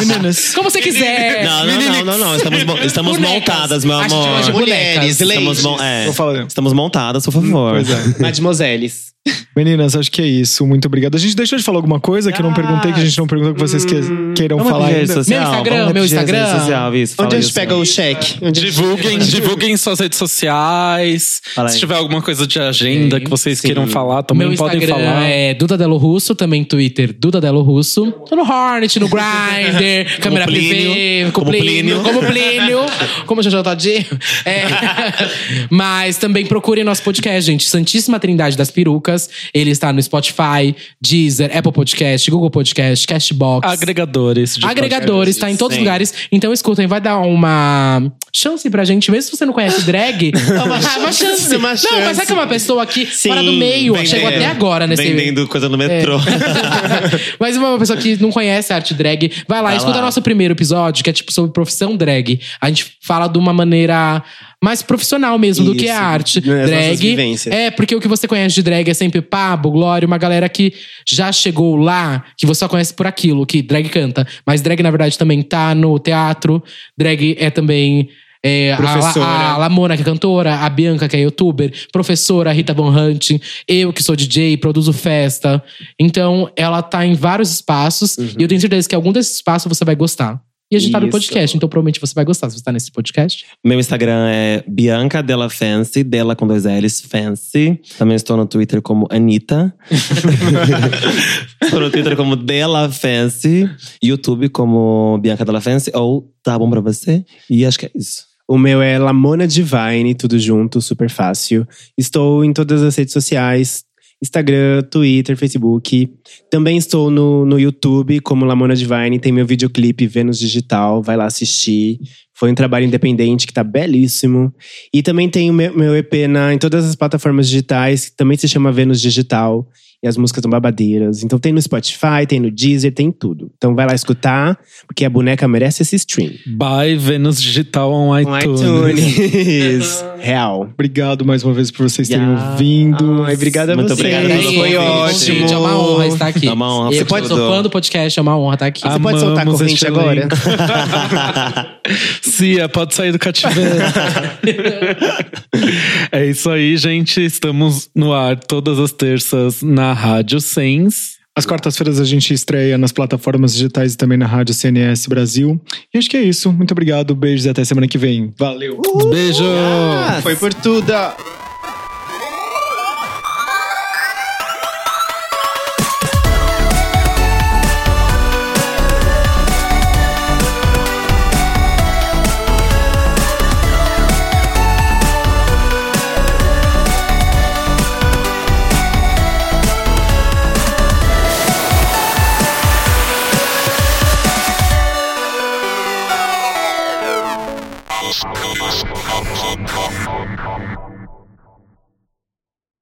Speaker 1: Meninas.
Speaker 5: Como você quiser.
Speaker 3: Não, não, não, não, não. Estamos, mo- estamos
Speaker 5: Bonecas.
Speaker 3: montadas, meu
Speaker 5: A gente
Speaker 3: amor.
Speaker 5: chama de bonecas.
Speaker 4: Mulheres,
Speaker 3: Estamos,
Speaker 4: ladies.
Speaker 3: mon- é,
Speaker 1: Vou falar.
Speaker 3: estamos montadas, por favor.
Speaker 1: Pois é.
Speaker 4: Uhum. Mademoiselles.
Speaker 1: Meninas, acho que é isso. Muito obrigado. A gente deixou de falar alguma coisa que eu não perguntei, que a gente não perguntou que vocês que- queiram
Speaker 3: Vamos
Speaker 1: falar
Speaker 3: repetir rede
Speaker 1: ainda.
Speaker 3: social,
Speaker 5: Meu Instagram,
Speaker 3: vamos
Speaker 5: meu
Speaker 3: repetir rede
Speaker 5: Instagram.
Speaker 3: social, isso, fala
Speaker 4: Onde a gente
Speaker 3: isso.
Speaker 4: pega o cheque? Onde a gente-
Speaker 2: Divulguem, divulguem suas redes sociais.
Speaker 3: Fala aí.
Speaker 2: Se tiver alguma coisa de agenda
Speaker 5: Ok,
Speaker 2: que vocês
Speaker 4: sim.
Speaker 2: queiram falar, também
Speaker 5: Meu
Speaker 2: podem
Speaker 5: Instagram
Speaker 2: falar.
Speaker 5: é Duda Delo Russo, também Twitter Duda Delo Russo. Tô no Hornet, no Grindr, câmera privê,
Speaker 3: Plínio,
Speaker 5: como
Speaker 3: como
Speaker 5: Plínio,
Speaker 3: Plínio.
Speaker 5: como Plínio, como Jojo Todinho. É. Mas também procurem nosso podcast, gente. Santíssima Trindade das Perucas. Ele está no Spotify, Deezer, Apple Podcast, Google Podcast, Cashbox.
Speaker 2: Agregadores. de
Speaker 5: Agregadores, tá em todos os
Speaker 3: Sim.
Speaker 5: lugares. Então escutem, vai dar uma chance pra gente, mesmo se você não conhece drag. é uma, chance.
Speaker 4: uma
Speaker 5: Não, mas
Speaker 4: chance.
Speaker 5: é que é uma pessoa que
Speaker 4: Sim,
Speaker 5: fora do meio,
Speaker 3: vendendo-
Speaker 5: chegou até agora nesse. É,
Speaker 3: Vendendo coisa no metrô.
Speaker 5: mas uma pessoa que não conhece a arte drag, vai lá,
Speaker 3: Vai
Speaker 5: escuta
Speaker 3: lá.
Speaker 5: nosso primeiro episódio, que é tipo sobre profissão drag. A gente fala de uma maneira mais profissional mesmo do que é
Speaker 4: Isso,
Speaker 5: a arte.
Speaker 4: né, as nossas
Speaker 5: Drag.
Speaker 4: vivências.
Speaker 5: É, porque o que você conhece de drag é sempre Pablo, Glória, uma galera que já chegou lá, que você só conhece por aquilo, que drag canta. Mas drag, na verdade, também tá no teatro. Drag é também. é, a-
Speaker 4: Professora.
Speaker 5: A, a Lamona, que é cantora, a Bianca, que é youtuber, professora, Rita Von Hunting, eu que sou DJ, produzo festa. Então, ela tá em vários espaços e eu tenho certeza que algum desses espaços você vai gostar. E a gente tá no
Speaker 4: Uhum. Isso.
Speaker 5: podcast, então provavelmente você vai gostar se você tá nesse podcast.
Speaker 3: Meu Instagram é Bianca Della Fancy, Della com dois L's, Fancy. Também estou no Twitter como Anitta. estou no Twitter como Della Fancy. YouTube como Bianca Della Fancy ou Tá Bom Pra Você. E acho que é isso.
Speaker 4: O meu é Lamona Divine, tudo junto, super fácil. Estou em todas as redes sociais: Instagram, Twitter, Facebook. Também estou no, no YouTube como Lamona Divine. Tem meu videoclipe Vênus Digital, vai lá assistir. Foi um trabalho independente que tá belíssimo. E também tem o meu, meu EP na, em todas as plataformas digitais, que também se chama Vênus Digital. E as músicas são babadeiras. Então tem no Spotify, tem no Deezer, tem em tudo. Então vai lá escutar, porque a boneca merece esse stream.
Speaker 2: By Vênus Digital on
Speaker 4: Com
Speaker 2: iTunes.
Speaker 4: iTunes. Real.
Speaker 1: Obrigado mais uma vez por vocês terem
Speaker 3: Yeah.
Speaker 1: ouvido.
Speaker 4: Ai, obrigada a
Speaker 3: Muito
Speaker 4: vocês.
Speaker 3: obrigado pelo
Speaker 4: Foi
Speaker 3: convite.
Speaker 4: ótimo.
Speaker 5: Gente, é uma honra estar aqui.
Speaker 3: É uma honra,
Speaker 5: E
Speaker 3: você
Speaker 5: pode
Speaker 3: ajudou.
Speaker 5: sou fã do podcast, é uma honra estar aqui.
Speaker 4: Você pode
Speaker 2: Amamos
Speaker 4: soltar a corrente
Speaker 2: este
Speaker 4: agora?
Speaker 2: elenco. Cia, pode sair do cativeiro. é isso aí, gente. Estamos no ar todas as terças na Rádio Sens.
Speaker 1: Às quartas-feiras a gente estreia nas plataformas digitais e também na rádio CNS Brasil. E acho que é isso. Muito obrigado. Beijos e até semana que vem. Valeu.
Speaker 2: Beijo!
Speaker 4: Foi por tudo.
Speaker 6: Come, come, come, come, come.